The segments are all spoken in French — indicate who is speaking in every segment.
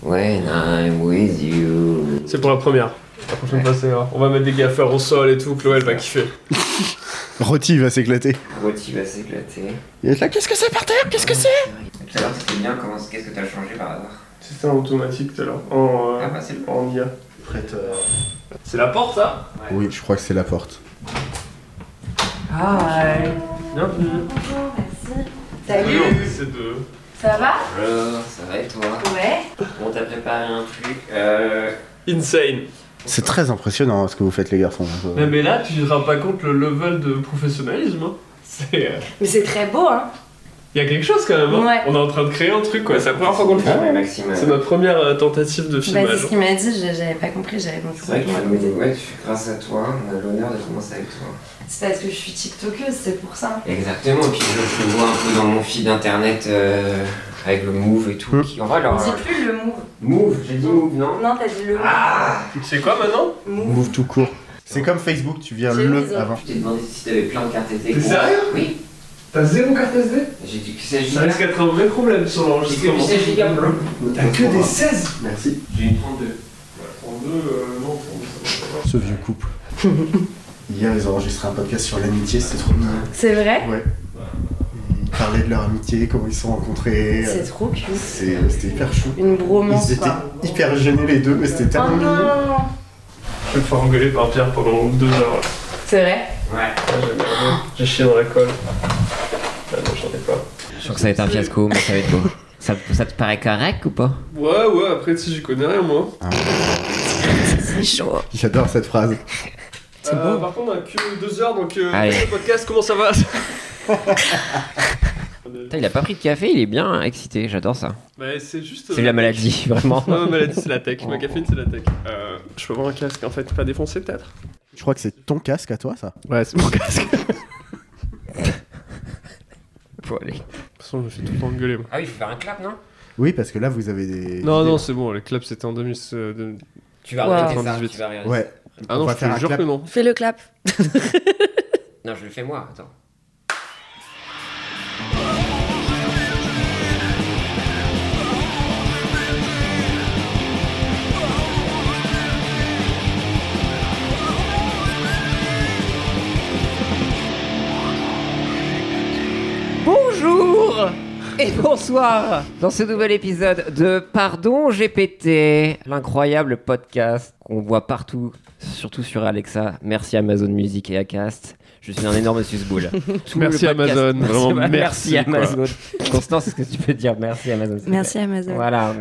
Speaker 1: When I'm with you.
Speaker 2: C'est pour la première. La prochaine fois, c'est grave. On va mettre des gaffeurs au sol et tout. Chloé, elle va kiffer.
Speaker 3: Rôti va s'éclater.
Speaker 1: Rôti va s'éclater.
Speaker 3: Il va être là, qu'est-ce que c'est par terre Qu'est-ce que c'est
Speaker 1: Tout à l'heure, c'était bien. Comment Qu'est-ce que t'as changé par hasard
Speaker 2: C'était en automatique tout à l'heure. En, euh,
Speaker 1: Ah bah, c'est le
Speaker 2: en IA. C'est la porte, ça
Speaker 3: Oui, je crois que c'est la porte.
Speaker 2: Hi.
Speaker 4: Salut,
Speaker 2: C'est de.
Speaker 4: ça va
Speaker 1: Alors, ça va et toi
Speaker 4: Ouais.
Speaker 1: On t'a préparé un truc. Euh.
Speaker 2: Insane.
Speaker 3: C'est très impressionnant ce que vous faites, les garçons.
Speaker 2: Mais, mais là, tu te rends pas compte le level de professionnalisme. hein. C'est. euh,
Speaker 4: Mais c'est très beau, hein
Speaker 2: Il y a quelque chose quand même. hein.
Speaker 4: Ouais.
Speaker 2: On est en train de créer un truc, quoi. C'est la première fois qu'on le fait.
Speaker 1: Ah ouais, Maxime. euh,
Speaker 2: C'est ma première euh, tentative de
Speaker 4: Bah, c'est
Speaker 2: filmage.
Speaker 4: ce qu'il m'a dit, j'ai- j'avais pas compris, j'avais mon
Speaker 1: C'est vrai qu'on a le meeting. Ouais, tu- grâce à toi, on a l'honneur de commencer avec toi.
Speaker 4: C'est parce que je suis TikTokeuse, c'est pour ça.
Speaker 1: Exactement, et puis je, je le vois un peu dans mon feed internet euh, avec le move et
Speaker 2: Mmh.
Speaker 1: tout.
Speaker 3: Mm.
Speaker 1: Qui, en vrai,
Speaker 4: On
Speaker 1: leur. euh,
Speaker 4: dit plus le move.
Speaker 1: Move, j'ai dit move, non
Speaker 4: Non, t'as dit le move.
Speaker 1: Ah
Speaker 2: C'est quoi maintenant
Speaker 4: move.
Speaker 3: Move tout court. C'est comme Facebook, tu viens
Speaker 4: J'ai
Speaker 3: le
Speaker 4: raison.
Speaker 3: avant.
Speaker 1: Je t'ai demandé si t'avais plein de cartes SD.
Speaker 2: T'es sérieux
Speaker 1: Oui.
Speaker 2: T'as zéro carte SD
Speaker 1: J'ai dit que c'est
Speaker 2: Ça risque d'être un vrai problème sur
Speaker 1: J'ai que
Speaker 2: l'enregistrement.
Speaker 1: 16 gigas, bro.
Speaker 2: T'as que des 16
Speaker 1: Merci. J'ai une 32.
Speaker 2: 32, euh, non, 32, ça va pas.
Speaker 3: Ce vieux couple. Hier, ils ont enregistré un podcast sur l'amitié, c'était trop mignon.
Speaker 4: C'est vrai
Speaker 3: Ouais. Ils parlaient de leur amitié, comment ils se sont
Speaker 1: euh,
Speaker 3: rencontrés.
Speaker 4: C'est trop cute.
Speaker 3: C'est- C'était hyper chou.
Speaker 4: Une bromance,
Speaker 3: Ils étaient
Speaker 4: quoi.
Speaker 3: hyper gênés les deux, mais c'était
Speaker 4: Oh
Speaker 3: tellement mignon.
Speaker 4: non
Speaker 2: Je vais me faire engueuler par Pierre pendant deux heures.
Speaker 4: C'est vrai
Speaker 1: Ouais.
Speaker 2: J'ai chié dans la colle. Ah non, j'en ai pas.
Speaker 1: Je crois que ça va être un fiasco, mais ça va être beau. Ça, ça te paraît correct ou pas
Speaker 2: Ouais, ouais, après, tu sais, j'y connais rien, moi.
Speaker 4: C'est chaud.
Speaker 3: J'adore cette phrase.
Speaker 2: Euh, par contre, on a que deux heures, donc euh,
Speaker 1: Allez.
Speaker 2: le podcast, comment ça va
Speaker 1: Putain, il a pas pris de café, il est bien excité, j'adore ça.
Speaker 2: Bah, c'est juste.
Speaker 1: C'est la maladie, vraiment.
Speaker 2: Non, ma maladie, c'est la tech. Ma caféine, c'est la tech. Euh, je peux avoir un casque, en fait, pas défoncé, peut-être
Speaker 3: Je crois que c'est ton casque à toi, ça.
Speaker 2: Ouais, c'est mon casque. De
Speaker 1: Faut aller.
Speaker 2: toute façon, je me fais tout le temps engueuler, moi.
Speaker 1: Ah oui, il faut faire un clap, non
Speaker 3: Oui, parce que là, vous avez des.
Speaker 2: Non,
Speaker 3: des-
Speaker 2: non, c'est bon, le clap, c'était en 2000. euh, de-
Speaker 1: Tu vas
Speaker 4: Ouais.
Speaker 1: regarder ça,
Speaker 2: 98.
Speaker 1: tu vas regarder
Speaker 3: Ouais.
Speaker 2: Ah
Speaker 3: On
Speaker 2: non,
Speaker 3: va
Speaker 2: je
Speaker 3: faire
Speaker 2: te
Speaker 3: un
Speaker 2: jure
Speaker 3: clap.
Speaker 2: que non.
Speaker 4: Fais le clap.
Speaker 1: ça. Non, je le fais moi, attends.
Speaker 5: Bonjour et bonsoir
Speaker 1: Dans ce nouvel épisode de Pardon GPT, l'incroyable podcast qu'on voit partout, surtout sur Alexa. Merci Amazon Music et Acast. Je suis un énorme susboule. Tout
Speaker 2: Merci
Speaker 1: le podcast-
Speaker 2: Amazon, vraiment merci, quoi.
Speaker 1: Amazon. Constance, est-ce que tu peux dire merci Amazon s'il te
Speaker 4: Merci
Speaker 1: plaît
Speaker 4: Amazon.
Speaker 1: Voilà,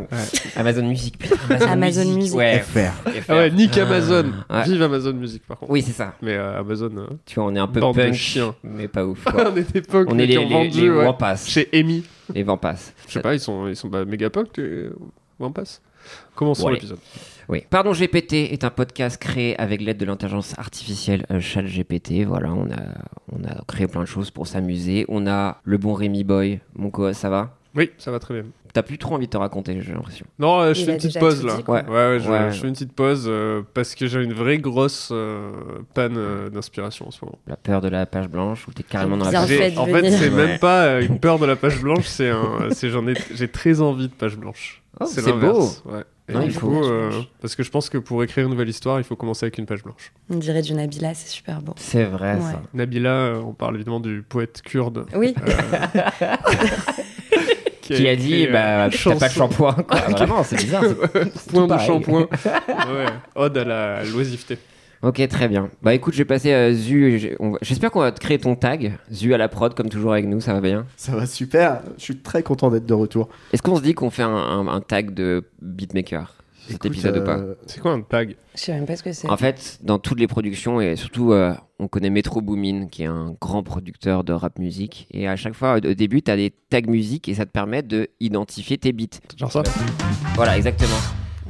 Speaker 1: Amazon Music. putain, Amazon,
Speaker 4: Amazon Music.
Speaker 1: Ouais.
Speaker 3: FR.
Speaker 1: Et faire.
Speaker 2: Ah ouais, nique Amazon.
Speaker 1: ouais.
Speaker 2: Vive Amazon Music, par contre.
Speaker 1: Oui, c'est ça.
Speaker 2: Mais euh, Amazon. euh,
Speaker 1: Tu vois, on est un peu
Speaker 2: Bande de
Speaker 1: punk,
Speaker 2: chiens.
Speaker 1: mais pas ouf. quoi.
Speaker 2: on est des punks,
Speaker 1: on
Speaker 2: mais
Speaker 1: est
Speaker 2: qui
Speaker 1: les,
Speaker 2: ont
Speaker 1: les,
Speaker 2: vendu,
Speaker 1: les
Speaker 2: ouais.
Speaker 1: Wampas.
Speaker 2: Chez Amy.
Speaker 1: Les Vampas.
Speaker 2: Je sais pas, ils sont, ils sont bah, méga punk, les Wampas. Commençons
Speaker 1: Ouais.
Speaker 2: l'épisode.
Speaker 1: Oui. Pardon GPT est un podcast créé avec l'aide de l'intelligence artificielle euh, ChatGPT. Voilà, on a, on a créé plein de choses pour s'amuser. On a le bon Rémi Boy, mon co ça va
Speaker 2: Oui, ça va très bien.
Speaker 1: T'as plus trop envie de te raconter, j'ai l'impression.
Speaker 2: Non, euh, je
Speaker 4: Il
Speaker 2: fais
Speaker 4: a
Speaker 2: une petite
Speaker 4: déjà
Speaker 2: pause
Speaker 4: tout
Speaker 2: là.
Speaker 4: dit,
Speaker 1: quoi.
Speaker 2: ouais, ouais, je,
Speaker 1: Ouais.
Speaker 2: je fais une petite pause euh, parce que j'ai une vraie grosse euh, panne euh, d'inspiration en ce moment.
Speaker 1: La peur de la page blanche, où t'es carrément dans la
Speaker 4: Bien
Speaker 1: page
Speaker 4: fait
Speaker 2: J'ai-
Speaker 4: de
Speaker 2: en fait,
Speaker 4: venir.
Speaker 2: c'est
Speaker 1: Ouais.
Speaker 2: même pas euh, une peur de la page blanche, c'est un, c'est j'en ai, j'ai très envie de page blanche.
Speaker 1: Oh, c'est
Speaker 2: l'inverse, ouais. Et
Speaker 1: Non,
Speaker 2: du
Speaker 1: il faut.
Speaker 2: coup, euh, parce que je pense que pour écrire une nouvelle histoire, il faut commencer avec une page blanche.
Speaker 4: On dirait du Nabila, c'est super beau.
Speaker 1: C'est vrai,
Speaker 4: Ouais.
Speaker 1: ça.
Speaker 2: Nabila, euh, on parle évidemment du poète kurde
Speaker 4: Oui,
Speaker 1: Qui a dit,
Speaker 2: écrit, euh,
Speaker 1: bah, t'as pas de
Speaker 2: chanson-
Speaker 1: shampoing, quoi. Vraiment, Ah, bah c'est bizarre. c'est-
Speaker 2: Point de
Speaker 1: pareil.
Speaker 2: shampoing. ouais, ode à la l'oisiveté.
Speaker 1: Ok, très bien. Bah écoute, je vais passer à Zu. et j'ai- on va- J'espère qu'on va te créer ton tag. Zu à la prod, comme toujours avec nous, ça va bien.
Speaker 3: Ça va super. Je suis très content d'être de retour.
Speaker 1: Est-ce qu'on se dit qu'on fait un, un- un tag de beatmaker cet
Speaker 6: Écoute,
Speaker 1: épisode ou pas
Speaker 6: euh,
Speaker 2: C'est quoi un tag
Speaker 4: Je sais même pas ce que c'est.
Speaker 1: En fait, dans toutes les productions, et surtout, euh, on connaît Metro Boomin, qui est un grand producteur de rap musique. Et à chaque fois, au au début, t'as des tags musique et ça te permet de identifier tes beats.
Speaker 2: Genre ça
Speaker 1: Voilà, exactement.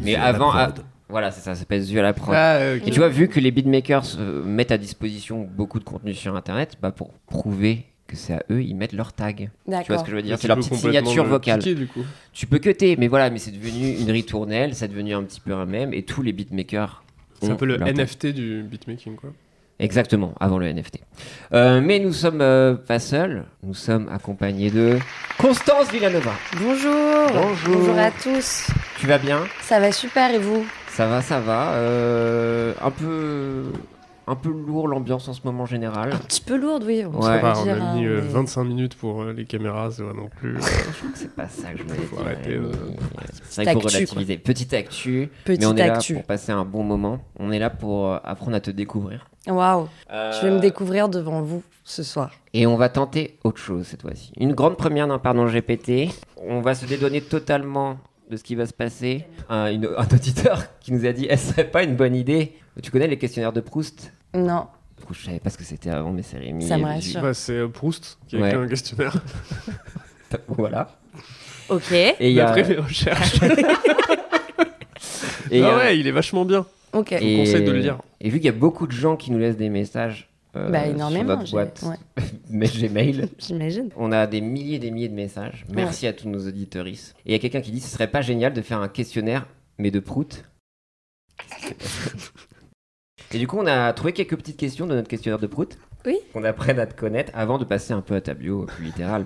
Speaker 1: Mais
Speaker 6: C'est la
Speaker 1: avant.
Speaker 6: prod.
Speaker 1: ah, voilà, c'est ça, ça s'appelle Zu à la prod.
Speaker 2: Ah,
Speaker 1: Et tu vois, vu que les beatmakers euh, mettent à disposition beaucoup de contenu sur Internet, bah pour prouver que c'est à eux, ils mettent leur tag. Tu vois ce
Speaker 4: D'accord.
Speaker 1: que je veux dire C'est leur petite signature vocale.
Speaker 2: du coup.
Speaker 1: Tu peux cutter, mais voilà, mais c'est devenu une ritournelle, c'est devenu un petit peu un mème, et tous les beatmakers.
Speaker 2: C'est
Speaker 1: ont
Speaker 2: un peu le
Speaker 1: leur tag.
Speaker 2: NFT du beatmaking, quoi.
Speaker 1: Exactement, avant le NFT. Euh, mais nous sommes euh, pas seuls, nous sommes accompagnés de Constance Villanova.
Speaker 4: Bonjour.
Speaker 1: Bonjour.
Speaker 4: à tous.
Speaker 1: Tu vas bien
Speaker 4: Ça va super et vous
Speaker 1: Ça va, ça va. euh, un peu, un peu lourd l'ambiance en ce moment général.
Speaker 4: Un petit peu lourde, oui. On
Speaker 1: Ouais.
Speaker 2: Ça
Speaker 4: peut
Speaker 2: va,
Speaker 4: le
Speaker 2: on
Speaker 4: dire,
Speaker 2: a
Speaker 4: hein,
Speaker 2: mis euh,
Speaker 4: mais-
Speaker 2: 25 minutes pour euh, les caméras, c'est pas non plus. euh,
Speaker 1: Je crois que c'est pas ça que je voulais
Speaker 2: Faut
Speaker 1: dire.
Speaker 2: arrêter,
Speaker 1: mais-
Speaker 2: euh,
Speaker 1: C'est vrai qu'il faut
Speaker 4: actu,
Speaker 1: relativiser. Petite actu. mais
Speaker 4: Petite
Speaker 1: on est
Speaker 4: actu.
Speaker 1: là pour passer un bon moment. On est là pour euh, apprendre à te découvrir.
Speaker 4: Waouh. Je vais
Speaker 1: Euh,
Speaker 4: me découvrir devant vous ce soir.
Speaker 1: Et on va tenter autre chose cette fois-ci. Une grande première d'un pardon GPT. On va se dédouaner totalement de ce qui va se passer. Un, une- un auditeur qui nous a dit Est-ce serait pas une bonne idée Tu connais les questionnaires de Proust
Speaker 4: Non.
Speaker 1: Du coup, Je savais pas ce que c'était avant, mais c'est Rémi.
Speaker 4: Ça me
Speaker 1: et-
Speaker 4: rassure.
Speaker 2: Bah, c'est euh, Proust qui a
Speaker 1: Ouais.
Speaker 2: écrit un questionnaire
Speaker 1: Voilà.
Speaker 4: Ok.
Speaker 1: Et il y a.
Speaker 2: d'après mes recherches.
Speaker 1: et il y a-
Speaker 2: ah ouais, il est vachement bien.
Speaker 4: Ok.
Speaker 2: vous conseille de le lire.
Speaker 1: Et vu qu'il y a beaucoup de gens qui nous laissent des messages euh,
Speaker 4: bah
Speaker 1: sur
Speaker 4: énormément.
Speaker 1: notre
Speaker 4: j'ai-
Speaker 1: boîte
Speaker 4: ouais,
Speaker 1: mais Gmail,
Speaker 4: J'imagine.
Speaker 1: on a des milliers et des milliers de messages. Merci à tous nos auditeurs. Et il y a quelqu'un qui dit ce serait pas génial de faire un questionnaire, mais de prout. et du coup, on a trouvé quelques petites questions de notre questionnaire de prout.
Speaker 4: Oui.
Speaker 1: Qu'on apprenne à te connaître avant de passer un peu à ta bio plus littérale.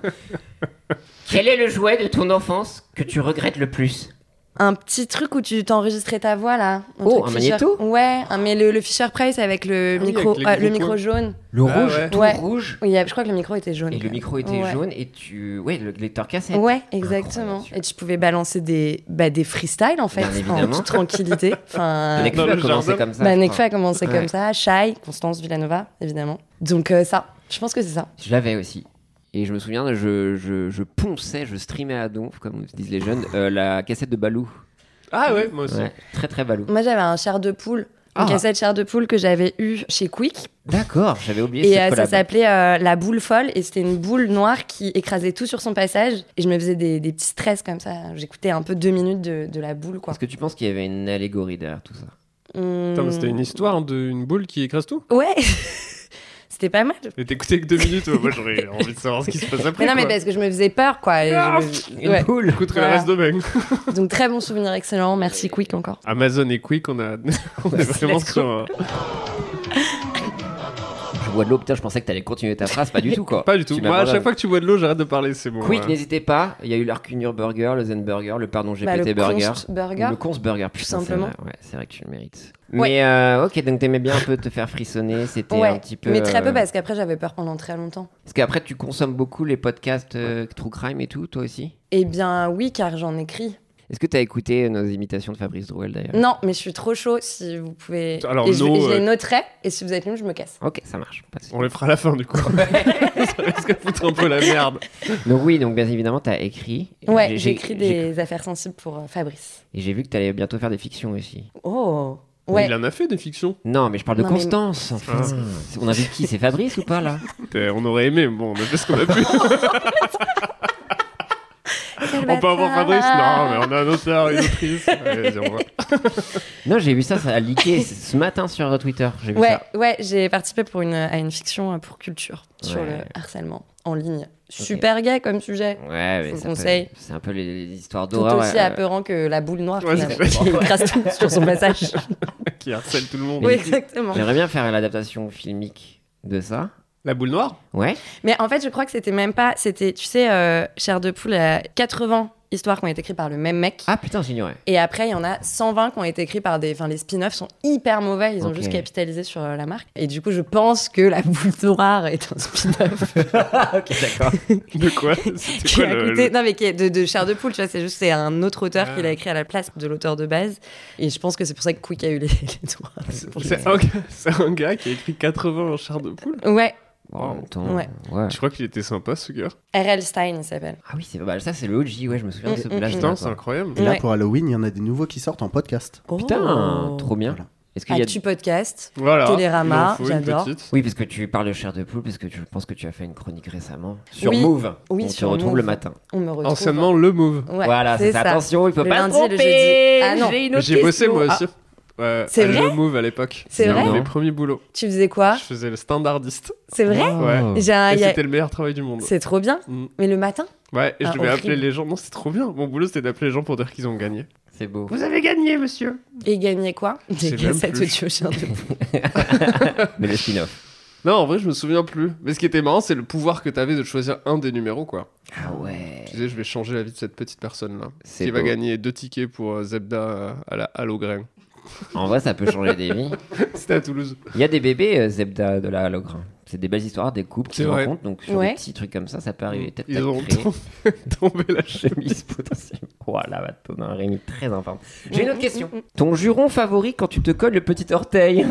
Speaker 1: Quel est le jouet de ton enfance que tu regrettes le plus
Speaker 4: Un petit truc où tu t'enregistrais ta voix là.
Speaker 1: Oh,
Speaker 4: truc
Speaker 1: un
Speaker 4: Fisher-
Speaker 1: magnéto
Speaker 4: Ouais, un- mais le, le Fisher Price avec le
Speaker 2: Ah oui,
Speaker 4: micro,
Speaker 2: avec les
Speaker 4: ah,
Speaker 2: gros
Speaker 4: le micro
Speaker 2: points.
Speaker 4: jaune.
Speaker 1: Le
Speaker 2: Ah
Speaker 1: rouge,
Speaker 2: ouais.
Speaker 1: tout
Speaker 4: Ouais.
Speaker 1: rouge.
Speaker 4: Oui, je crois que le micro était jaune.
Speaker 1: Et le
Speaker 4: quand même.
Speaker 1: micro était
Speaker 4: Ouais.
Speaker 1: jaune et tu. Ouais, le lecteur cassette.
Speaker 4: Ouais, exactement.
Speaker 1: Incroyable.
Speaker 4: Et tu pouvais balancer des, bah, des freestyles en fait,
Speaker 1: Bien
Speaker 4: en
Speaker 1: évidemment.
Speaker 4: toute tranquillité. Enfin,
Speaker 1: Nekfeu
Speaker 2: Dans
Speaker 1: a
Speaker 2: le
Speaker 1: commencé
Speaker 2: jardin.
Speaker 1: comme ça.
Speaker 4: Euh, bah,
Speaker 1: je
Speaker 4: Nekfeu
Speaker 1: crois.
Speaker 4: a commencé
Speaker 1: Ouais.
Speaker 4: comme ça, Shai, Constance Villanova, évidemment. Donc euh, ça, je pense que c'est ça.
Speaker 1: Je l'avais aussi. Et je me souviens, je, je, je ponçais, je streamais à donf, comme disent les jeunes, euh, la cassette de Balou.
Speaker 2: Ah ouais, moi aussi.
Speaker 1: Ouais, très très Balou.
Speaker 4: Moi j'avais un chair de poule,
Speaker 1: Ah.
Speaker 4: une cassette chair de poule que j'avais eue chez Quick.
Speaker 1: D'accord, j'avais oublié
Speaker 4: Et
Speaker 1: cette
Speaker 4: euh, ça
Speaker 1: collab.
Speaker 4: s'appelait euh, la boule folle et c'était une boule noire qui écrasait tout sur son passage. Et je me faisais des, des petits stress comme ça. J'écoutais un peu deux minutes de, de la boule quoi.
Speaker 1: Est-ce que tu penses qu'il y avait une allégorie derrière tout ça
Speaker 4: Hum,
Speaker 2: Putain, mais c'était une histoire d'une boule qui écrase tout.
Speaker 4: Ouais, c'était pas mal.
Speaker 2: Et t'écoutais que deux minutes, moi j'aurais envie de savoir ce qui se passe après.
Speaker 4: Mais non, mais
Speaker 2: quoi.
Speaker 4: parce que je me faisais peur, quoi. Et je me-
Speaker 1: Une
Speaker 4: ouais.
Speaker 1: boule
Speaker 2: J'écouterai le
Speaker 4: Voilà.
Speaker 2: reste demain.
Speaker 4: Donc, très bon souvenir, excellent. Merci, Quick, encore.
Speaker 2: Amazon et Quick, on, a... on est vraiment
Speaker 1: let's go.
Speaker 2: sur un-
Speaker 1: Je bois de l'eau, putain, je pensais que t'allais continuer ta phrase, pas du tout quoi.
Speaker 2: Pas du tout.
Speaker 1: Tu
Speaker 2: Moi, à
Speaker 1: m'abandonnes.
Speaker 2: chaque fois que tu bois de l'eau, j'arrête de parler, c'est bon. hein.
Speaker 1: Quick,
Speaker 2: ouais.
Speaker 1: n'hésitez pas, il y a eu l'Arcunur Burger, le Zen Burger, le Pardon GPT
Speaker 4: Bah, le
Speaker 1: Burger.
Speaker 4: Const Burger.
Speaker 1: Le Const Burger,
Speaker 4: Tout
Speaker 1: putain, c'est
Speaker 4: simplement.
Speaker 1: vrai, Ouais, c'est vrai que tu le mérites.
Speaker 4: Ouais.
Speaker 1: Mais euh, ok, donc t'aimais bien un peu te faire frissonner, c'était un
Speaker 4: Ouais,
Speaker 1: petit peu.
Speaker 4: mais très peu
Speaker 1: euh,
Speaker 4: parce qu'après, j'avais peur pendant très longtemps.
Speaker 1: Parce qu'après, tu consommes beaucoup les podcasts euh, True Crime et tout, toi aussi
Speaker 4: Eh bien, oui, car j'en écris.
Speaker 1: Est-ce que tu as écouté euh, nos imitations de Fabrice Drouel d'ailleurs
Speaker 4: Non, mais je suis trop chaud si vous pouvez.
Speaker 2: Alors,
Speaker 4: et je,
Speaker 2: non,
Speaker 4: et je les
Speaker 2: euh,
Speaker 4: noterai. Et si vous êtes nul, je me casse.
Speaker 1: Ok, ça marche. pas de souci.
Speaker 2: On les fera à la fin du coup. ça risque de foutre un peu la merde.
Speaker 1: Donc, oui, donc bien évidemment, tu as écrit. Et
Speaker 4: Ouais,
Speaker 1: j'ai-
Speaker 4: j'ai écrit
Speaker 1: j'ai-
Speaker 4: des affaires sensibles pour euh, Fabrice.
Speaker 1: Et j'ai vu que tu allais bientôt faire des fictions aussi.
Speaker 4: Oh,
Speaker 2: Mais
Speaker 4: ouais.
Speaker 2: Il en a fait des fictions.
Speaker 1: Non, mais je parle de
Speaker 4: Non, mais-
Speaker 1: Constance. enfin. C'est- On a vu qui C'est Fabrice ou pas là
Speaker 2: Euh, on aurait aimé, mais bon, on a fait ce qu'on a pu.
Speaker 4: Ah, Quel
Speaker 2: on peut avoir
Speaker 4: bâtard. hein.
Speaker 2: Fabrice Non, mais on a un auteur, une autrice. Allez, vas-y, on va.
Speaker 1: Non, j'ai vu ça, ça a leaké ce ce matin sur Twitter. J'ai vu
Speaker 4: Ouais,
Speaker 1: ça.
Speaker 4: ouais, j'ai participé pour une, à une fiction euh, pour culture sur
Speaker 1: Ouais.
Speaker 4: le harcèlement en ligne. Super gay comme sujet.
Speaker 1: Ouais, mais
Speaker 4: vous
Speaker 1: c'est un peu-
Speaker 4: conseille.
Speaker 1: c'est un peu les, les histoires
Speaker 4: Tout
Speaker 1: d'horreur.
Speaker 4: aussi
Speaker 1: euh,
Speaker 4: apeurant que la boule noire
Speaker 2: Ouais,
Speaker 4: qui-
Speaker 2: c'est
Speaker 4: qui écrase tout sur son passage.
Speaker 2: qui harcèle tout le monde.
Speaker 4: Oui, exactement.
Speaker 1: J'aimerais bien faire l'adaptation filmique de ça.
Speaker 2: La boule noire
Speaker 1: Ouais.
Speaker 4: Mais en fait, je crois que c'était même pas. C'était, tu sais, euh, Chair de Poule, il y a 80 histoires qui ont été écrites par le même mec.
Speaker 1: Ah putain, j'ignorais.
Speaker 4: Et après, il y en a 120 qui ont été écrites par des. Enfin, les spin-offs sont hyper mauvais. Ils ont
Speaker 1: Ok.
Speaker 4: juste capitalisé sur euh, la marque. Et du coup, je pense que La Boule Noire est un spin-off
Speaker 1: ok, d'accord.
Speaker 2: De quoi C'était
Speaker 4: qui
Speaker 2: quoi
Speaker 4: a
Speaker 2: le.
Speaker 4: coûté.
Speaker 2: le-
Speaker 4: Non, mais qui est de, de Chair de Poule, tu vois. C'est juste, c'est un autre auteur
Speaker 2: Ah.
Speaker 4: qui l'a écrit à la place de l'auteur de base. Et je pense que c'est pour ça que Quick a eu les, les droits.
Speaker 2: C'est un, gars- c'est un gars qui a écrit 80 en char de poule
Speaker 4: Ouais,
Speaker 1: En même temps,
Speaker 4: Ouais.
Speaker 1: ouais.
Speaker 2: Je crois qu'il était sympa ce gars.
Speaker 4: R.L. Stein, il s'appelle.
Speaker 1: Ah oui, c'est bah, ça, c'est le OG, ouais, je me souviens de ce
Speaker 4: Mm, mm,
Speaker 1: blaze.
Speaker 2: Putain, c'est incroyable.
Speaker 3: Et là,
Speaker 4: Ouais.
Speaker 3: pour Halloween, il y en a des nouveaux qui sortent en podcast.
Speaker 1: Putain,
Speaker 4: Oh.
Speaker 1: trop bien.
Speaker 3: Voilà.
Speaker 1: Est-ce qu'il y a...
Speaker 4: Actu Podcast.
Speaker 2: Voilà.
Speaker 4: Télérama,
Speaker 2: Il en faut une
Speaker 4: j'adore.
Speaker 2: petite.
Speaker 1: Oui, parce que tu parles de chair de poule, parce que tu- je pense que tu as fait une chronique récemment sur
Speaker 4: Oui.
Speaker 1: Move.
Speaker 4: Oui,
Speaker 1: on
Speaker 4: sur
Speaker 1: te retrouve
Speaker 4: Move.
Speaker 1: le matin.
Speaker 4: On me retrouve.
Speaker 2: Anciennement, le move.
Speaker 4: Ouais,
Speaker 1: voilà, c'est ça. Attention, il faut
Speaker 4: Le
Speaker 1: pas
Speaker 4: lundi,
Speaker 1: se
Speaker 4: le
Speaker 1: tromper.
Speaker 4: jeudi. Ah non.
Speaker 1: J'ai une autre
Speaker 2: J'ai bossé
Speaker 1: question.
Speaker 2: moi
Speaker 1: Ah,
Speaker 2: aussi. Ouais,
Speaker 4: C'est
Speaker 2: à
Speaker 4: vrai
Speaker 2: le move à l'époque.
Speaker 4: C'est vrai Ah.
Speaker 2: un de
Speaker 1: Non.
Speaker 2: mes premiers boulots.
Speaker 4: Tu faisais quoi
Speaker 2: je faisais le standardiste.
Speaker 4: C'est vrai
Speaker 2: Ouais.
Speaker 4: J'ai un-
Speaker 2: et
Speaker 4: il y a-
Speaker 2: c'était le meilleur travail du monde.
Speaker 4: C'est trop bien.
Speaker 2: Mm.
Speaker 4: Mais le matin
Speaker 2: Ouais, et je
Speaker 4: Ah,
Speaker 2: devais
Speaker 4: horrible.
Speaker 2: appeler les gens. Non, c'est trop bien. Mon boulot, c'était d'appeler les gens pour dire qu'ils ont gagné.
Speaker 1: C'est beau.
Speaker 2: Vous avez gagné, monsieur.
Speaker 4: Et gagner quoi Des
Speaker 2: sais même
Speaker 4: cassettes
Speaker 2: plus.
Speaker 4: audio, je viens de-
Speaker 1: Mais le spin-off.
Speaker 2: Non, en vrai, je me souviens plus. Mais ce qui était marrant, c'est le pouvoir que t'avais de choisir un des numéros, quoi.
Speaker 1: Ah ouais.
Speaker 2: Tu disais, je vais changer la vie de cette petite personne-là.
Speaker 1: C'est
Speaker 2: Qui va
Speaker 1: beau.
Speaker 2: gagner deux tickets pour euh, Zebda euh, à la Halo Grain.
Speaker 1: En vrai, ça peut changer des vies.
Speaker 2: C'était à Toulouse.
Speaker 1: Il y a des bébés euh, Zebda de la Halograin. C'est des belles histoires, des couples qui
Speaker 2: C'est
Speaker 1: se
Speaker 2: vrai.
Speaker 1: rencontrent. Donc, sur
Speaker 4: Ouais.
Speaker 1: des petits trucs comme ça, ça peut arriver. Peut-être
Speaker 2: Ils
Speaker 1: t'as
Speaker 2: ont
Speaker 1: créé-
Speaker 2: tombé la chaîne.
Speaker 1: chemise potentiellement. Voilà, va te donner un Rémi très informe. J'ai une autre question. Ton juron favori quand tu te colles le petit orteil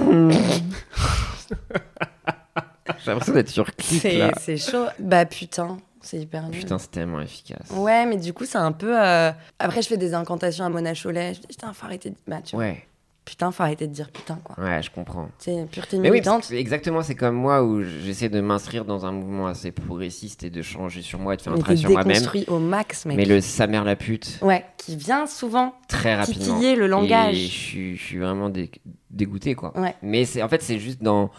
Speaker 1: J'ai l'impression d'être sur clic
Speaker 4: C'est
Speaker 1: là.
Speaker 4: c'est chaud. Bah putain, c'est hyper nul.
Speaker 1: Putain, c'est tellement efficace.
Speaker 4: Ouais, mais du coup, c'est un peu. euh, Après, je fais des incantations à Mona Cholet. Je dis, putain, faut arrêter de. Bah, tu vois,
Speaker 1: Ouais,
Speaker 4: Putain, faut arrêter de dire putain, quoi.
Speaker 1: ouais, je comprends.
Speaker 4: C'est pureté
Speaker 1: Mais oui, parce
Speaker 4: militante.
Speaker 1: que c'est exactement, c'est comme moi où j'essaie de m'inscrire dans un mouvement assez progressiste et de changer sur moi et de faire un
Speaker 4: mais t'es
Speaker 1: travail sur moi-même.
Speaker 4: déconstruit au max, mec.
Speaker 1: Mais le sa mère la pute,
Speaker 4: Ouais, qui vient souvent.
Speaker 1: très rapidement.
Speaker 4: Titiller le langage.
Speaker 1: Et je suis, je suis vraiment dé- dégoûté quoi.
Speaker 4: Ouais.
Speaker 1: Mais c'est en fait, c'est juste dans.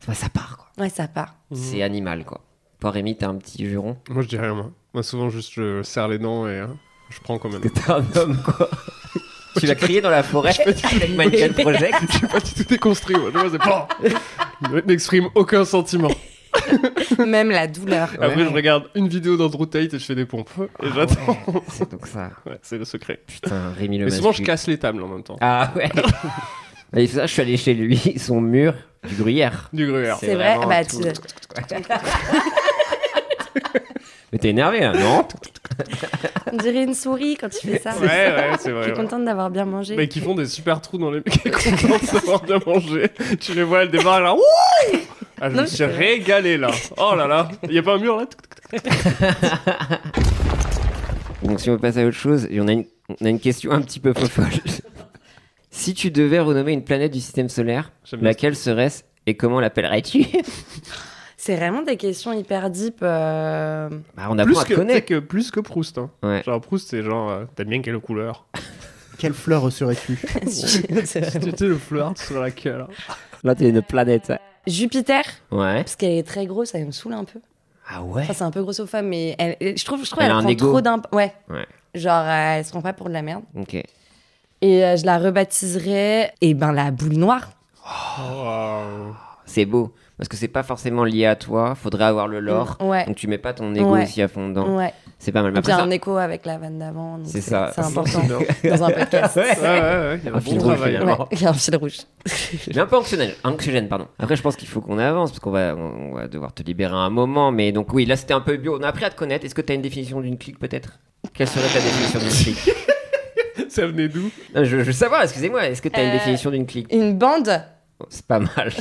Speaker 1: Enfin, ça part quoi.
Speaker 4: Ouais, ça part.
Speaker 1: C'est animal, quoi. Toi, Rémi, t'as un petit juron
Speaker 2: Moi, je dis rien, moi. Moi, souvent, juste, je serre les dents et euh, je prends quand même.
Speaker 1: Que t'es un homme, quoi. tu vas crier dans la forêt avec Michael Project.
Speaker 2: J'ai pas du tout déconstruit, moi. Je vois, c'est pas. Je n'exprime aucun sentiment.
Speaker 4: Même la douleur.
Speaker 2: Après, je regarde une vidéo d'Andrew Tate et je fais des pompes. Et j'attends.
Speaker 1: C'est donc ça.
Speaker 2: Ouais, c'est le secret.
Speaker 1: Eh Putain, Rémi le
Speaker 2: Mais souvent, je
Speaker 1: masculin.
Speaker 2: casse les tables en même temps.
Speaker 1: Ah ouais. Et ça, je suis allé chez lui, son mur du gruyère.
Speaker 2: Du gruyère.
Speaker 4: C'est vrai
Speaker 1: vraiment
Speaker 4: Bah,
Speaker 1: tout.
Speaker 4: tu-
Speaker 1: Mais t'es énervé, là, non
Speaker 4: On dirait une souris quand tu fais ça.
Speaker 2: Ouais, ouais, c'est
Speaker 4: Je
Speaker 2: vrai.
Speaker 4: suis
Speaker 2: ouais.
Speaker 4: contente d'avoir bien mangé.
Speaker 2: Mais qui font des super trous dans les mecs qui sont contents d'avoir bien mangé. Tu les vois, elles démarrent là. Wouh Ah, je
Speaker 4: Non,
Speaker 2: me
Speaker 4: mais
Speaker 2: suis
Speaker 4: c'est vrai.
Speaker 2: régalé là. Oh là là. Il y a pas un mur là
Speaker 1: Donc, si on passe à autre chose, et on a une, on a une question un petit peu folle. si tu devais renommer une planète du système solaire,
Speaker 2: J'aime bien
Speaker 1: laquelle serait-ce et comment l'appellerais-tu
Speaker 4: C'est vraiment des questions hyper deep. euh,
Speaker 1: Bah, on apprend
Speaker 2: Plus
Speaker 1: à te
Speaker 2: que, t'sais
Speaker 1: connaître.
Speaker 2: que, plus que Proust. Hein.
Speaker 1: Ouais.
Speaker 2: Genre Proust, c'est genre, euh, t'aimes bien quelle couleur
Speaker 3: Quelle fleur serais-tu
Speaker 4: c'est vraiment-
Speaker 2: Tu sais, le flirt sur la queue là.
Speaker 1: Là, t'es une planète.
Speaker 4: Jupiter,
Speaker 1: Ouais.
Speaker 4: parce qu'elle est très grosse, elle me saoule un peu.
Speaker 1: Ah ouais
Speaker 4: Enfin, c'est un peu grossophobe, mais elle, elle- je trouve, je trouve
Speaker 1: Elle
Speaker 4: elle,
Speaker 1: a un
Speaker 4: prend
Speaker 1: ego.
Speaker 4: trop d'importance. Ouais.
Speaker 1: Ouais.
Speaker 4: Genre, euh, elle se prend pas pour de la merde.
Speaker 1: Ok.
Speaker 4: Et euh, je la rebaptiserai, et ben, la boule noire.
Speaker 1: C'est beau. Parce que c'est pas forcément lié à toi. Faudrait avoir le lore.
Speaker 4: Mm, ouais.
Speaker 1: Donc tu mets pas ton ego
Speaker 4: Ouais. Mm.
Speaker 1: aussi à fond dedans.
Speaker 4: Ouais.
Speaker 1: C'est pas mal. Mais
Speaker 4: J'ai
Speaker 1: après, ça-
Speaker 4: un écho avec la vanne d'avant. donc
Speaker 1: C'est ça.
Speaker 4: C'est important dans un podcast.
Speaker 2: Ouais, ouais, ouais. Il y a
Speaker 1: Un
Speaker 2: un bon
Speaker 1: fil rouge,
Speaker 2: travail.
Speaker 1: finalement.
Speaker 4: Ouais, il y a un fil rouge.
Speaker 1: Mais un peu anxiogène. Anxiogène, pardon. Après, je pense qu'il faut qu'on avance. Parce qu'on va, on va devoir te libérer à un moment. Mais donc, oui, là, c'était un peu bio. On a appris à te connaître. Est-ce que t'as une définition d'une clique, peut-être Quelle serait ta définition d'une clique
Speaker 2: Ça venait d'où
Speaker 1: Non, je, je veux savoir, excusez-moi. Est-ce que t'as une
Speaker 4: Euh,
Speaker 1: définition d'une clique
Speaker 4: Une bande.
Speaker 1: Oh, C'est pas mal.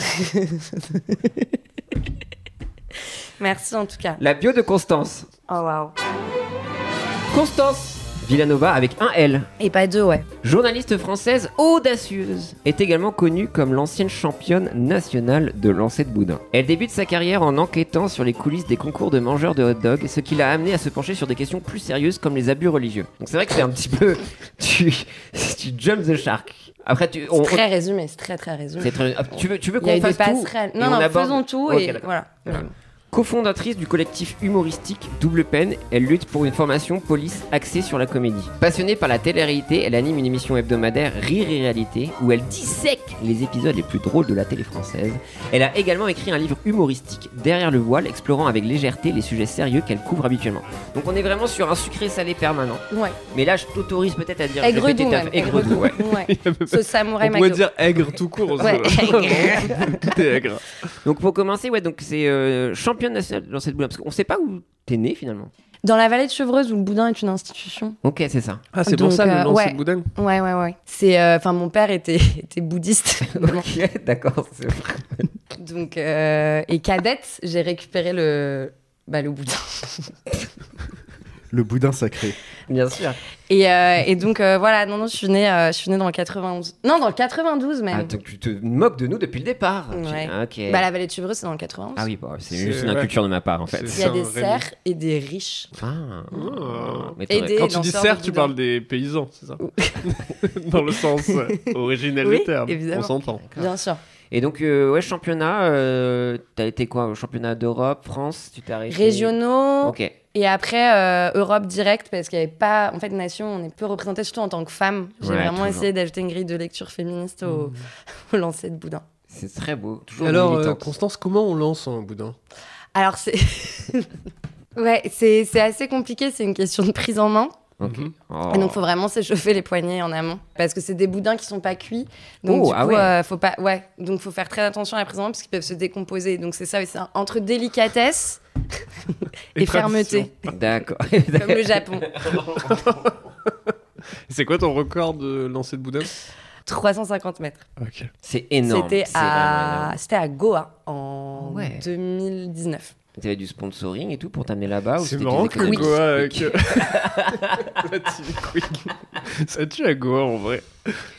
Speaker 4: Merci en tout cas.
Speaker 1: La bio de Constance.
Speaker 4: Oh waouh.
Speaker 1: Constance Villanova avec un L.
Speaker 4: Et pas deux, ouais.
Speaker 1: Journaliste française audacieuse, est également connue comme l'ancienne championne nationale de lancer de boudin. Elle débute sa carrière en enquêtant sur les coulisses des concours de mangeurs de hot dog, ce qui l'a amenée à se pencher sur des questions plus sérieuses comme les abus religieux. Donc c'est vrai que c'est un petit peu... Tu, tu jump the shark. Après, tu... on- on-
Speaker 4: Très résumé, c'est très très résumé.
Speaker 1: c'est très- tu veux, tu veux
Speaker 4: Il y a
Speaker 1: qu'on
Speaker 4: eu des
Speaker 1: fasse tout
Speaker 4: passerelles.
Speaker 1: et
Speaker 4: Non,
Speaker 1: on
Speaker 4: non,
Speaker 1: aborde-
Speaker 4: faisons tout
Speaker 1: Ok,
Speaker 4: et
Speaker 1: d'accord.
Speaker 4: voilà.
Speaker 1: Voilà. Cofondatrice du collectif humoristique Double Peine, elle lutte pour une formation police axée sur la comédie. Passionnée par la télé-réalité, elle anime une émission hebdomadaire Rire et Réalité où elle dissèque les épisodes les plus drôles de la télé française. Elle a également écrit un livre humoristique Derrière le voile, explorant avec légèreté les sujets sérieux qu'elle couvre habituellement. Donc on est vraiment sur un sucré salé permanent.
Speaker 4: Ouais.
Speaker 1: Mais là, je t'autorise peut-être à dire.
Speaker 4: Aigre
Speaker 1: répéter
Speaker 4: doux,
Speaker 1: ta-
Speaker 4: même.
Speaker 1: Aigre doux, ouais.
Speaker 4: Ouais. Ce samouraï
Speaker 2: On pourrait
Speaker 4: McDo.
Speaker 2: dire aigre tout court.
Speaker 4: Ouais,
Speaker 2: aigre. Tout est aigre.
Speaker 1: Donc pour commencer, ouais, donc c'est euh, championne nationale dans cette boule, parce qu'on sait pas où t'es né finalement.
Speaker 4: Dans la vallée de Chevreuse, où le boudin est une institution.
Speaker 1: Ok, c'est ça.
Speaker 2: Ah, c'est pour
Speaker 4: Donc,
Speaker 2: ça
Speaker 4: euh,
Speaker 2: le lancer
Speaker 4: ouais.
Speaker 2: de boudin
Speaker 4: Ouais, ouais, ouais. C'est, euh, enfin, mon père était, était bouddhiste.
Speaker 1: Ok, d'accord. c'est vrai.
Speaker 4: Donc, euh, et cadette, j'ai récupéré le, bah, le boudin.
Speaker 3: Le boudin sacré.
Speaker 1: Bien sûr.
Speaker 4: Et, euh, et donc, euh, voilà, non, non, je suis née, euh, je suis née dans le 91. Non, dans le 92 même.
Speaker 1: Ah, donc tu te moques de nous depuis le départ. Tu-
Speaker 4: Ouais.
Speaker 1: ah, Ok.
Speaker 4: Bah, la vallée de Chevreuse, c'est dans le 91.
Speaker 1: Ah oui, bah, c'est
Speaker 2: C'est-
Speaker 1: juste une inculture de ma part en fait.
Speaker 2: C'est-
Speaker 4: Il y a
Speaker 2: ça,
Speaker 4: des
Speaker 2: Rémi.
Speaker 4: serfs et des riches.
Speaker 1: Ah.
Speaker 2: Ah.
Speaker 1: Mais
Speaker 4: Et
Speaker 1: t'aurais-
Speaker 4: des-
Speaker 2: Quand tu dis
Speaker 4: lanceurs de
Speaker 2: serre, tu
Speaker 4: boudin.
Speaker 2: parles des paysans, c'est ça Dans le sens euh, originel
Speaker 4: Oui,
Speaker 2: du terme.
Speaker 4: évidemment.
Speaker 2: On s'entend.
Speaker 4: Bien sûr.
Speaker 1: Et donc, euh, ouais, championnat, euh, t'as été quoi au Championnat d'Europe, France, tu t'es arrêté
Speaker 4: Régionaux.
Speaker 1: Ok.
Speaker 4: Et après, euh, Europe direct, parce qu'il n'y avait pas. En fait, nation, on est peu représenté, surtout en tant que femme. J'ai
Speaker 1: Ouais,
Speaker 4: vraiment
Speaker 1: toujours. Mmh.
Speaker 4: essayé d'ajouter une grille de lecture féministe au, au lancer de boudin.
Speaker 1: C'est très beau. Toujours
Speaker 2: Alors, euh,
Speaker 1: militante.
Speaker 2: Constance, comment on lance un boudin
Speaker 4: Alors, c'est. ouais, c'est c'est assez compliqué, c'est une question de prise en main.
Speaker 1: Ok. Oh.
Speaker 4: Et Ah, donc, il faut vraiment s'échauffer les poignets en amont. Parce que c'est des boudins qui sont pas cuits. Donc,
Speaker 1: Oh,
Speaker 4: du
Speaker 1: ah
Speaker 4: coup,
Speaker 1: ouais.
Speaker 4: euh, faut pas. Ouais, donc faut faire très attention à la prise en main, parce qu'ils peuvent se décomposer. Donc, c'est ça, c'est un- entre délicatesse et, fermeté,
Speaker 1: D'accord.
Speaker 4: comme le Japon.
Speaker 2: C'est quoi ton record de lancer de boudin
Speaker 4: 350 mètres.
Speaker 2: Ok.
Speaker 1: C'est énorme.
Speaker 4: C'était
Speaker 1: C'est vraiment
Speaker 4: à,
Speaker 1: énorme. Ah
Speaker 4: c'était à Goa en
Speaker 1: Ouais.
Speaker 4: 2019.
Speaker 1: T'avais du sponsoring et tout pour t'amener là-bas ou
Speaker 2: Ah, C'est
Speaker 1: c'était
Speaker 2: marrant
Speaker 1: des
Speaker 2: que
Speaker 1: économies
Speaker 2: Goa. euh,
Speaker 1: Oui.
Speaker 2: que- La team Quick. Ça tue à Goa en vrai.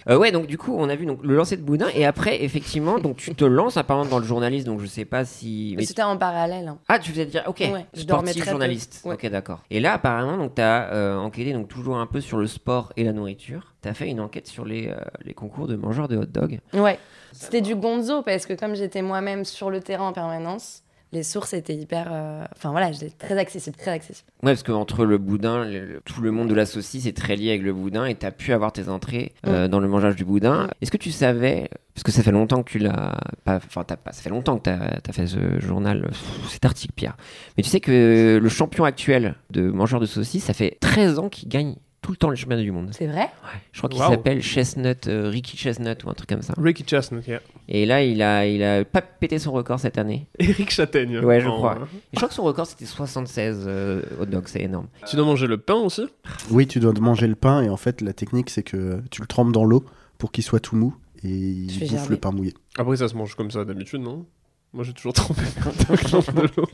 Speaker 1: Euh, ouais, donc du coup, on a vu donc, le lancer de boudin et après, effectivement, donc tu te lances apparemment dans le journalisme, donc je sais pas si. mais-
Speaker 4: C'était en parallèle. hein.
Speaker 1: Ah, tu faisais dire, ok,
Speaker 4: Ouais, je dormais
Speaker 1: sportif,
Speaker 4: très peu.
Speaker 1: journaliste.
Speaker 4: Ouais.
Speaker 1: Ok, d'accord. Et là, apparemment, donc, tu as enquêté donc, toujours un peu sur le sport et la nourriture. Tu as fait une enquête sur les, euh, les concours de mangeurs de hot dog.
Speaker 4: Ouais. C'était du gonzo parce que comme j'étais moi-même sur le terrain en permanence, les sources étaient hyper. euh, Enfin voilà, j'étais très accessible, très accessible.
Speaker 1: Ouais, parce que entre le boudin, le- le- tout le monde de la saucisse est très lié avec le boudin et tu as pu avoir tes entrées euh, dans le mangeage du boudin. Est-ce que tu savais, parce que ça fait longtemps que tu l'as pas, enfin, t'as pas, ça fait longtemps que tu as, fait ce journal, pff, cet article, Pierre. Mais tu sais que le champion actuel de mangeur de saucisse, ça fait 13 ans qu'il gagne tout le temps les championnats du monde.
Speaker 4: C'est vrai
Speaker 1: Je crois qu'il
Speaker 2: Wow.
Speaker 1: s'appelle Chestnut, euh, Ricky Chestnut ou un truc comme ça.
Speaker 2: Ricky Chestnut, yeah.
Speaker 1: Et là, il a, il a pas pété son record cette année.
Speaker 2: Eric Châtaigne.
Speaker 1: Ouais, je
Speaker 2: En-
Speaker 1: crois. Et je crois que son record c'était 76 euh, hot dogs, c'est énorme.
Speaker 2: Tu dois manger le pain aussi
Speaker 3: Oui, tu dois manger le pain et en fait, la technique, c'est que tu le trempes dans l'eau pour qu'il soit tout mou et
Speaker 4: Je
Speaker 3: il
Speaker 4: vais
Speaker 3: bouffe
Speaker 4: gerber.
Speaker 3: le pain mouillé.
Speaker 2: Après, ça se mange comme ça d'habitude, non Moi, j'ai toujours trempé dans de l'eau.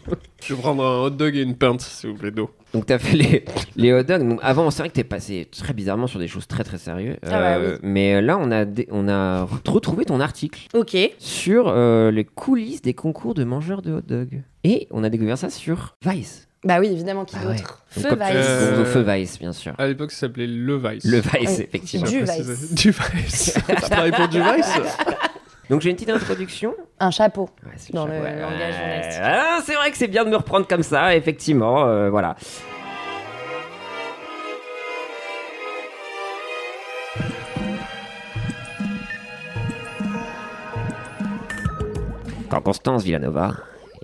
Speaker 2: Je vais prendre un hot dog et une pinte, s'il vous plaît, d'eau.
Speaker 1: Donc t'as fait les, les hot dogs. Donc, avant, c'est vrai que t'es passé très bizarrement sur des choses très très sérieuses. Euh,
Speaker 4: Ah bah oui.
Speaker 1: Mais là, on a, dé- on a re- retrouvé ton article
Speaker 4: Ok.
Speaker 1: sur euh, les coulisses des concours de mangeurs de hot dogs. Et on a découvert ça sur Vice.
Speaker 4: Bah oui, évidemment, qui
Speaker 1: Ah ouais.
Speaker 4: d'autre
Speaker 1: Donc,
Speaker 4: Feu
Speaker 1: comme-
Speaker 4: Vice.
Speaker 2: Euh,
Speaker 1: Gonzo Feu Vice, bien sûr.
Speaker 2: À l'époque, ça s'appelait Le Vice.
Speaker 1: Le Vice,
Speaker 4: oui.
Speaker 2: Je
Speaker 1: effectivement.
Speaker 4: Du
Speaker 2: sais pas si
Speaker 4: Vice.
Speaker 2: c'est- Du Vice. Tu travailles pour Du Vice
Speaker 1: Donc j'ai une petite introduction.
Speaker 4: Un chapeau.
Speaker 1: Ouais, c'est
Speaker 4: Dans
Speaker 1: cher,
Speaker 4: le langage journalistique.
Speaker 1: Ah, c'est vrai que c'est bien de me reprendre comme ça, effectivement. euh, voilà. Quand Constance Villanova,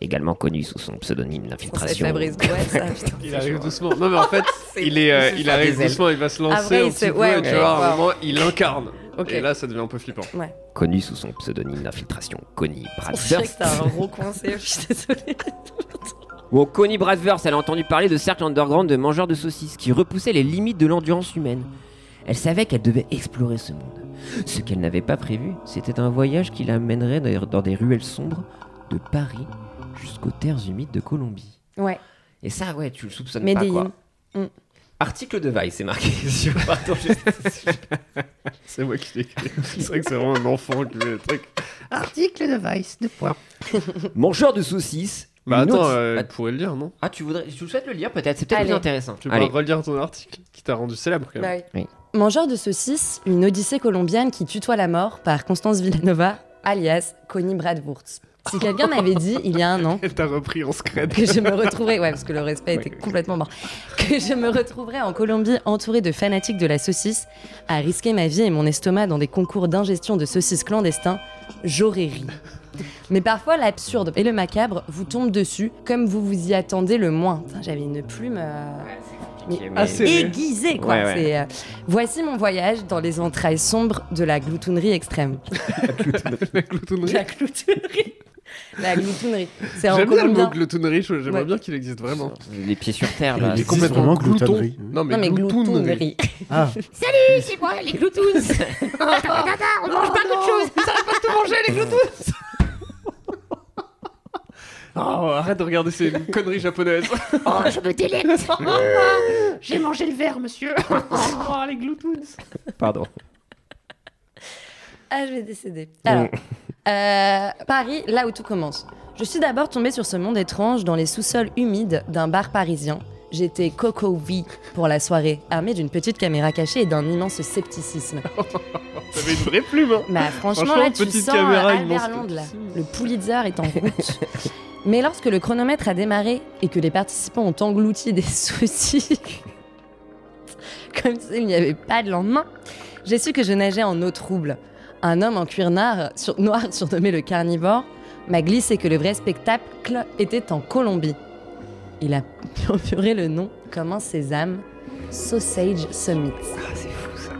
Speaker 1: également connue sous son pseudonyme
Speaker 4: C'est
Speaker 1: d'infiltration.
Speaker 4: Fabrice Gouet, ça.
Speaker 2: Il arrive doucement. Non, mais en fait,
Speaker 4: C'est-
Speaker 2: il, est, euh,
Speaker 4: c'est
Speaker 2: il
Speaker 4: ça,
Speaker 2: arrive
Speaker 1: des ailes.
Speaker 2: doucement, il va se lancer
Speaker 4: Ah, vrai,
Speaker 2: un
Speaker 4: il
Speaker 2: petit
Speaker 4: se-
Speaker 2: peu,
Speaker 4: ouais,
Speaker 2: tu
Speaker 4: ok,
Speaker 2: vois, à un
Speaker 4: wow.
Speaker 2: moment, il incarne.
Speaker 4: Ok.
Speaker 2: Et là, ça devient un peu flippant.
Speaker 4: Ouais.
Speaker 1: Connue sous son pseudonyme d'infiltration Connie
Speaker 4: Je sais que
Speaker 1: Bradburst.
Speaker 4: t'as un gros coincé, je suis désolée.
Speaker 1: Bon, Connie Bradverse, elle a entendu parler de cercles underground de mangeurs de saucisses qui repoussaient les limites de l'endurance humaine. Elle savait qu'elle devait explorer ce monde. Ce qu'elle n'avait pas prévu, c'était un voyage qui la mènerait dans dans des ruelles sombres de Paris jusqu'aux terres humides de Colombie.
Speaker 4: Ouais.
Speaker 1: Et ça, ouais, tu le soupçonnes
Speaker 4: Medellin.
Speaker 1: pas, quoi.
Speaker 4: Mm.
Speaker 1: Article de Vice, c'est marqué sur... Pardon, je-
Speaker 2: C'est moi qui l'ai écrit. C'est vrai que c'est vraiment un enfant qui met le truc.
Speaker 5: Article de Vice, de points.
Speaker 1: Mangeur de saucisses.
Speaker 2: Bah
Speaker 1: une
Speaker 2: attends,
Speaker 1: autre-
Speaker 2: euh,
Speaker 1: Att-
Speaker 2: vous pourrez le lire, non
Speaker 1: Ah, tu voudrais... Tu souhaites le lire, peut-être C'est peut-être
Speaker 4: Allez.
Speaker 1: plus intéressant.
Speaker 2: Tu
Speaker 1: Allez.
Speaker 2: peux relire ton article qui t'a rendu célèbre quand même.
Speaker 4: Bah oui.
Speaker 1: Oui.
Speaker 4: Mangeur de saucisses, une odyssée colombienne qui tutoie la mort par Constance Villanova, alias Connie Bradwurst. Si quelqu'un m'avait dit il y a un an
Speaker 2: Elle t'a repris en scred.
Speaker 4: que je me retrouverais, ouais, parce que le respect était complètement mort, que je me retrouverais en Colombie entourée de fanatiques de la saucisse, à risquer ma vie et mon estomac dans des concours d'ingestion de saucisses clandestins, j'aurais ri. Mais parfois, l'absurde et le macabre vous tombent dessus comme vous vous y attendez le moins. Putain, J'avais une plume. euh, mais
Speaker 1: Ok, mais-
Speaker 2: Ah, c'est-
Speaker 4: aiguisé quoi.
Speaker 1: Ouais, ouais.
Speaker 4: C'est, euh, voici mon voyage dans les entrailles sombres de la gloutonnerie extrême.
Speaker 2: La gloutonnerie.
Speaker 4: La gloutonnerie La gloutonnerie. C'est en
Speaker 2: J'aime bien le mot
Speaker 4: colombien.
Speaker 2: gloutonnerie, je- j'aimerais
Speaker 4: Ouais.
Speaker 2: bien qu'il existe vraiment.
Speaker 1: Les pieds sur terre, là.
Speaker 2: Il
Speaker 1: c'est
Speaker 2: est complètement
Speaker 3: vraiment
Speaker 2: glouton.
Speaker 3: gloutonnerie.
Speaker 2: Non mais,
Speaker 4: Non, mais
Speaker 2: gloutonnerie.
Speaker 4: gloutonnerie.
Speaker 3: Ah,
Speaker 5: Salut, c'est moi, les gloutous Attends, attends, attends, on mange pas d'autre chose
Speaker 2: Oh, arrête de regarder ces conneries japonaises.
Speaker 5: Oh, je me délecte Ah, J'ai mangé le verre, monsieur
Speaker 2: oh, les gloutons.
Speaker 1: Pardon.
Speaker 4: Ah, je vais décéder. Alors, euh, Paris, là où tout commence. Je suis d'abord tombée sur ce monde étrange dans les sous-sols humides d'un bar parisien. J'étais Coco V pour la soirée, armée d'une petite caméra cachée et d'un immense scepticisme.
Speaker 2: T'avais une vraie plume. Hein.
Speaker 4: Bah franchement,
Speaker 2: Franchement,
Speaker 4: là, tu
Speaker 2: petite
Speaker 4: sens
Speaker 2: caméra,
Speaker 4: euh,
Speaker 2: immense
Speaker 4: Albert Londres, là.
Speaker 2: scepticisme.
Speaker 4: Le Pulitzer est en route. Mais lorsque le chronomètre a démarré et que les participants ont englouti des soucis, comme s'il n'y avait pas de lendemain, j'ai su que je nageais en eau trouble. Un homme en cuir noir, sur- noir surnommé le carnivore m'a glissé que le vrai spectacle était en Colombie. Il a murmuré le nom comme un sésame, Sausage Summit.
Speaker 1: Ah, c'est fou, ça.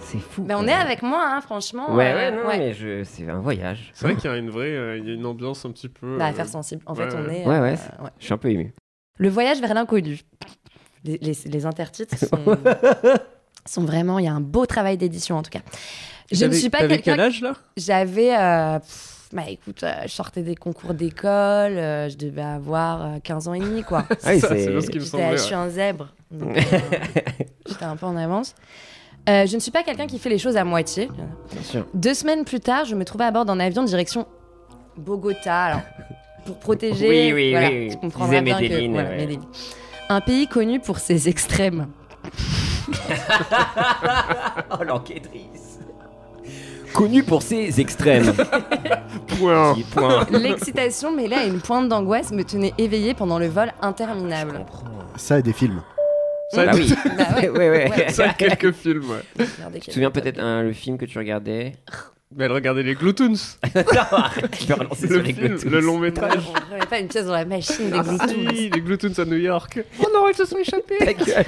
Speaker 1: C'est fou.
Speaker 4: Mais on est avec moi, hein, franchement.
Speaker 1: Ouais,
Speaker 4: euh,
Speaker 1: ouais, non,
Speaker 4: ouais.
Speaker 1: mais je... c'est un voyage.
Speaker 2: C'est vrai qu'il y a une vraie, euh, il y a une ambiance un petit peu.
Speaker 4: Bah,
Speaker 2: euh,
Speaker 4: affaire sensible. En
Speaker 2: ouais,
Speaker 4: fait, on
Speaker 2: ouais.
Speaker 4: est.
Speaker 1: Ouais,
Speaker 4: euh,
Speaker 1: ouais, c'est- Je suis un peu ému.
Speaker 4: Le voyage vers l'inconnu. Les, les, les intertitres sont, sont vraiment. Il y a un beau travail d'édition, en tout cas. Je ne
Speaker 2: T'avais-
Speaker 4: suis pas
Speaker 2: t'avais
Speaker 4: quelqu'un.
Speaker 2: quel âge là
Speaker 4: J'avais. euh, pff, bah écoute, euh, je sortais des concours d'école, euh, je devais avoir euh, 15 ans et demi, quoi.
Speaker 1: Ah oui,
Speaker 2: Ça,
Speaker 1: c'est-
Speaker 2: c'est bien ce qui me
Speaker 4: J'étais-
Speaker 2: semblait.
Speaker 4: Je suis
Speaker 2: ouais.
Speaker 4: un zèbre. donc, euh, J'étais un peu en avance. Euh, je ne suis pas quelqu'un qui fait les choses à moitié.
Speaker 1: Bien sûr.
Speaker 4: Deux semaines plus tard, je me trouvais à bord d'un avion direction Bogota, alors, pour protéger.
Speaker 1: Oui, oui,
Speaker 4: voilà,
Speaker 1: oui, oui.
Speaker 4: tu comprendras
Speaker 1: Disait
Speaker 4: bien que-
Speaker 1: Medellín,
Speaker 4: voilà,
Speaker 1: ouais.
Speaker 4: Medellín. Un pays connu pour ses extrêmes.
Speaker 1: Oh, l'enquêtrice Connue pour ses extrêmes.
Speaker 2: hein. Point.
Speaker 1: Petit point.
Speaker 4: L'excitation mêlée à une pointe d'angoisse me tenait éveillée pendant le vol interminable.
Speaker 3: ça et des films.
Speaker 2: Ça,
Speaker 1: Bah oui.
Speaker 4: Bah ouais,
Speaker 1: ouais, ouais.
Speaker 4: Ouais.
Speaker 2: ça, quelques films. Ouais.
Speaker 4: regardez
Speaker 1: Tu
Speaker 4: quel-
Speaker 1: te souviens peut-être hein, le film que tu regardais
Speaker 2: Mais elle regardait les gloutons.
Speaker 4: Ah,
Speaker 1: Tu peux relancer
Speaker 2: le,
Speaker 1: sur les
Speaker 2: film,
Speaker 1: Gotoons.
Speaker 2: le long
Speaker 4: Non,
Speaker 2: métrage.
Speaker 4: on remet pas une pièce dans la machine des
Speaker 2: Ah,
Speaker 4: Bluetooth.
Speaker 2: si, les gloutons à New York. Oh non, ils se sont échappés.
Speaker 1: Ta gueule.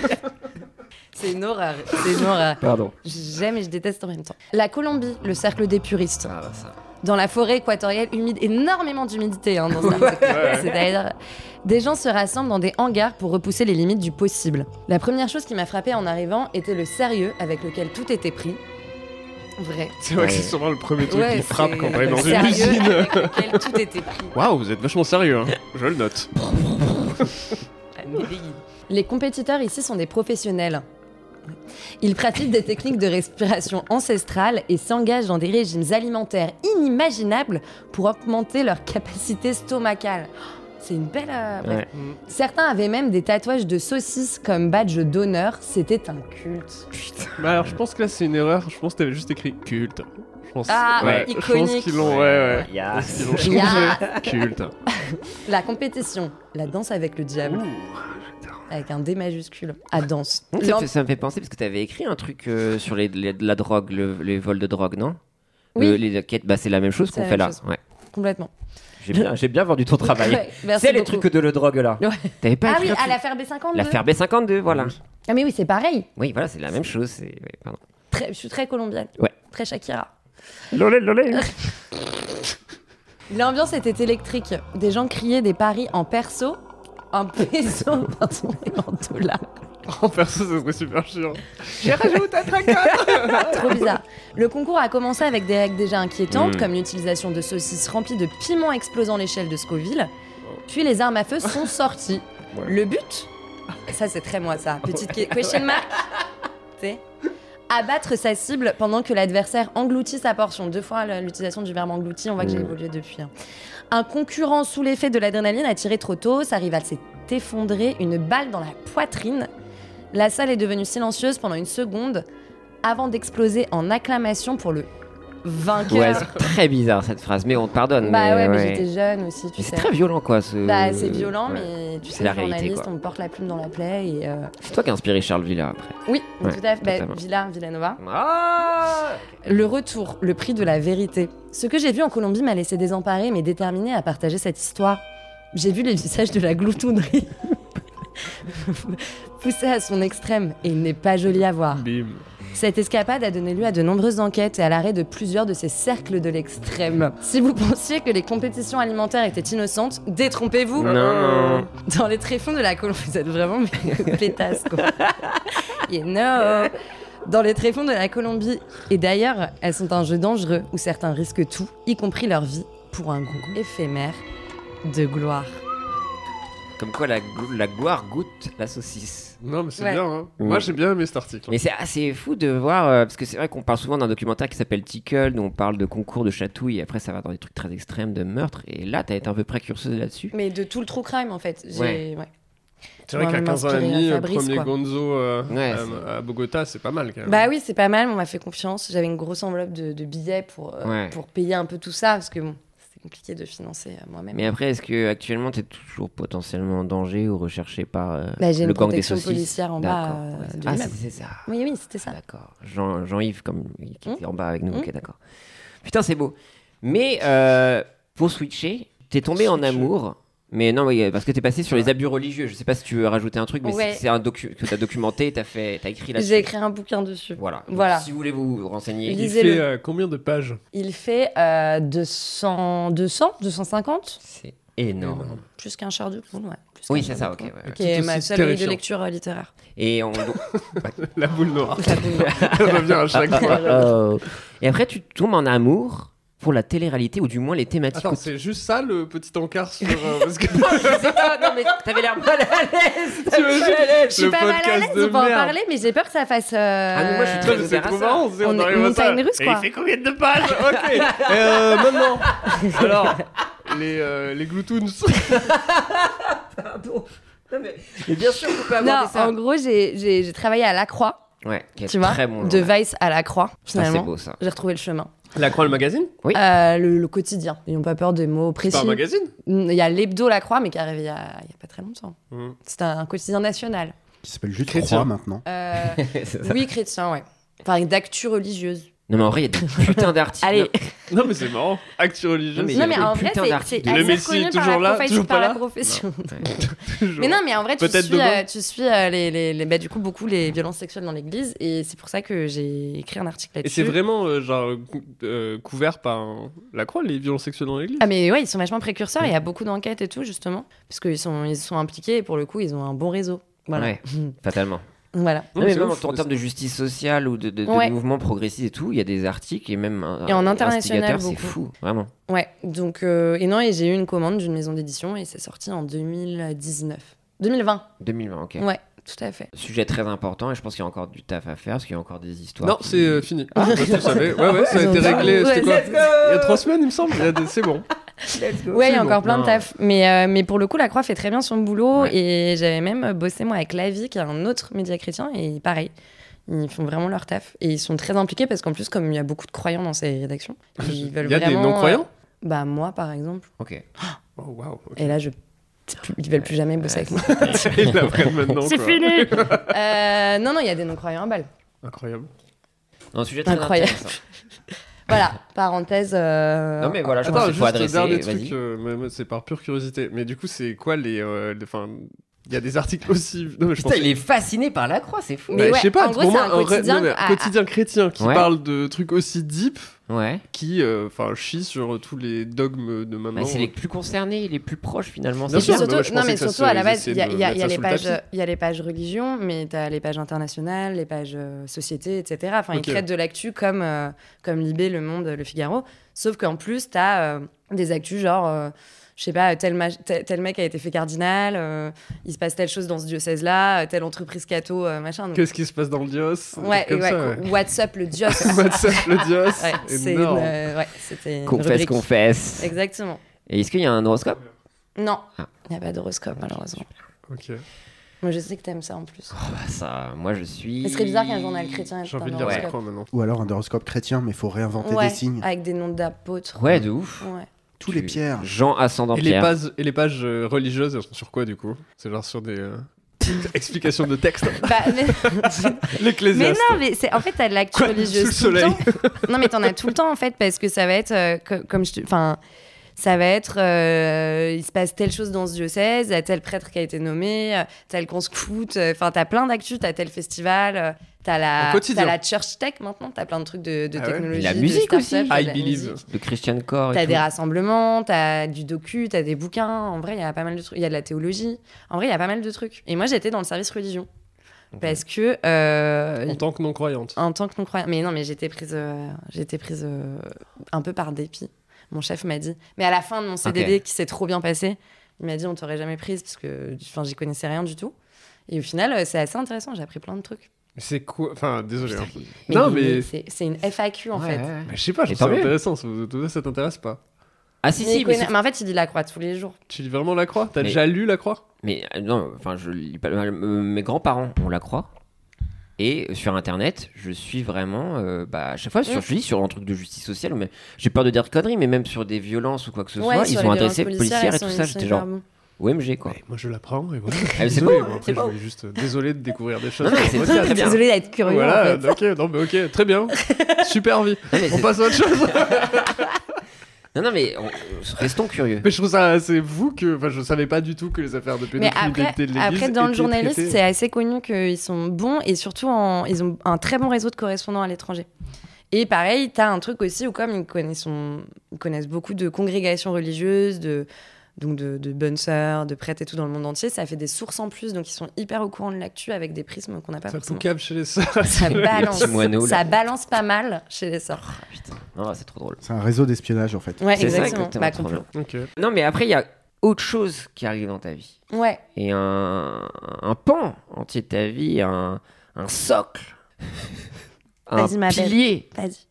Speaker 4: C'est une horreur. C'est une horreur.
Speaker 1: Pardon.
Speaker 4: J'aime et je déteste en même temps. La Colombie, le cercle des puristes.
Speaker 1: Ah, bah, ça.
Speaker 4: dans la forêt équatoriale humide, énormément d'humidité hein, dans cet article. C'est-à-dire, des gens se rassemblent dans des hangars pour repousser les limites du possible. La première chose qui m'a frappée en arrivant était le sérieux avec lequel tout était pris. Vrai.
Speaker 2: C'est vrai que c'est
Speaker 1: Ouais.
Speaker 2: sûrement le premier truc
Speaker 4: Ouais,
Speaker 2: qui frappe
Speaker 4: c'est
Speaker 2: quand on est dans
Speaker 4: le
Speaker 2: une
Speaker 4: sérieux
Speaker 2: usine.
Speaker 4: avec lequel tout était pris.
Speaker 2: Waouh, vous êtes vachement sérieux, hein. je le note.
Speaker 4: Les compétiteurs ici sont des professionnels. Ils pratiquent des techniques de respiration ancestrales et s'engagent dans des régimes alimentaires inimaginables pour augmenter leur capacité stomacale. C'est une belle. euh, bref.
Speaker 1: Ouais.
Speaker 4: Certains avaient même des tatouages de saucisses comme badge d'honneur. C'était un culte.
Speaker 2: Bah alors, je pense que là, c'est une erreur. Je pense que t'avais juste écrit culte. Je pense,
Speaker 4: Ah,
Speaker 2: ouais, Je pense
Speaker 4: iconique.
Speaker 2: qu'ils l'ont, ouais, ouais.
Speaker 1: Yeah.
Speaker 2: Ils l'ont
Speaker 4: Il y a
Speaker 2: changé. Culte.
Speaker 4: la compétition, la danse avec le diable, avec un D majuscule, à danse.
Speaker 1: Ça,
Speaker 4: L'am-
Speaker 1: me fait- ça me fait penser parce que tu avais écrit un truc euh, sur les, les- la drogue, le- les vols de drogue, non
Speaker 4: Oui.
Speaker 1: Le- les quêtes, bah, c'est la même chose
Speaker 4: C'est
Speaker 1: qu'on
Speaker 4: la
Speaker 1: fait
Speaker 4: même
Speaker 1: là.
Speaker 4: chose.
Speaker 1: Ouais.
Speaker 4: Complètement.
Speaker 1: J'ai bien, j'ai bien vendu ton travail.
Speaker 4: Ouais, merci
Speaker 1: c'est les
Speaker 4: beaucoup.
Speaker 1: trucs de le drogue là.
Speaker 4: Ouais.
Speaker 1: T'avais pas
Speaker 4: Ah
Speaker 1: écrit
Speaker 4: oui,
Speaker 1: un
Speaker 4: à
Speaker 1: truc-
Speaker 4: l'affaire B52.
Speaker 1: l'affaire B52, voilà.
Speaker 4: Ah mais oui, c'est pareil.
Speaker 1: Oui, voilà, c'est la même chose. c'est- ouais, pardon.
Speaker 4: Très- je suis très colombienne.
Speaker 1: Ouais.
Speaker 4: Très Shakira. L'ambiance était électrique. Des gens criaient des paris en perso, en peso, pardon, et en dollars.
Speaker 2: En perso, ça serait super chiant.
Speaker 4: Trop bizarre. Le concours a commencé avec des règles déjà inquiétantes,
Speaker 1: Mm.
Speaker 4: comme l'utilisation de saucisses remplies de piments explosant l'échelle de Scoville. Puis les armes à feu sont sorties. Le but Ça, c'est très moi, ça. Petite que- question mark. Tu sais Abattre sa cible pendant que l'adversaire engloutit sa portion. Deux fois le- l'utilisation du verbe englouti, on voit que j'ai
Speaker 1: Mm.
Speaker 4: évolué depuis. hein. Un concurrent sous l'effet de l'adrénaline a tiré trop tôt, sa rivale s'est effondrée, une balle dans la poitrine. La salle est devenue silencieuse pendant une seconde avant d'exploser en acclamation pour le vainqueur.
Speaker 1: Ouais, c'est très bizarre cette phrase, mais on te pardonne.
Speaker 4: bah ouais, mais
Speaker 1: ouais.
Speaker 4: j'étais jeune aussi, tu
Speaker 1: Mais
Speaker 4: sais.
Speaker 1: c'est très violent quoi. Ce...
Speaker 4: Bah, c'est violent,
Speaker 1: Ouais.
Speaker 4: mais tu
Speaker 1: C'est
Speaker 4: sais,
Speaker 1: la
Speaker 4: les
Speaker 1: réalité,
Speaker 4: journalistes,
Speaker 1: quoi.
Speaker 4: on porte la plume dans la plaie et. euh,
Speaker 1: C'est toi qui as inspiré Charles Villa après.
Speaker 4: Oui,
Speaker 1: Ouais,
Speaker 4: tout à fait. Bah,
Speaker 1: totalement.
Speaker 4: Villa, Villanova.
Speaker 1: Ah
Speaker 4: Le retour, le prix de la vérité. Ce que j'ai vu en Colombie m'a laissé désemparée, mais déterminée à partager cette histoire. J'ai vu les visages de la gloutonnerie poussée à son extrême, et il n'est pas joli à voir.
Speaker 2: Bim.
Speaker 4: Cette escapade a donné lieu à de nombreuses enquêtes et à l'arrêt de plusieurs de ces cercles de l'extrême. Si vous pensiez que les compétitions alimentaires étaient innocentes, détrompez-vous
Speaker 1: Non.
Speaker 4: Dans les tréfonds de la Colombie, vous êtes vraiment mais, pétasse quoi. You know. Dans les tréfonds de la Colombie, et d'ailleurs, elles sont un jeu dangereux où certains risquent tout, y compris leur vie, pour un goût éphémère de gloire.
Speaker 1: Comme quoi la, gou- la gloire goûte la saucisse.
Speaker 2: Non, mais c'est
Speaker 4: Ouais.
Speaker 2: bien. Hein.
Speaker 1: Mm.
Speaker 2: Moi, j'ai bien aimé cet article.
Speaker 1: Mais c'est assez fou de voir, euh, parce que c'est vrai qu'on parle souvent d'un documentaire qui s'appelle Tickle, où on parle de concours de chatouille, et après ça va dans des trucs très extrêmes de meurtre, et là t'as été un peu précurseur là-dessus.
Speaker 4: Mais de tout le true crime en fait. J'ai-
Speaker 1: Ouais.
Speaker 4: ouais.
Speaker 2: C'est vrai
Speaker 4: Ouais,
Speaker 2: qu'à
Speaker 4: on
Speaker 2: 15 ans et
Speaker 4: m'inspirait à
Speaker 2: demi, le
Speaker 4: Fabrice,
Speaker 2: premier
Speaker 4: quoi.
Speaker 2: Gonzo euh,
Speaker 1: Ouais,
Speaker 2: à- à Bogota, c'est pas mal quand
Speaker 1: Euh.
Speaker 2: même.
Speaker 4: Bah oui, c'est pas mal, on m'a fait confiance. J'avais une grosse enveloppe de, de billets pour, euh,
Speaker 1: Ouais.
Speaker 4: pour payer un peu tout ça, parce que bon, c'était compliqué de financer euh, moi-même.
Speaker 1: Mais après, est-ce que actuellement t'es toujours potentiellement en danger ou recherché par euh,
Speaker 4: Bah, j'ai
Speaker 1: le gang
Speaker 4: une
Speaker 1: des
Speaker 4: protection
Speaker 1: saucisses
Speaker 4: policière en bas,
Speaker 1: D'accord,
Speaker 4: euh,
Speaker 1: ouais.
Speaker 4: de
Speaker 1: Ah, c'est
Speaker 4: l'immeuble.
Speaker 1: c'est ça.
Speaker 4: Oui, oui, c'était ça.
Speaker 1: D'accord. Jean- Jean-Yves, comme qui
Speaker 4: Hmm.
Speaker 1: était en bas avec nous.
Speaker 4: Hmm.
Speaker 1: Ok, d'accord. Putain, c'est beau. Mais euh, pour switcher, t'es tombé en amour. Mais non, oui, parce que t'es passé sur les abus religieux. Je sais pas si tu veux rajouter un truc, mais
Speaker 4: Ouais.
Speaker 1: c'est- c'est un docu que t'as documenté, t'as fait, t'as écrit là-dessus.
Speaker 4: J'ai écrit un bouquin dessus.
Speaker 1: Voilà. Donc,
Speaker 4: Voilà.
Speaker 1: Si vous voulez vous renseigner.
Speaker 2: Il
Speaker 4: Lisez-le.
Speaker 2: fait euh, combien de pages
Speaker 4: Il fait euh, 200, 200, 250
Speaker 1: C'est énorme.
Speaker 4: Plus qu'un char de poule, ouais. Plus
Speaker 1: Oui,
Speaker 4: qu'un
Speaker 1: c'est ça,
Speaker 4: char de
Speaker 1: ok.
Speaker 4: poule.
Speaker 1: ouais, ouais.
Speaker 4: Qui est
Speaker 2: Tout
Speaker 4: ma
Speaker 2: aussi
Speaker 4: seule grille de
Speaker 2: terrifiant.
Speaker 4: lecture euh, littéraire.
Speaker 1: Et on.
Speaker 2: La boule noire. Elle revient à chaque fois.
Speaker 1: Oh. Et après, tu tombes en amour pour la télé-réalité, ou du moins les thématiques.
Speaker 2: Attends, c'est juste ça le petit encart sur. euh, parce que
Speaker 1: Je sais pas, non, mais t'avais l'air mal à l'aise.
Speaker 2: tu veux
Speaker 4: Je
Speaker 2: juste
Speaker 4: suis
Speaker 2: le
Speaker 4: pas mal à
Speaker 2: podcast
Speaker 4: l'aise,
Speaker 2: de
Speaker 4: on va en
Speaker 2: merde.
Speaker 4: parler, mais j'ai peur que ça fasse. euh,
Speaker 1: Ah, mais moi, je suis
Speaker 2: Putain, mais
Speaker 1: très
Speaker 2: c'est
Speaker 1: ouvert à
Speaker 2: trop
Speaker 1: ça.
Speaker 2: marrant, on, se dit,
Speaker 4: On
Speaker 2: on
Speaker 4: est
Speaker 2: arrive à ça.
Speaker 4: montagne russe,
Speaker 2: Et
Speaker 4: quoi.
Speaker 2: il fait combien de pages Ok. Et euh, maintenant. Alors, les, euh, les Gloutoons.
Speaker 1: Mais bien sûr qu'on peut
Speaker 4: Non,
Speaker 1: avoir des
Speaker 4: en gros, j'ai- j'ai j'ai travaillé à La Croix,
Speaker 1: Ouais, qui est
Speaker 4: tu vois,
Speaker 1: très bon.
Speaker 4: de
Speaker 1: journal.
Speaker 4: Vice à La Croix,
Speaker 1: Ça, c'est
Speaker 4: finalement.
Speaker 1: beau ça.
Speaker 4: J'ai retrouvé le chemin.
Speaker 2: La Croix, le magazine
Speaker 4: Euh, le, le quotidien. Ils n'ont pas peur des mots
Speaker 2: C'est
Speaker 4: précis. Mm,
Speaker 2: pas un magazine
Speaker 4: Il y a l'hebdo La Croix, mais qui arrive il y a, il y a pas très longtemps.
Speaker 2: Mm.
Speaker 4: C'est un quotidien national.
Speaker 3: Qui s'appelle juste
Speaker 2: Chrétien.
Speaker 3: Croix maintenant.
Speaker 4: Euh,
Speaker 1: C'est ça.
Speaker 4: oui, chrétien, ouais. Enfin, d'actu religieuse.
Speaker 1: Non, mais en vrai, il y a des putains d'articles.
Speaker 4: Allez.
Speaker 2: Non, mais c'est marrant. Actu religieux.
Speaker 1: Non, mais
Speaker 4: non, mais
Speaker 1: il y a
Speaker 4: en
Speaker 1: des
Speaker 4: vrai,
Speaker 1: putains
Speaker 4: c'est- c'est
Speaker 1: d'articles.
Speaker 2: Le
Speaker 4: assez
Speaker 2: Messie
Speaker 4: reconnu
Speaker 2: est
Speaker 4: par
Speaker 2: toujours
Speaker 4: la
Speaker 2: là,
Speaker 4: professe-
Speaker 2: toujours
Speaker 4: par
Speaker 2: pas
Speaker 4: la
Speaker 2: là
Speaker 4: profession.
Speaker 2: toujours.
Speaker 4: Mais non, mais en vrai, tu
Speaker 2: Peut-être
Speaker 4: suis,
Speaker 2: demain.
Speaker 4: euh, tu suis euh, les, les, les- bah, du coup, beaucoup les violences sexuelles dans l'église, et c'est pour ça que j'ai écrit un article
Speaker 2: Et
Speaker 4: là-dessus.
Speaker 2: c'est vraiment euh, genre cou- euh, couvert par un- la croix, les violences sexuelles dans l'église.
Speaker 4: Ah mais ouais, ils sont vachement précurseurs, il y a beaucoup d'enquêtes et tout justement, parce qu'ils sont, ils sont impliqués et pour le coup ils ont un bon réseau. Voilà.
Speaker 1: Ouais, fatalement.
Speaker 4: Voilà.
Speaker 1: Non, mais
Speaker 2: c'est
Speaker 1: même
Speaker 2: ouf.
Speaker 1: en termes de justice sociale ou de, de, de
Speaker 4: Ouais.
Speaker 1: mouvements progressistes et tout, il y a des articles et même. un-
Speaker 4: Et
Speaker 1: un
Speaker 4: en international,
Speaker 1: instigateur, C'est
Speaker 4: beaucoup.
Speaker 1: fou, vraiment.
Speaker 4: Ouais, donc, euh, et non, et j'ai eu une commande d'une maison d'édition et c'est sorti en 2019. 2020,
Speaker 1: 2020, ok.
Speaker 4: ouais, tout à fait.
Speaker 1: Sujet très important et je pense qu'il y a encore du taf à faire parce qu'il y a encore des histoires.
Speaker 2: Non,
Speaker 1: qui-
Speaker 2: c'est euh, fini. Ah, je savais. Ouais, ouais, ça a
Speaker 4: Ils ont
Speaker 2: été
Speaker 4: dit-
Speaker 2: réglé. C'était
Speaker 4: Ouais,
Speaker 2: quoi
Speaker 4: let's
Speaker 2: Il y a trois semaines, il me semble. Il y a des- C'est bon.
Speaker 4: Ouais, il y
Speaker 2: C'est
Speaker 4: a
Speaker 2: bon.
Speaker 4: encore plein
Speaker 1: Non.
Speaker 4: de taf. Mais, euh, mais pour le coup, la Croix fait très bien son boulot.
Speaker 1: Ouais.
Speaker 4: Et j'avais même euh, bossé, moi, avec Lavi, qui est un autre média chrétien. Et pareil, ils font vraiment leur taf. Et ils sont très impliqués parce qu'en plus, comme il y a beaucoup de croyants dans ces rédactions, ils veulent
Speaker 2: Il y a des
Speaker 4: vraiment,
Speaker 2: non-croyants
Speaker 4: euh, Bah, moi, par exemple.
Speaker 1: Ok.
Speaker 2: Oh, waouh. ok.
Speaker 4: Et là, je. Ils veulent plus jamais bosser avec moi.
Speaker 2: Ils l'apprennent maintenant. quoi.
Speaker 4: Euh, non, non, il y a des non-croyants à balle.
Speaker 2: Incroyable.
Speaker 1: Un sujet très
Speaker 4: Incroyable.
Speaker 1: intéressant.
Speaker 4: Voilà, parenthèse. euh,
Speaker 1: Non, mais voilà, je pense
Speaker 2: Attends,
Speaker 1: qu'il faut
Speaker 2: juste le
Speaker 1: adresser.
Speaker 2: dernier
Speaker 1: vas-y.
Speaker 2: truc, euh, mais moi, c'est par pure curiosité. Mais du coup, c'est quoi les. euh, les- Enfin, il y a des articles aussi. Non, mais je
Speaker 1: Putain,
Speaker 2: pensais-
Speaker 1: il est fasciné par la croix, c'est fou.
Speaker 2: Bah,
Speaker 4: Mais ouais,
Speaker 2: je sais pas,
Speaker 4: en gros,
Speaker 2: pour moi,
Speaker 4: c'est un
Speaker 2: vrai-
Speaker 4: quotidien
Speaker 2: non, mais un
Speaker 4: à-
Speaker 2: quotidien chrétien qui
Speaker 1: Ouais.
Speaker 2: parle de trucs aussi deep
Speaker 1: Ouais.
Speaker 2: qui euh, enfin chie sur tous les dogmes de
Speaker 1: Bah,
Speaker 2: maintenant.
Speaker 1: c'est les plus concernés, les plus proches finalement.
Speaker 2: Bien
Speaker 4: Et
Speaker 1: c'est
Speaker 4: puis
Speaker 2: sûr, mais
Speaker 4: surtout,
Speaker 2: moi, je
Speaker 4: non,
Speaker 2: pensais
Speaker 4: mais
Speaker 2: que ça
Speaker 4: surtout à la
Speaker 2: se-
Speaker 4: base,
Speaker 2: j'essayais
Speaker 4: il y a,
Speaker 2: de
Speaker 4: il y a-
Speaker 2: mettre
Speaker 4: il y a
Speaker 2: ça
Speaker 4: les
Speaker 2: sous le
Speaker 4: pages,
Speaker 2: tapis.
Speaker 4: il y a les pages religion, mais t'as les pages internationales, les pages euh, société, etc. Enfin,
Speaker 2: Ok.
Speaker 4: ils traitent de l'actu comme, euh, comme Libé, Le Monde, Le Figaro. Sauf qu'en plus, t'as euh, des actus genre, euh, je sais pas, tel, ma- tel, tel mec a été fait cardinal, euh, il se passe telle chose dans ce diocèse-là, euh, telle entreprise catho, euh, machin. Donc,
Speaker 2: Qu'est-ce qui se passe dans le dios
Speaker 4: ouais, et
Speaker 2: Comme
Speaker 4: ouais,
Speaker 2: ça, ouais.
Speaker 4: WhatsApp, le diocèse.
Speaker 2: WhatsApp, le dios.
Speaker 4: Ouais, c'est une,
Speaker 2: énorme.
Speaker 4: euh, ouais, c'était une
Speaker 1: Confesse,
Speaker 4: rubrique.
Speaker 1: confesse.
Speaker 4: Exactement.
Speaker 1: Et est-ce qu'il y a un horoscope
Speaker 4: Non, il
Speaker 1: Ah.
Speaker 4: n'y a pas d'horoscope, malheureusement.
Speaker 2: Ok.
Speaker 4: Moi, je sais que t'aimes ça en plus.
Speaker 1: Bah, Ça, moi je suis.
Speaker 4: Ce serait bizarre qu'un journal chrétien ait
Speaker 2: J'ai
Speaker 4: un
Speaker 2: envie de lire
Speaker 1: Ouais.
Speaker 2: la
Speaker 4: horoscope.
Speaker 2: croix maintenant.
Speaker 3: Ou alors un horoscope chrétien, mais il faut réinventer
Speaker 4: Ouais, Ah.
Speaker 3: des signes.
Speaker 4: avec des noms d'apôtres.
Speaker 1: Ouais, de ouf.
Speaker 4: Ouais.
Speaker 3: Tous les
Speaker 1: Tu-
Speaker 3: pierres.
Speaker 1: Jean ascendant
Speaker 2: Et les,
Speaker 1: Pierre.
Speaker 2: pages, et les pages euh, religieuses, elles sont sur quoi du coup C'est genre sur des euh, explications de texte.
Speaker 4: Bah, mais... mais
Speaker 2: L'ecclésiaste.
Speaker 4: non, mais c'est en fait t'as de l'actu
Speaker 2: Quoi,
Speaker 4: religieuse
Speaker 2: sous le
Speaker 4: tout le temps. non, mais t'en as tout le temps en fait parce que ça va être euh, co- comme je, te- enfin, ça va être euh, il se passe telle chose dans ce diocèse, il y a tel prêtre qui a été nommé, euh, tel qu'on scout, enfin t'as plein d'actu, t'as tel festival, euh, t'as
Speaker 2: Au
Speaker 4: la,
Speaker 2: quotidien.
Speaker 4: t'as la church tech maintenant, t'as plein de trucs de, de
Speaker 2: Ah ouais.
Speaker 4: technologie,
Speaker 1: La
Speaker 4: de
Speaker 1: musique aussi.
Speaker 4: start-up,
Speaker 2: I
Speaker 4: la
Speaker 2: believe.
Speaker 4: musique.
Speaker 1: Le Christian Core. et
Speaker 4: T'as
Speaker 1: tout.
Speaker 4: des rassemblements, t'as du docu, t'as des bouquins. En vrai, il y a pas mal de trucs. Il y a de la théologie. En vrai, il y a pas mal de trucs. Et moi, j'étais dans le service religion. Parce que. euh,
Speaker 2: En tant que non-croyante.
Speaker 1: Ah.
Speaker 4: en tant que non-croyant. Mais non, mais j'étais prise, euh, j'étais prise euh, un peu par dépit. Mon chef m'a dit. Mais à la fin de mon CDD, qui s'est trop bien passé, il m'a dit on t'aurait jamais prise parce que enfin, j'y connaissais rien du tout. Et au final, euh, c'est assez intéressant. J'ai appris plein de trucs.
Speaker 2: C'est quoi Enfin, désolé. hein.
Speaker 4: Mais
Speaker 2: Non,
Speaker 4: oui,
Speaker 2: mais.
Speaker 4: c'est c'est une FAQ en
Speaker 1: Ouais,
Speaker 4: fait.
Speaker 1: ouais, ouais.
Speaker 2: Mais je sais pas, je
Speaker 1: Et tant
Speaker 2: trouve ça
Speaker 1: mieux.
Speaker 2: intéressant. Ça, vous- tout ça, ça t'intéresse pas
Speaker 1: Ah si,
Speaker 4: Mais
Speaker 1: si,
Speaker 4: il
Speaker 1: mais,
Speaker 4: connaît-
Speaker 1: c'est-
Speaker 4: mais en fait, il dit la croix tous les jours.
Speaker 2: Tu lis vraiment la croix T'as
Speaker 1: Mais-
Speaker 2: déjà lu la croix
Speaker 1: mais, euh, non, enfin, je lis pas. euh, Mes grands-parents, on la croit. Et euh, sur internet, je suis vraiment. euh, bah, à chaque fois, sur,
Speaker 4: Mm.
Speaker 1: je lis sur un truc de justice sociale, mais j'ai peur de dire de conneries, mais même sur des violences ou quoi que ce
Speaker 4: Ouais,
Speaker 1: soit,
Speaker 4: sur
Speaker 1: ils
Speaker 4: les
Speaker 1: ont
Speaker 4: violences
Speaker 1: adressé policières
Speaker 4: ils
Speaker 1: et tout ça.
Speaker 4: sont- ils sont
Speaker 1: J'étais
Speaker 4: hyper
Speaker 1: genre
Speaker 4: bons.
Speaker 1: OMG quoi.
Speaker 2: Ouais, Moi, je l'apprends et voilà.
Speaker 1: Ah, mais c'est
Speaker 2: Désolé,
Speaker 1: beau,
Speaker 2: moi,
Speaker 1: c'est
Speaker 2: après, je
Speaker 1: beau.
Speaker 2: vais juste euh, désolé de découvrir des
Speaker 1: Non,
Speaker 2: choses.
Speaker 1: non,
Speaker 2: sur le
Speaker 1: c'est
Speaker 2: podcast.
Speaker 1: très bien.
Speaker 4: Désolée d'être curieux.
Speaker 2: Voilà,
Speaker 4: en fait.
Speaker 2: ok, non mais ok, très bien, super vie.
Speaker 1: Non, mais
Speaker 2: On
Speaker 1: c'est-
Speaker 2: passe à autre chose.
Speaker 1: Non, non, mais on- restons curieux.
Speaker 2: Mais je trouve ça, c'est vous que, enfin, je savais pas du tout que les affaires de
Speaker 4: Mais
Speaker 2: pédocriminalité
Speaker 4: après,
Speaker 2: de l'Église.
Speaker 4: après, dans le
Speaker 2: étaient
Speaker 4: journalisme,
Speaker 2: traitées.
Speaker 4: c'est assez connu qu'ils sont bons et surtout, en- ils ont un très bon réseau de correspondants à l'étranger. Et pareil, t'as un truc aussi où, comme ils connaissent, son- ils connaissent beaucoup de congrégations religieuses, de, donc de, de bonnes sœurs, de prêtres et tout dans le monde entier, ça fait des sources en plus, donc ils sont hyper au courant de l'actu avec des prismes qu'on n'a pas
Speaker 2: Ça
Speaker 4: forcément.
Speaker 2: poucave chez les sœurs.
Speaker 4: Ça balance,
Speaker 1: petits moineaux, là.
Speaker 4: ça balance pas mal chez les sœurs.
Speaker 1: Ah, putain, non, c'est trop drôle.
Speaker 3: C'est un réseau d'espionnage en fait.
Speaker 4: Ouais,
Speaker 1: C'est ça,
Speaker 4: exactement.
Speaker 1: exactement,
Speaker 4: Bah,
Speaker 1: trop
Speaker 4: complot.
Speaker 2: Ok.
Speaker 1: Non, mais après, il y a autre chose qui arrive dans ta vie.
Speaker 4: Ouais.
Speaker 1: Et un, un pan entier de ta vie, un, un socle, un
Speaker 4: Vas-y, ma belle.
Speaker 1: pilier,
Speaker 4: Vas-y.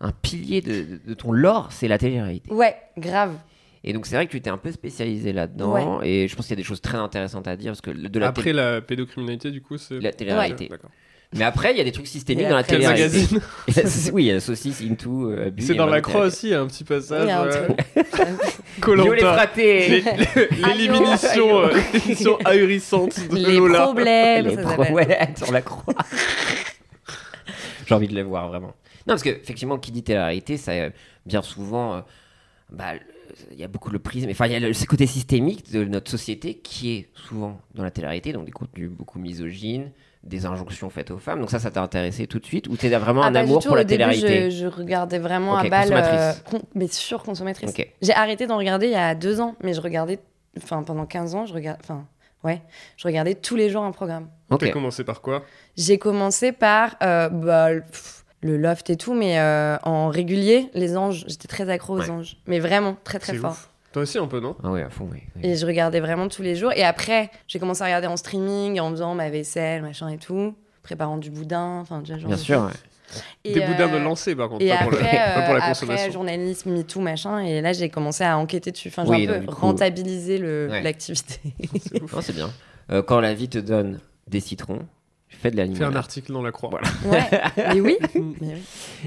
Speaker 1: un pilier de, de- de ton lore, c'est la télé-réalité.
Speaker 4: Ouais, grave.
Speaker 1: Et donc, c'est vrai que tu t'es un peu spécialisé là-dedans. Et je pense qu'il y a des choses très intéressantes à dire. Parce que de la
Speaker 2: Après
Speaker 1: télé-
Speaker 2: la pédocriminalité, du coup, c'est.
Speaker 1: la télé-réalité.
Speaker 2: D'accord.
Speaker 1: Mais après, il y a des trucs systémiques
Speaker 4: Et
Speaker 1: dans la
Speaker 4: après,
Speaker 2: Quel
Speaker 1: télé-réalité.
Speaker 2: magazine
Speaker 1: Et là, c'est- oui, il y a saucisse, into, euh, Bulle
Speaker 2: C'est
Speaker 1: et
Speaker 2: dans la
Speaker 1: Marie
Speaker 2: croix
Speaker 1: Thérèse.
Speaker 2: aussi, il y a un petit
Speaker 4: Il
Speaker 2: passage.
Speaker 4: y a un
Speaker 2: euh,
Speaker 4: truc. Ah,
Speaker 1: Violet
Speaker 2: Koh-Lanta.
Speaker 1: fraté.
Speaker 2: Les- les- L'élimination
Speaker 1: Aïe,
Speaker 2: euh, l'élimination ahurissante de
Speaker 4: Les
Speaker 2: Lola.
Speaker 4: problèmes.
Speaker 1: Les
Speaker 4: ça
Speaker 1: pro-
Speaker 4: s'appelle.
Speaker 1: ouais, sur la croix. J'ai envie de les voir vraiment. Non, parce que effectivement, qui dit télé-réalité, ça euh, bien souvent, euh, bah, le- il y a beaucoup le prisme. Enfin, il y a le, ce côté systémique de notre société qui est souvent dans la télé-réalité, donc des contenus beaucoup misogynes, des injonctions faites aux femmes. Donc ça, ça t'a intéressé tout de suite ou t'es vraiment
Speaker 4: Ah,
Speaker 1: un
Speaker 4: pas du
Speaker 1: amour
Speaker 4: tout,
Speaker 1: pour la
Speaker 4: au début,
Speaker 1: télé-réalité
Speaker 4: je, je regardais vraiment
Speaker 1: Ok,
Speaker 4: à balle.
Speaker 1: consommatrice.
Speaker 4: euh, con- mais sur consommatrice.
Speaker 1: Ok.
Speaker 4: J'ai arrêté d'en regarder il y a deux ans, mais je regardais. Enfin, pendant 15 ans, je regardais. Enfin, ouais. Je regardais tous les jours un programme.
Speaker 1: Ok.
Speaker 2: T'as commencé par quoi
Speaker 4: J'ai commencé par euh, bah, le- pff, le loft et tout, mais euh, en régulier, les anges. J'étais très accro aux
Speaker 1: Ouais.
Speaker 4: anges. Mais vraiment, très très
Speaker 2: C'est
Speaker 4: fort.
Speaker 2: ouf. Toi aussi un peu, non
Speaker 1: Ah oui, à fond, oui. oui.
Speaker 4: Et je regardais vraiment tous les jours. Et après, j'ai commencé à regarder en streaming, en faisant ma vaisselle, machin et tout, préparant du boudin. Enfin, tu vois, genre
Speaker 1: Bien
Speaker 4: de
Speaker 1: sûr.
Speaker 4: trucs.
Speaker 1: ouais.
Speaker 4: Et,
Speaker 2: Des boudins de
Speaker 4: euh,
Speaker 2: lancer, par contre,
Speaker 4: Et
Speaker 2: pas,
Speaker 4: après,
Speaker 2: pour la, pas pour la
Speaker 4: euh, après
Speaker 2: consommation.
Speaker 4: journalisme, MeToo, machin, et là j'ai commencé à enquêter dessus, enfin j'ai
Speaker 1: Oui,
Speaker 4: un
Speaker 1: donc,
Speaker 4: peu
Speaker 1: du coup,
Speaker 4: rentabilisé le-
Speaker 1: ouais.
Speaker 4: l'activité.
Speaker 1: Non, c'est bien. Euh, quand la vie te donne des citrons, fais de la
Speaker 2: Fais un
Speaker 1: limonade.
Speaker 2: article dans la croix.
Speaker 4: ouais, mais oui, mais oui.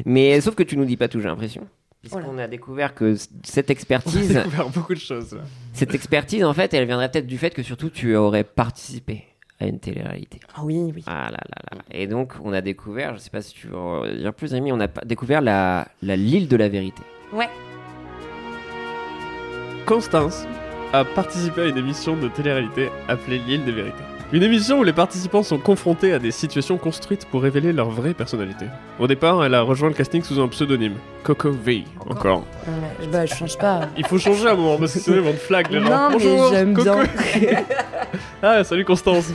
Speaker 1: Mais sauf que tu nous dis pas tout, j'ai l'impression.
Speaker 4: Oh là.
Speaker 1: Puisqu'on a découvert que c- cette
Speaker 2: J'ai
Speaker 1: expertise,
Speaker 2: découvert beaucoup de choses. là.
Speaker 1: cette expertise, en fait, elle viendrait peut-être du fait que surtout tu aurais participé à une télé-réalité.
Speaker 4: Ah oui, oui.
Speaker 1: Ah là là là. Et donc, on a découvert, je sais pas si tu veux en dire plus, Amy, on a pa- découvert la, la l'île de la vérité.
Speaker 4: Ouais,
Speaker 2: Constance a participé à une émission de télé-réalité appelée L'île des vérités. Une émission où les participants sont confrontés à des situations construites pour révéler leur vraie personnalité. Au départ, elle a rejoint le casting sous un pseudonyme, Coco V. Encore.
Speaker 4: Ouais, bah je change pas.
Speaker 2: Il faut changer à un moment parce que sinon ils vont te flag. les gens.
Speaker 4: Non, mais
Speaker 2: Bonjour,
Speaker 4: j'aime
Speaker 2: Coco.
Speaker 4: bien.
Speaker 2: ah, salut Constance.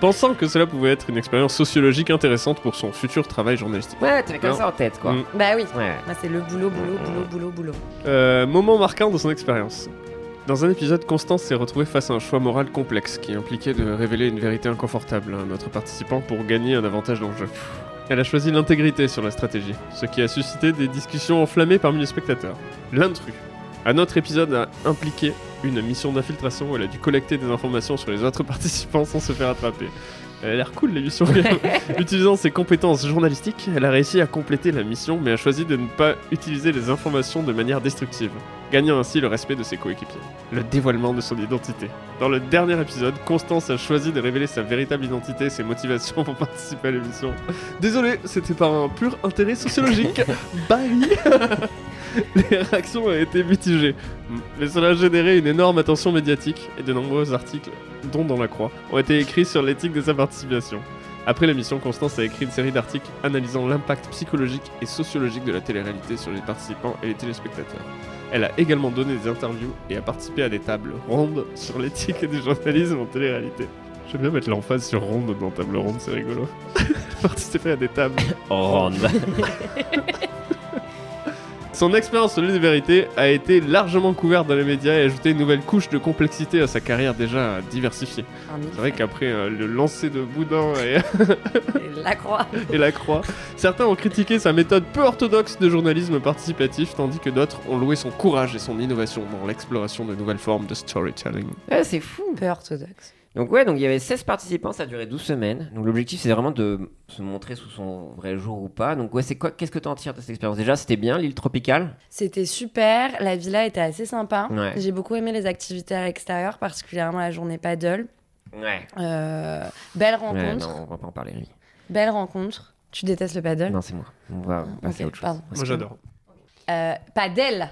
Speaker 2: Pensant que cela pouvait être une expérience sociologique intéressante pour son futur travail journalistique.
Speaker 1: Ouais, t'avais comme
Speaker 2: Non.
Speaker 1: ça en tête, quoi.
Speaker 2: Mm.
Speaker 4: Bah oui,
Speaker 1: Ouais.
Speaker 4: Moi, c'est le boulot, boulot, boulot, boulot, boulot.
Speaker 2: Euh, moment marquant de son expérience. Dans un épisode, Constance s'est retrouvée face à un choix moral complexe qui impliquait de révéler une vérité inconfortable à notre participant pour gagner un avantage dans le jeu. Elle a choisi l'intégrité sur la stratégie, ce qui a suscité des discussions enflammées parmi les spectateurs. L'intrus. Un autre épisode a impliqué une mission d'infiltration où elle a dû collecter des informations sur les autres participants sans se faire attraper. Elle a l'air cool l'émission. Utilisant ses compétences journalistiques, elle a réussi à compléter la mission mais a choisi de ne pas utiliser les informations de manière destructive, gagnant ainsi le respect de ses coéquipiers. Le dévoilement de son identité. Dans le dernier épisode, Constance a choisi de révéler sa véritable identité et ses motivations pour participer à l'émission. Désolé, c'était par un pur intérêt sociologique. Bye les réactions ont été mitigées. Mais cela a généré une énorme attention médiatique et de nombreux articles, dont dans la croix, ont été écrits sur l'éthique de sa participation. Après l'émission, Constance a écrit une série d'articles analysant l'impact psychologique et sociologique de la télé-réalité sur les participants et les téléspectateurs. Elle a également donné des interviews et a participé à des tables rondes sur l'éthique du journalisme en télé-réalité. J'aime bien mettre l'emphase sur ronde dans table ronde, c'est rigolo. participer à des tables
Speaker 1: Ronde.
Speaker 2: Son expérience sur les vérités a été largement couverte dans les médias et a ajouté une nouvelle couche de complexité à sa carrière déjà diversifiée. C'est vrai qu'après euh, le lancer de Boudin et,
Speaker 4: La croix.
Speaker 2: et la croix, certains ont critiqué sa méthode peu orthodoxe de journalisme participatif, tandis que d'autres ont loué son courage et son innovation dans l'exploration de nouvelles formes de storytelling.
Speaker 1: Ouais, c'est fou.
Speaker 4: Peu orthodoxe.
Speaker 1: Donc ouais, donc il y avait 16 participants, ça a duré 12 semaines. Donc l'objectif c'est vraiment de se montrer sous son vrai jour ou pas. Donc ouais, c'est quoi qu'est-ce que t'en tires de cette expérience Déjà, c'était bien l'île tropicale.
Speaker 4: C'était super. La villa était assez sympa.
Speaker 1: Ouais.
Speaker 4: J'ai beaucoup aimé les activités à l'extérieur, particulièrement la journée paddle.
Speaker 1: Ouais.
Speaker 4: Euh, belle
Speaker 1: Ouais,
Speaker 4: rencontre.
Speaker 1: non, on va pas en parler lui.
Speaker 4: Belle rencontre. Tu détestes le paddle
Speaker 1: Non, c'est moi. On va passer à
Speaker 4: Ah, Ok,
Speaker 1: autre chose.
Speaker 4: pardon.
Speaker 2: Moi j'adore.
Speaker 4: Euh, paddle.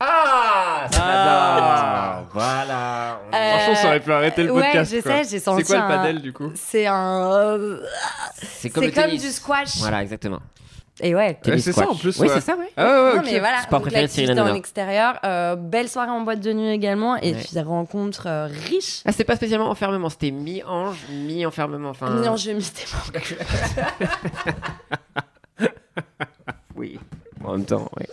Speaker 1: Ah, ça
Speaker 2: Ah.
Speaker 1: m'adore. Voilà. on-
Speaker 4: Euh,
Speaker 2: Franchement, ça aurait pu arrêter le
Speaker 4: ouais,
Speaker 2: podcast.
Speaker 4: je
Speaker 2: quoi.
Speaker 4: sais, j'ai senti
Speaker 2: C'est quoi
Speaker 4: un-
Speaker 2: le padel du coup
Speaker 4: C'est un. euh,
Speaker 1: C'est
Speaker 4: hein. C'est
Speaker 1: le
Speaker 4: comme
Speaker 1: tennis.
Speaker 4: du squash.
Speaker 1: Voilà, exactement.
Speaker 4: Et ouais.
Speaker 2: Ouais,
Speaker 1: Tennis
Speaker 2: c'est ça,
Speaker 1: squash.
Speaker 2: en plus,
Speaker 1: Oui,
Speaker 2: ouais.
Speaker 1: c'est ça, ouais.
Speaker 2: Ah ouais, ouais,
Speaker 4: Non,
Speaker 2: ok.
Speaker 4: mais voilà,
Speaker 1: C'est pas
Speaker 4: donc
Speaker 1: préféré de Cyril
Speaker 4: l'activité en
Speaker 1: Hanouna.
Speaker 4: extérieur, euh, belle soirée en boîte de nuit également, et
Speaker 1: Ouais.
Speaker 4: puis rencontre euh, riche.
Speaker 1: Ah, c'était pas spécialement enfermement, c'était mi-ange, mi-enfermement. Enfin,
Speaker 4: Non, je m'y étais pas encore.
Speaker 1: oui. En même temps, ouais.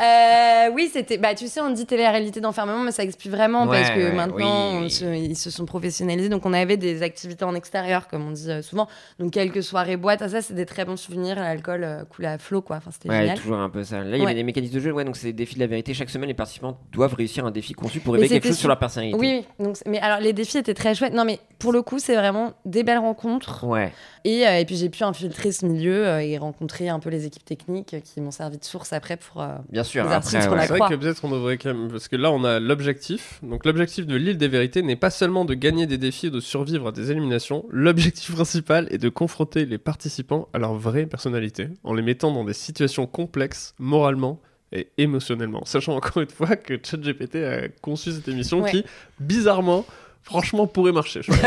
Speaker 4: Euh, oui, c'était. Bah, tu sais, on dit télé-réalité d'enfermement, mais ça explique vraiment
Speaker 1: Ouais,
Speaker 4: parce que
Speaker 1: ouais,
Speaker 4: maintenant,
Speaker 1: oui.
Speaker 4: on se- ils se sont professionnalisés. Donc, on avait des activités en extérieur, comme on dit euh, souvent. Donc, quelques soirées boîtes. Ah, ça, c'est des très bons souvenirs. L'alcool euh, coulait à flot, quoi. Enfin, c'était
Speaker 1: Ouais,
Speaker 4: génial.
Speaker 1: toujours un peu ça. Là, il y
Speaker 4: Ouais.
Speaker 1: avait des mécanismes de jeu, ouais, donc c'est des défis de la vérité. Chaque semaine, les participants doivent réussir un défi conçu pour
Speaker 4: Mais
Speaker 1: révéler quelque
Speaker 4: c'était
Speaker 1: chose
Speaker 4: su-
Speaker 1: sur leur personnalité.
Speaker 4: Oui, oui. Donc, c'est- mais alors, les défis étaient très chouettes. Non, mais pour le coup, c'est vraiment des belles rencontres.
Speaker 1: Ouais.
Speaker 4: Et, euh, et puis, j'ai pu infiltrer ce milieu euh, et rencontrer un peu les équipes techniques euh, qui m'ont servi de source après pour. euh,
Speaker 1: Bien sûr,
Speaker 4: Les
Speaker 1: après,
Speaker 4: artistes qu'on
Speaker 1: ouais.
Speaker 2: C'est vrai
Speaker 4: croix.
Speaker 2: que peut-être on devrait quand même, parce que là on a l'objectif. Donc l'objectif de l'île des vérités n'est pas seulement de gagner des défis ou de survivre à des éliminations. L'objectif principal est de confronter les participants à leur vraie personnalité en les mettant dans des situations complexes moralement et émotionnellement. Sachant encore une fois que ChatGPT a conçu cette émission
Speaker 4: Ouais.
Speaker 2: qui, bizarrement, franchement pourrait marcher. Je, pense.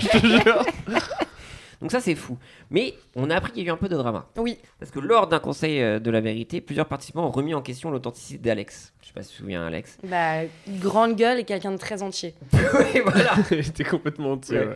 Speaker 2: Je te jure.
Speaker 1: Donc ça, c'est fou. Mais on a appris qu'il y a eu un peu de drama.
Speaker 4: Oui,
Speaker 1: Parce que lors d'un conseil euh, de la vérité, plusieurs participants ont remis en question l'authenticité d'Alex. Je sais pas si tu te souviens, Alex.
Speaker 4: bah, grande gueule et quelqu'un de très entier.
Speaker 1: oui, voilà.
Speaker 2: J'étais complètement entier.
Speaker 1: Ouais.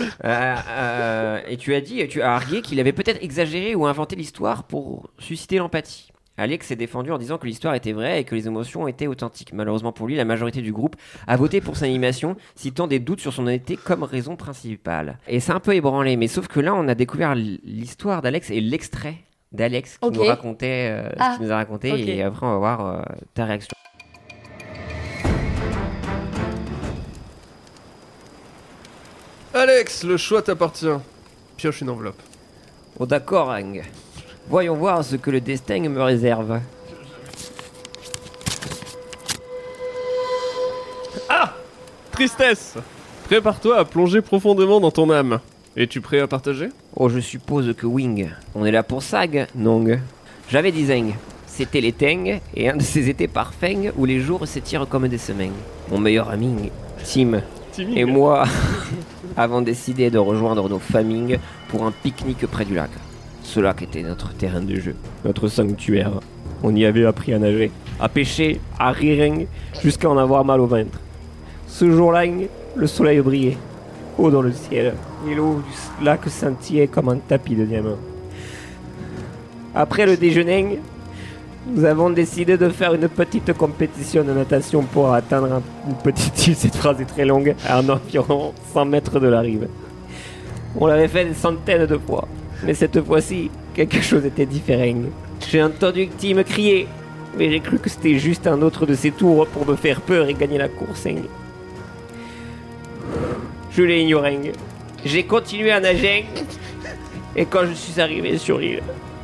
Speaker 2: ouais.
Speaker 1: Euh, euh, et tu as dit, tu as argué qu'il avait peut-être exagéré ou inventé l'histoire pour susciter l'empathie. Alex s'est défendu en disant que l'histoire était vraie et que les émotions étaient authentiques. Malheureusement pour lui, la majorité du groupe a voté pour son animation, citant des doutes sur son honnêteté comme raison principale. Et c'est un peu ébranlé, mais sauf que là, on a découvert l- l'histoire d'Alex et l'extrait d'Alex qui
Speaker 4: Ok.
Speaker 1: nous racontait euh,
Speaker 4: Ah,
Speaker 1: ce qu'il nous a raconté.
Speaker 4: ok.
Speaker 1: Et après, on va voir euh, ta réaction.
Speaker 2: Alex, le choix t'appartient. Pioche une enveloppe.
Speaker 1: Oh d'accord, Ang. Voyons voir ce que le destin me réserve.
Speaker 2: Tristesse Prépare-toi à plonger profondément dans ton âme. Es-tu prêt à partager
Speaker 1: Oh, je suppose que Wing. On est là pour Sag, Nong. J'avais dit Zeng. C'était l'éteng et un de ces étés parfaits où les jours s'étirent comme des semaines. Mon meilleur ami, Tim, et moi avons décidé de rejoindre nos familles pour un pique-nique près du lac. Ce lac était notre terrain de jeu, notre sanctuaire. On y avait appris à nager, à pêcher, à rire, jusqu'à en avoir mal au ventre. Ce jour-là, le soleil brillait, haut dans le ciel, et l'eau du lac scintillait comme un tapis de diamants. Après le déjeuner, nous avons décidé de faire une petite compétition de natation pour atteindre un- une petite île, cette phrase est très longue, à un environ 100 mètres de la rive. On l'avait fait des centaines de fois, mais cette fois-ci, quelque chose était différent. J'ai entendu Tim crier, mais j'ai cru que c'était juste un autre de ses tours pour me faire peur et gagner la course. hein. Je l'ai ignoré. J'ai continué à nager, et quand je suis arrivé sur l'île,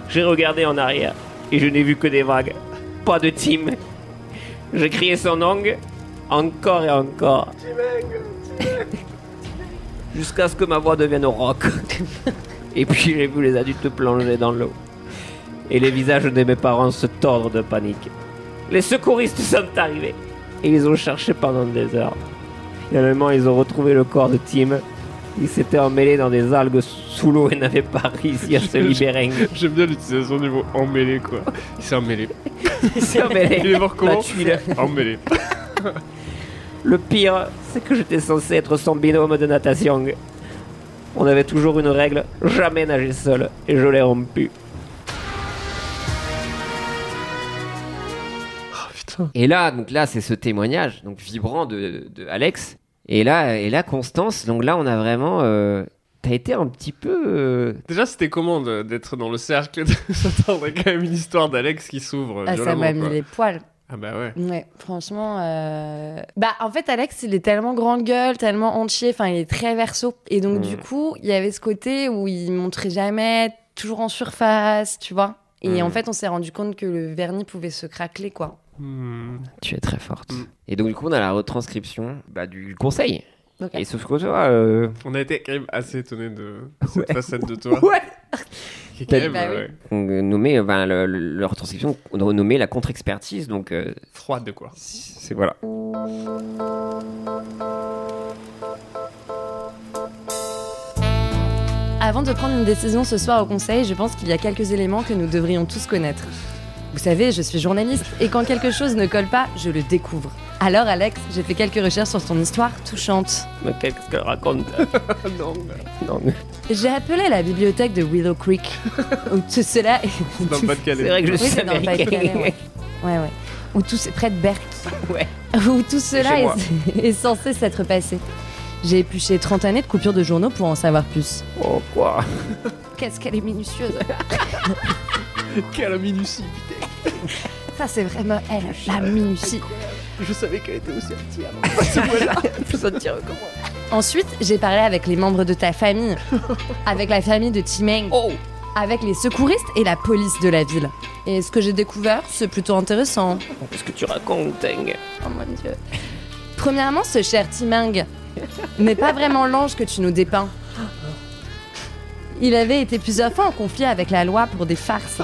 Speaker 1: j'ai regardé en arrière et je n'ai vu que des vagues. Pas de Tim. J'ai crié son nom encore et encore. Jusqu'à ce que ma voix devienne au rock. Et puis j'ai vu les adultes plonger dans l'eau. Et les visages de mes parents se tordre de panique. Les secouristes sont arrivés et ils ont cherché pendant des heures. Finalement, ils ont retrouvé le corps de Tim. Il s'était emmêlé dans des algues sous l'eau et n'avait pas réussi à se libérer.
Speaker 2: J'aime bien l'utilisation du mot emmêlé, quoi. Il s'est emmêlé.
Speaker 1: Il s'est emmêlé.
Speaker 2: Il est mort comment
Speaker 1: Bah, tu l'as-
Speaker 2: Emmêlé.
Speaker 1: Le pire, c'est que j'étais censé être son binôme de natation. On avait toujours une règle, jamais nager seul, et je l'ai rompu. Et là, donc là, c'est ce témoignage, donc vibrant de, de Alex. Et là, et là, Constance, donc là, on a vraiment, euh, t'as été un petit peu, euh,
Speaker 2: Déjà, c'était comment de- d'être dans le cercle de s'attendre quand même une histoire d'Alex qui s'ouvre
Speaker 4: Ah, ça
Speaker 2: violemment,
Speaker 4: m'a mis
Speaker 2: quoi.
Speaker 4: les poils.
Speaker 2: Ah bah ouais.
Speaker 4: Ouais, franchement. euh, Bah, en fait, Alex, il est tellement grande gueule, tellement entier, enfin, il est très verso. Et donc,
Speaker 1: Mm.
Speaker 4: du coup, il y avait ce côté où il montrait jamais, toujours en surface, tu vois. Et
Speaker 1: Mm.
Speaker 4: en fait, on s'est rendu compte que le vernis pouvait se craqueler, quoi.
Speaker 2: Hmm.
Speaker 1: tu es très forte.
Speaker 2: Mm.
Speaker 1: Et donc du coup, on a la retranscription bah, du conseil.
Speaker 4: Ok.
Speaker 1: Et sauf que toi, euh,
Speaker 2: On a été quand même assez étonnés de cette facette de toi.
Speaker 1: Ouais.
Speaker 2: Qui est quand même,
Speaker 4: Bah oui.
Speaker 2: ouais,
Speaker 1: on nommait, euh, ben, le- le- leur transcription, on a nommé la contre-expertise, donc euh,
Speaker 2: froide de quoi.
Speaker 1: c'est voilà.
Speaker 4: Avant de prendre une décision ce soir au conseil, je pense qu'il y a quelques éléments que nous devrions tous connaître. Vous savez, je suis journaliste et quand quelque chose ne colle pas, je le découvre. Alors Alex, j'ai fait quelques recherches sur ton histoire touchante.
Speaker 1: Mais qu'est-ce qu'elle raconte
Speaker 2: non,
Speaker 1: Non, mais
Speaker 4: J'ai appelé la bibliothèque de Willow Creek. Où tout cela est...
Speaker 2: dans le pas de
Speaker 1: c'est vrai
Speaker 2: Calais.
Speaker 1: que je
Speaker 4: Oui,
Speaker 1: suis
Speaker 4: c'est dans le Pas-de-Calais,
Speaker 1: américain.
Speaker 4: ouais. Ouais, ouais. Où tout ce- près de Berck.
Speaker 1: Ouais.
Speaker 4: Où tout cela
Speaker 1: Chez
Speaker 4: est,
Speaker 1: moi.
Speaker 4: est censé s'être passé. J'ai épluché 30 années de coupures de journaux pour en savoir plus.
Speaker 1: Oh quoi
Speaker 4: Qu'est-ce qu'elle est minutieuse
Speaker 2: Quelle minutie, putain.
Speaker 4: Ça c'est vraiment elle, la minutie.
Speaker 2: Je savais qu'elle était aussi petit avant.
Speaker 4: Ensuite, j'ai parlé avec les membres de ta famille, avec la famille de Timeng, avec les secouristes et la police de la ville. Et ce que j'ai découvert, c'est plutôt intéressant.
Speaker 1: Qu'est-ce que tu racontes, Teng
Speaker 4: Oh mon dieu. Premièrement, ce cher Timeng n'est pas vraiment l'ange que tu nous dépeins. Il avait été plusieurs fois en conflit avec la loi pour des farces,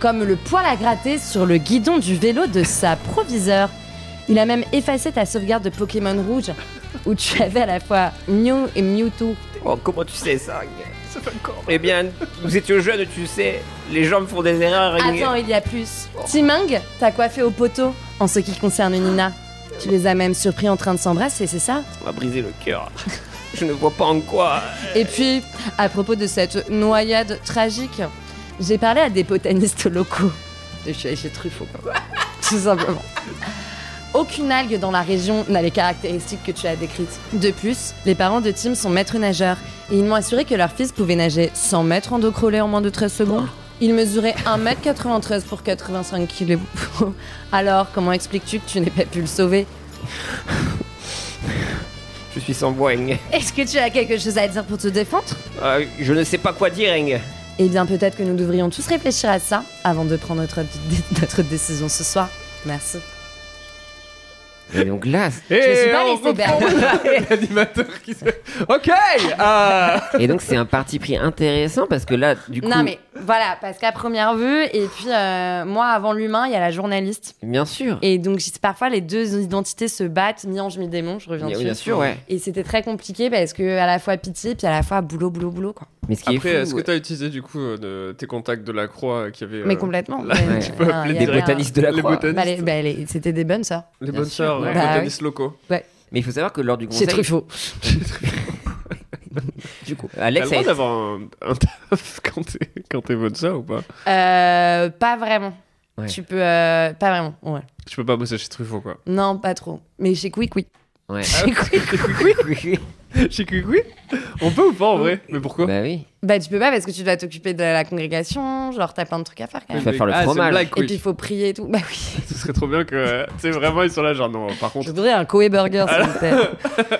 Speaker 4: comme le poil à gratter sur le guidon du vélo de sa proviseure. Il a même effacé ta sauvegarde de Pokémon Rouge, où tu avais à la fois Mew et Mewtwo.
Speaker 1: Oh, comment tu sais ça Eh bien, nous étions jeunes, tu sais, les gens font des erreurs.
Speaker 4: Attends, il y a plus. Timang, t'as coiffé au poteau en ce qui concerne Nina. Tu les as même surpris en train de s'embrasser, c'est ça
Speaker 1: On m'a brisé le cœur. Je ne vois pas en quoi.
Speaker 4: Et puis, à propos de cette noyade tragique, j'ai parlé à des botanistes locaux. Je suis allée chez Truffaut, quoi. Tout simplement. Aucune algue dans la région n'a les caractéristiques que tu as décrites. De plus, les parents de Tim sont maîtres nageurs et ils m'ont assuré que leur fils pouvait nager 100 mètres en dos crawlé en moins de 13 secondes. Il mesurait 1m93 pour 85 kg. Alors, comment expliques-tu que tu n'aies pas pu le sauver
Speaker 1: Je suis sans voix, Eng.
Speaker 4: Est-ce que tu as quelque chose à dire pour te défendre
Speaker 1: Euh, je ne sais pas quoi dire, Eng.
Speaker 4: Eh bien, peut-être que nous devrions tous réfléchir à ça avant de prendre notre, notre décision ce soir. Merci.
Speaker 1: Et donc là,
Speaker 4: je suis pas laissée berner.
Speaker 2: L'animateur qui s'est. Ok ah
Speaker 1: et donc c'est un parti pris intéressant parce que là, du coup,
Speaker 4: Non, mais voilà, parce qu'à première vue, et puis euh, moi, avant l'humain, il y a la journaliste.
Speaker 1: bien sûr,
Speaker 4: Et donc, j- parfois, les deux identités se battent, mi-ange, mi-démon, je reviens
Speaker 1: bien,
Speaker 4: dessus.
Speaker 1: bien sûr, ouais.
Speaker 4: Et c'était très compliqué parce que à la fois pitié, puis à la fois boulot, boulot, boulot, quoi.
Speaker 1: Mais ce qui
Speaker 2: Après,
Speaker 1: est
Speaker 2: est-ce
Speaker 1: fou,
Speaker 2: que t'as utilisé du coup euh, de- tes contacts de la Croix euh, qui avaient. euh,
Speaker 4: Mais complètement.
Speaker 2: là,
Speaker 4: Mais,
Speaker 1: tu
Speaker 4: euh,
Speaker 2: peux
Speaker 4: non,
Speaker 2: appeler
Speaker 4: il y
Speaker 1: des
Speaker 4: avait un-
Speaker 1: botanistes de la
Speaker 2: les
Speaker 1: croix.
Speaker 2: botanistes,
Speaker 4: Bah, les- bah, les- c'était des bonnes sœurs.
Speaker 2: les
Speaker 1: Bien
Speaker 2: bonnes
Speaker 1: sûr,
Speaker 2: sœurs,
Speaker 1: ouais.
Speaker 2: les
Speaker 4: Bah
Speaker 2: botanistes locaux.
Speaker 1: Mais il faut savoir que lors du
Speaker 4: C'est
Speaker 1: conseil,
Speaker 4: Truffaut.
Speaker 1: du coup,
Speaker 2: T'as le
Speaker 1: Alex a
Speaker 2: droit
Speaker 1: été-
Speaker 2: d'avoir un, un taf quand t'es, quand t'es bonne sœur ou pas
Speaker 4: Euh, pas vraiment.
Speaker 1: Ouais.
Speaker 4: Tu peux. euh, pas vraiment, ouais.
Speaker 2: Tu peux pas bosser chez Truffaut quoi.
Speaker 4: Non, pas trop. Mais chez Quick, oui.
Speaker 1: Ouais.
Speaker 4: Chez Quick.
Speaker 2: chez Cuicui On peut ou pas en vrai Mais pourquoi
Speaker 1: Bah oui.
Speaker 4: Bah, tu peux pas parce que tu dois t'occuper de la congrégation. Genre, t'as plein de trucs à faire quand
Speaker 1: Il
Speaker 4: même.
Speaker 1: va faire le
Speaker 2: Ah, c'est une
Speaker 1: fromage.
Speaker 2: blague,
Speaker 4: Et puis, il
Speaker 2: Quick.
Speaker 4: faut prier et tout. Bah oui.
Speaker 2: Ce serait trop bien que. euh, Tu sais, vraiment, ils sont là, genre non, par
Speaker 4: Je
Speaker 2: contre.
Speaker 4: voudrais un Koei Burger, s'il vous plaît.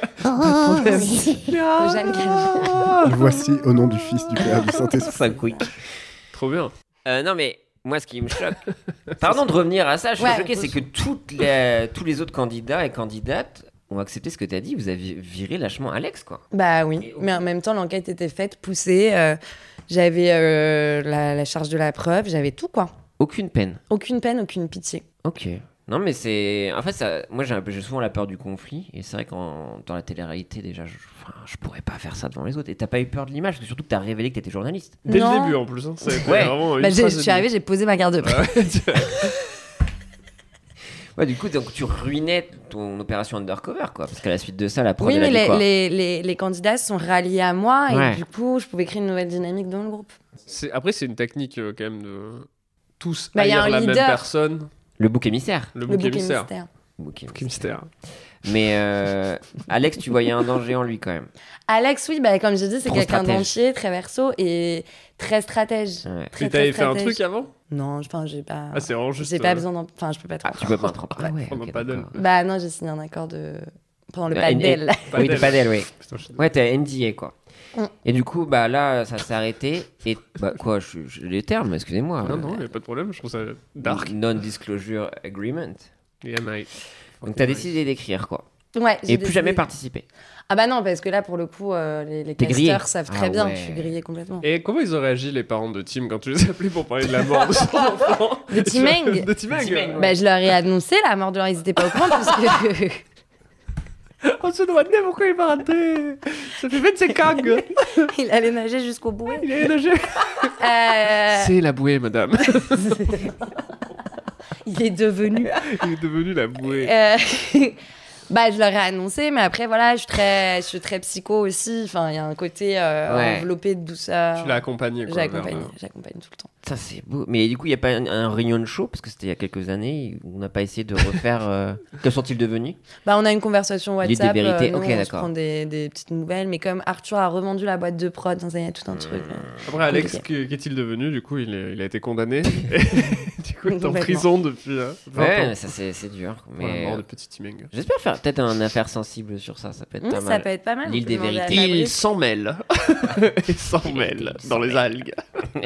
Speaker 4: De Jeanne Calment.
Speaker 3: Le voici au nom du Fils, du Père, du Saint-Esprit.
Speaker 1: Ça, quick.
Speaker 2: Trop bien.
Speaker 1: Euh, non, mais moi, ce qui me choque. Pardon de revenir à ça, je suis
Speaker 4: Ouais.
Speaker 1: choqué, c'est que toutes les, tous les autres candidats et candidates ont accepté ce que t'as dit. Vous avez viré lâchement Alex, quoi.
Speaker 4: Bah oui. Mais en même temps, l'enquête était faite, poussée. euh, j'avais euh, la, la charge de la preuve, j'avais tout, quoi.
Speaker 1: Aucune peine.
Speaker 4: Aucune peine, aucune pitié.
Speaker 1: Ok. Non, mais c'est. En fait, ça... moi, j'ai un peu- j'ai souvent la peur du conflit. Et c'est vrai qu'en dans la télé-réalité, déjà, je... enfin, je pourrais pas faire ça devant les autres. Et t'as pas eu peur de l'image, parce que surtout que t'as révélé que t'étais journaliste.
Speaker 2: Dès
Speaker 4: Non.
Speaker 2: le début en plus. Hein, ça a été
Speaker 1: Ouais.
Speaker 2: vraiment une
Speaker 4: Bah, j'ai-
Speaker 2: phrase
Speaker 4: je
Speaker 2: de-
Speaker 4: suis arrivée, j'ai posé ma garde.
Speaker 1: Ouais, du coup, donc, tu ruinais ton opération undercover, quoi. Parce qu'à la suite de ça, la prod,
Speaker 4: Oui,
Speaker 1: elle a
Speaker 4: mais
Speaker 1: dit quoi
Speaker 4: les, les, les, les candidats se sont ralliés à moi et
Speaker 1: Ouais.
Speaker 4: du coup, je pouvais créer une nouvelle dynamique dans le groupe.
Speaker 2: C'est- Après, c'est une technique euh, quand même de tous
Speaker 4: Bah, y a
Speaker 2: haïr
Speaker 4: un
Speaker 2: la même
Speaker 4: leader.
Speaker 2: personne,
Speaker 1: Le bouc émissaire.
Speaker 2: le
Speaker 4: le
Speaker 2: bouc
Speaker 4: bouc est
Speaker 2: émissaire.
Speaker 4: mystère.
Speaker 1: Bouc
Speaker 2: Bouc émissaire.
Speaker 1: Mais euh, Alex, tu voyais un danger en lui quand même.
Speaker 4: Alex, oui, bah, comme j'ai dit, c'est
Speaker 1: Trop
Speaker 4: quelqu'un
Speaker 1: stratège.
Speaker 4: d'entier, très verso et très stratège.
Speaker 1: Ouais.
Speaker 4: Très,
Speaker 2: Mais
Speaker 4: très
Speaker 2: t'avais fait un
Speaker 4: stratège.
Speaker 2: truc avant
Speaker 4: Non, enfin, j'ai pas.
Speaker 2: Ah, c'est vraiment juste.
Speaker 4: j'ai pas
Speaker 2: euh,
Speaker 4: besoin d'en. Enfin, je peux pas trop.
Speaker 1: Ah, tu peux pas en parler.
Speaker 2: On en parle.
Speaker 4: Bah, non, j'ai signé un accord de. Pendant le
Speaker 1: Bah,
Speaker 4: pas
Speaker 1: une-
Speaker 4: d'elle.
Speaker 2: pas
Speaker 1: Oui,
Speaker 2: d'elle.
Speaker 1: t'es pas d'elle, oui.
Speaker 2: Putain, je-
Speaker 1: Ouais, t'es NDA quoi.
Speaker 4: Mm.
Speaker 1: Et du coup, bah là, ça s'est arrêté. Et bah quoi, je, je- les termes, excusez-moi. Euh,
Speaker 2: Non, non, y a pas de problème, je trouve ça dark.
Speaker 1: Non-disclosure agreement.
Speaker 2: Yeah, mate.
Speaker 1: Donc t'as décidé d'écrire quoi.
Speaker 4: Ouais, j'ai
Speaker 1: Et plus
Speaker 4: décidé-
Speaker 1: jamais participer.
Speaker 4: Ah, bah non, parce que là, pour le coup, euh, les, les
Speaker 1: T'es grillé.
Speaker 4: casteurs savent très
Speaker 1: Ah
Speaker 4: bien
Speaker 1: ouais.
Speaker 4: que je suis grillée complètement.
Speaker 2: Et comment ils ont réagi les parents de Tim quand tu les as appelés pour parler de la mort de son enfant
Speaker 4: De Timeng
Speaker 2: De Timeng
Speaker 1: Timeng,
Speaker 4: Bah, je leur ai annoncé la mort de leur. Ils étaient pas au courant parce que.
Speaker 2: Oh, ce doigt de nez, pourquoi il m'a raté Ça fait 25 ans que-
Speaker 4: Euh, Il allait nager jusqu'au bouet.
Speaker 2: Il est nagé
Speaker 4: Euh,
Speaker 2: C'est la bouée, madame
Speaker 4: il est devenu.
Speaker 2: Il est devenu la bouée.
Speaker 4: Euh, bah, je leur ai annoncé, mais après, voilà, je suis très, je suis très psycho aussi. Enfin, il y a un côté euh,
Speaker 1: Ouais.
Speaker 4: enveloppé de douceur.
Speaker 2: Tu l'as accompagné, quoi.
Speaker 4: J'accompagne,
Speaker 2: vers euh, le-
Speaker 4: j'accompagne tout le temps.
Speaker 1: Ça c'est beau. Mais du coup, il n'y a pas un, un réunion de show parce que c'était il y a quelques années où on n'a pas essayé de refaire. euh, Que sont-ils devenus
Speaker 4: Bah, on a une conversation
Speaker 1: L'idée
Speaker 4: WhatsApp. euh,
Speaker 1: des vérités,
Speaker 4: nous,
Speaker 1: ok,
Speaker 4: on se
Speaker 1: d'accord.
Speaker 4: prend des, des petites nouvelles, mais comme Arthur a revendu la boîte de prod, ça, il y a tout un truc.
Speaker 1: Hmm,
Speaker 2: Après, Alex,
Speaker 4: Compliqué.
Speaker 2: que- qu'est-il devenu Du coup, il, est- il a été condamné. du coup, il est en
Speaker 4: Complètement.
Speaker 2: prison depuis euh, 20
Speaker 1: Ouais,
Speaker 2: ans.
Speaker 1: ça c'est c'est dur.
Speaker 2: Pour la
Speaker 1: Mais euh,
Speaker 2: mort de petit Timeng.
Speaker 1: j'espère faire peut-être un affaire sensible sur ça. Ça peut être
Speaker 4: Hum,
Speaker 1: pas
Speaker 4: ça
Speaker 1: mal.
Speaker 4: peut être pas mal.
Speaker 1: L'île
Speaker 4: on
Speaker 1: des
Speaker 4: peut demander à
Speaker 1: vérités.
Speaker 4: Fabrice.
Speaker 2: Il s'en mêle. il s'en mêle dans les algues.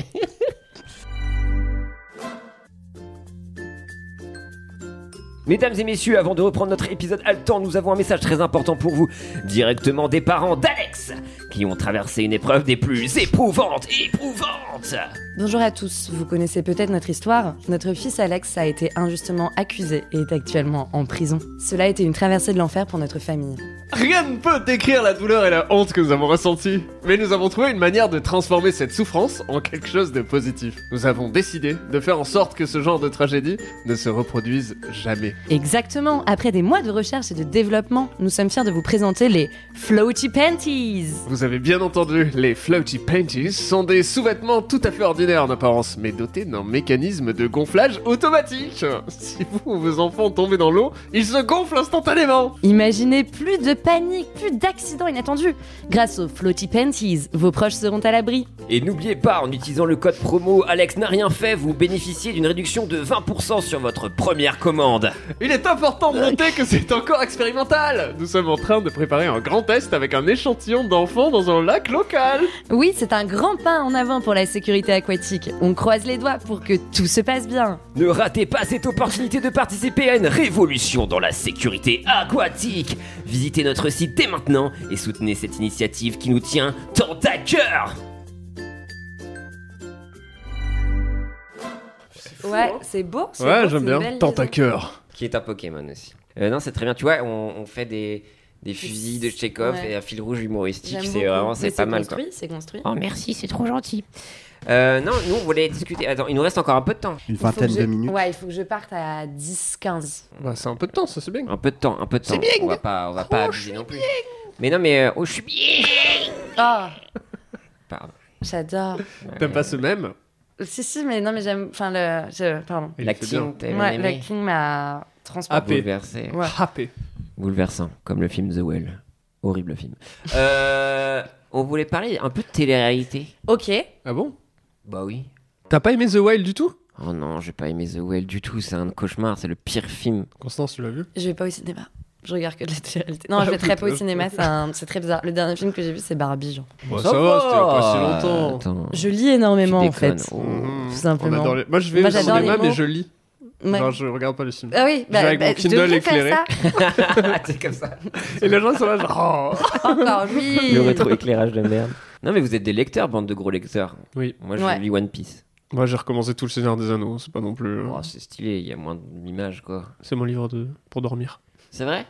Speaker 1: Mesdames et messieurs, avant de reprendre notre épisode haletant, nous avons un message très important pour vous, directement des parents d'Alex, qui ont traversé une épreuve des plus éprouvantes, éprouvantes
Speaker 4: Bonjour à tous, vous connaissez peut-être notre histoire. Notre fils Alex a été injustement accusé et est actuellement en prison. Cela a été une traversée de l'enfer pour notre famille.
Speaker 2: Rien ne peut décrire la douleur et la honte que nous avons ressenties. Mais nous avons trouvé une manière de transformer cette souffrance en quelque chose de positif. Nous avons décidé de faire en sorte que ce genre de tragédie ne se reproduise jamais.
Speaker 4: Exactement, après des mois de recherche et de développement, nous sommes fiers de vous présenter les Floaty Panties.
Speaker 2: Vous avez bien entendu, les floaty panties sont des sous-vêtements tout à fait ordinaires en apparence, mais dotés d'un mécanisme de gonflage automatique. Si vous ou vos enfants tombez dans l'eau, ils se gonflent instantanément.
Speaker 4: Imaginez plus de panique, plus d'accidents inattendus. Grâce aux Floaty Panties, vos proches seront à l'abri.
Speaker 1: Et n'oubliez pas, en utilisant le code promo Alex n'a rien fait, vous bénéficiez d'une réduction de 20% sur votre première commande.
Speaker 2: Il est important de noter que c'est encore expérimental Nous sommes en train de préparer un grand test avec un échantillon d'enfants dans un lac local
Speaker 4: Oui, c'est un grand pas en avant pour la sécurité aquatique. On croise les doigts pour que tout se passe bien.
Speaker 1: Ne ratez pas cette opportunité de participer à une révolution dans la sécurité aquatique Visitez notre site dès maintenant et soutenez cette initiative qui nous tient tant à cœur
Speaker 4: Ouais, c'est beau. c'est beau, c'est une belle liaison.
Speaker 2: cœur
Speaker 1: qui est un Pokémon aussi. Euh, non, c'est très bien. Tu vois, on, on fait des, des fusils de Chekhov
Speaker 4: Ouais.
Speaker 1: et un fil rouge humoristique.
Speaker 4: J'aime
Speaker 1: C'est
Speaker 4: beaucoup.
Speaker 1: vraiment,
Speaker 4: Mais
Speaker 1: c'est pas mal. Quoi.
Speaker 4: construit, C'est construit.
Speaker 1: Oh, merci, c'est trop gentil. Euh, non, nous, on voulait discuter. Attends, il nous reste encore un peu de temps.
Speaker 3: Une
Speaker 4: Il faut
Speaker 3: vingtaine
Speaker 4: que je-
Speaker 3: de minutes.
Speaker 4: Ouais, il faut que je parte à 10-15.
Speaker 2: bah, C'est un peu de temps, ça c'est bien
Speaker 1: Un peu de temps, un peu de temps. On va pas, on va pas abuser non plus. Mais non, mais euh, oh, je suis bien.
Speaker 4: Oh,
Speaker 1: Ah. Pardon.
Speaker 4: j'adore.
Speaker 2: T'aimes pas ce même
Speaker 4: Si, si, mais non, mais j'aime. Enfin, le. je- Pardon.
Speaker 2: Il fait bien.
Speaker 1: L'acting, t'as bien
Speaker 4: Ouais,
Speaker 1: aimé.
Speaker 4: l'acting m'a transporté.
Speaker 2: Happé.
Speaker 1: Bouleversé.
Speaker 4: Ah, Ouais.
Speaker 2: Happé.
Speaker 1: Bouleversant, comme le film The Well. Horrible film. Euh, on voulait parler un peu de télé-réalité.
Speaker 4: Ok.
Speaker 2: Ah bon
Speaker 1: Bah oui.
Speaker 2: T'as pas aimé The Wild du tout
Speaker 1: Oh non, j'ai pas aimé The Well du tout, c'est un cauchemar, c'est le pire film.
Speaker 2: Constance, tu l'as vu
Speaker 4: Je vais pas au cinéma. Je regarde que de la télé-réalité.
Speaker 1: Ah,
Speaker 4: Non, je vais très peu au cinéma. c'est un- C'est très bizarre. Le dernier film que j'ai vu, c'est Barbie, genre.
Speaker 2: Bah ça, va, c'était il y a pas si longtemps
Speaker 1: Ah, Attends,
Speaker 4: Je lis énormément,
Speaker 1: tu
Speaker 4: en fait.
Speaker 1: déconnes. Oh.
Speaker 2: Mhm.
Speaker 4: Tout simplement.
Speaker 2: On adore les- Moi je vais
Speaker 4: Moi,
Speaker 2: au
Speaker 4: j'adore
Speaker 2: cinéma
Speaker 4: les
Speaker 2: mais
Speaker 4: mots.
Speaker 2: je lis.
Speaker 4: Ouais.
Speaker 2: Genre je regarde pas le film.
Speaker 4: Ah oui, bah,
Speaker 2: avec mon
Speaker 4: bah, je
Speaker 2: Kindle
Speaker 4: devrais
Speaker 2: éclairé.
Speaker 4: faire
Speaker 1: C'est comme ça.
Speaker 2: Et les gens sont là genre... oh.
Speaker 4: ça. Encore, oui.
Speaker 1: Le rétroéclairage de merde. Non mais vous êtes des lecteurs, bande de gros lecteurs.
Speaker 2: Oui.
Speaker 1: Moi je
Speaker 4: Ouais.
Speaker 1: lis One Piece.
Speaker 2: Moi, j'ai recommencé tout le Seigneur des Anneaux. C'est pas non plus. euh,
Speaker 1: Oh, c'est stylé, il y a moins d'images quoi.
Speaker 2: C'est mon livre de... pour dormir.
Speaker 1: C'est vrai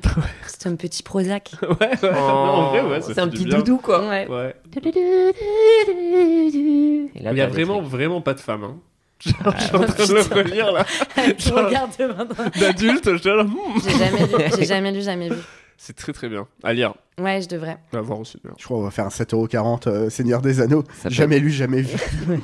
Speaker 4: C'est un petit Prozac.
Speaker 2: ouais, ouais. non, en vrai, ouais. ça
Speaker 1: C'est un
Speaker 2: fait du
Speaker 1: petit
Speaker 2: bien.
Speaker 1: doudou quoi.
Speaker 4: Ouais.
Speaker 2: Ouais. Ah, bah,
Speaker 1: Et là,
Speaker 2: Il y a
Speaker 1: t'as des
Speaker 2: vraiment,
Speaker 1: trucs.
Speaker 2: vraiment pas de femme. Hein. Je suis en train de le relire là.
Speaker 4: Je regarde demain.
Speaker 2: D'adulte, je suis là. hmm.
Speaker 4: J'ai jamais lu, j'ai jamais lu, jamais lu.
Speaker 2: C'est très très bien. À lire.
Speaker 4: Ouais, je devrais.
Speaker 2: À voir aussi. d'ailleurs.
Speaker 3: Je crois qu'on va faire un 7,40€ euh, Seigneur des Anneaux.
Speaker 1: Ça peut
Speaker 3: jamais lu, jamais vu.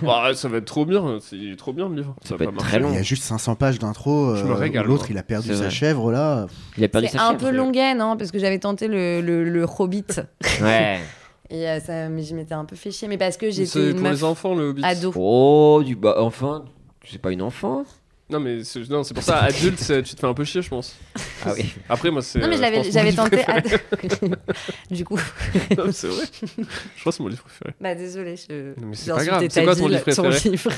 Speaker 2: Bah, ça va être trop bien. C'est il est trop bien le livre.
Speaker 1: Ça
Speaker 2: va
Speaker 1: peut
Speaker 2: pas
Speaker 1: être
Speaker 2: marcher.
Speaker 1: très
Speaker 3: Il y
Speaker 1: long.
Speaker 3: a juste 500 pages d'intro.
Speaker 2: Je me
Speaker 3: euh,
Speaker 2: régale,
Speaker 3: L'autre,
Speaker 2: moi.
Speaker 3: il a perdu
Speaker 1: C'est
Speaker 3: sa
Speaker 1: vrai.
Speaker 3: chèvre, là.
Speaker 1: Il a perdu
Speaker 4: C'est
Speaker 1: sa
Speaker 4: un
Speaker 1: chèvre.
Speaker 4: peu longuet, non Parce que j'avais tenté le, le, le Hobbit.
Speaker 1: Ouais.
Speaker 4: Et euh, ça, mais je m'étais un peu fait chier. Mais parce que j'étais
Speaker 2: C'est
Speaker 4: une
Speaker 2: pour les
Speaker 4: meuf
Speaker 2: enfants le Hobbit.
Speaker 4: ado.
Speaker 1: Oh, du bah enfin, c'est pas une enfant.
Speaker 2: Non mais c'est non, c'est pour ça adulte c'est- tu te fais un peu chier je pense.
Speaker 1: Ah oui.
Speaker 2: Après moi c'est
Speaker 4: Non, mais
Speaker 2: euh,
Speaker 4: je
Speaker 2: je
Speaker 4: l'avais-
Speaker 2: pense, mon
Speaker 4: j'avais
Speaker 2: livre
Speaker 4: tenté.
Speaker 2: préféré.
Speaker 4: du coup,
Speaker 2: Non, mais c'est vrai. Je crois que c'est mon livre préféré.
Speaker 4: bah désolé. Je...
Speaker 2: Non, mais c'est
Speaker 4: j'ai
Speaker 2: pas
Speaker 4: insulté
Speaker 2: grave.
Speaker 4: ta
Speaker 2: C'est quoi ton
Speaker 4: ville,
Speaker 2: livre préféré
Speaker 4: ton livre.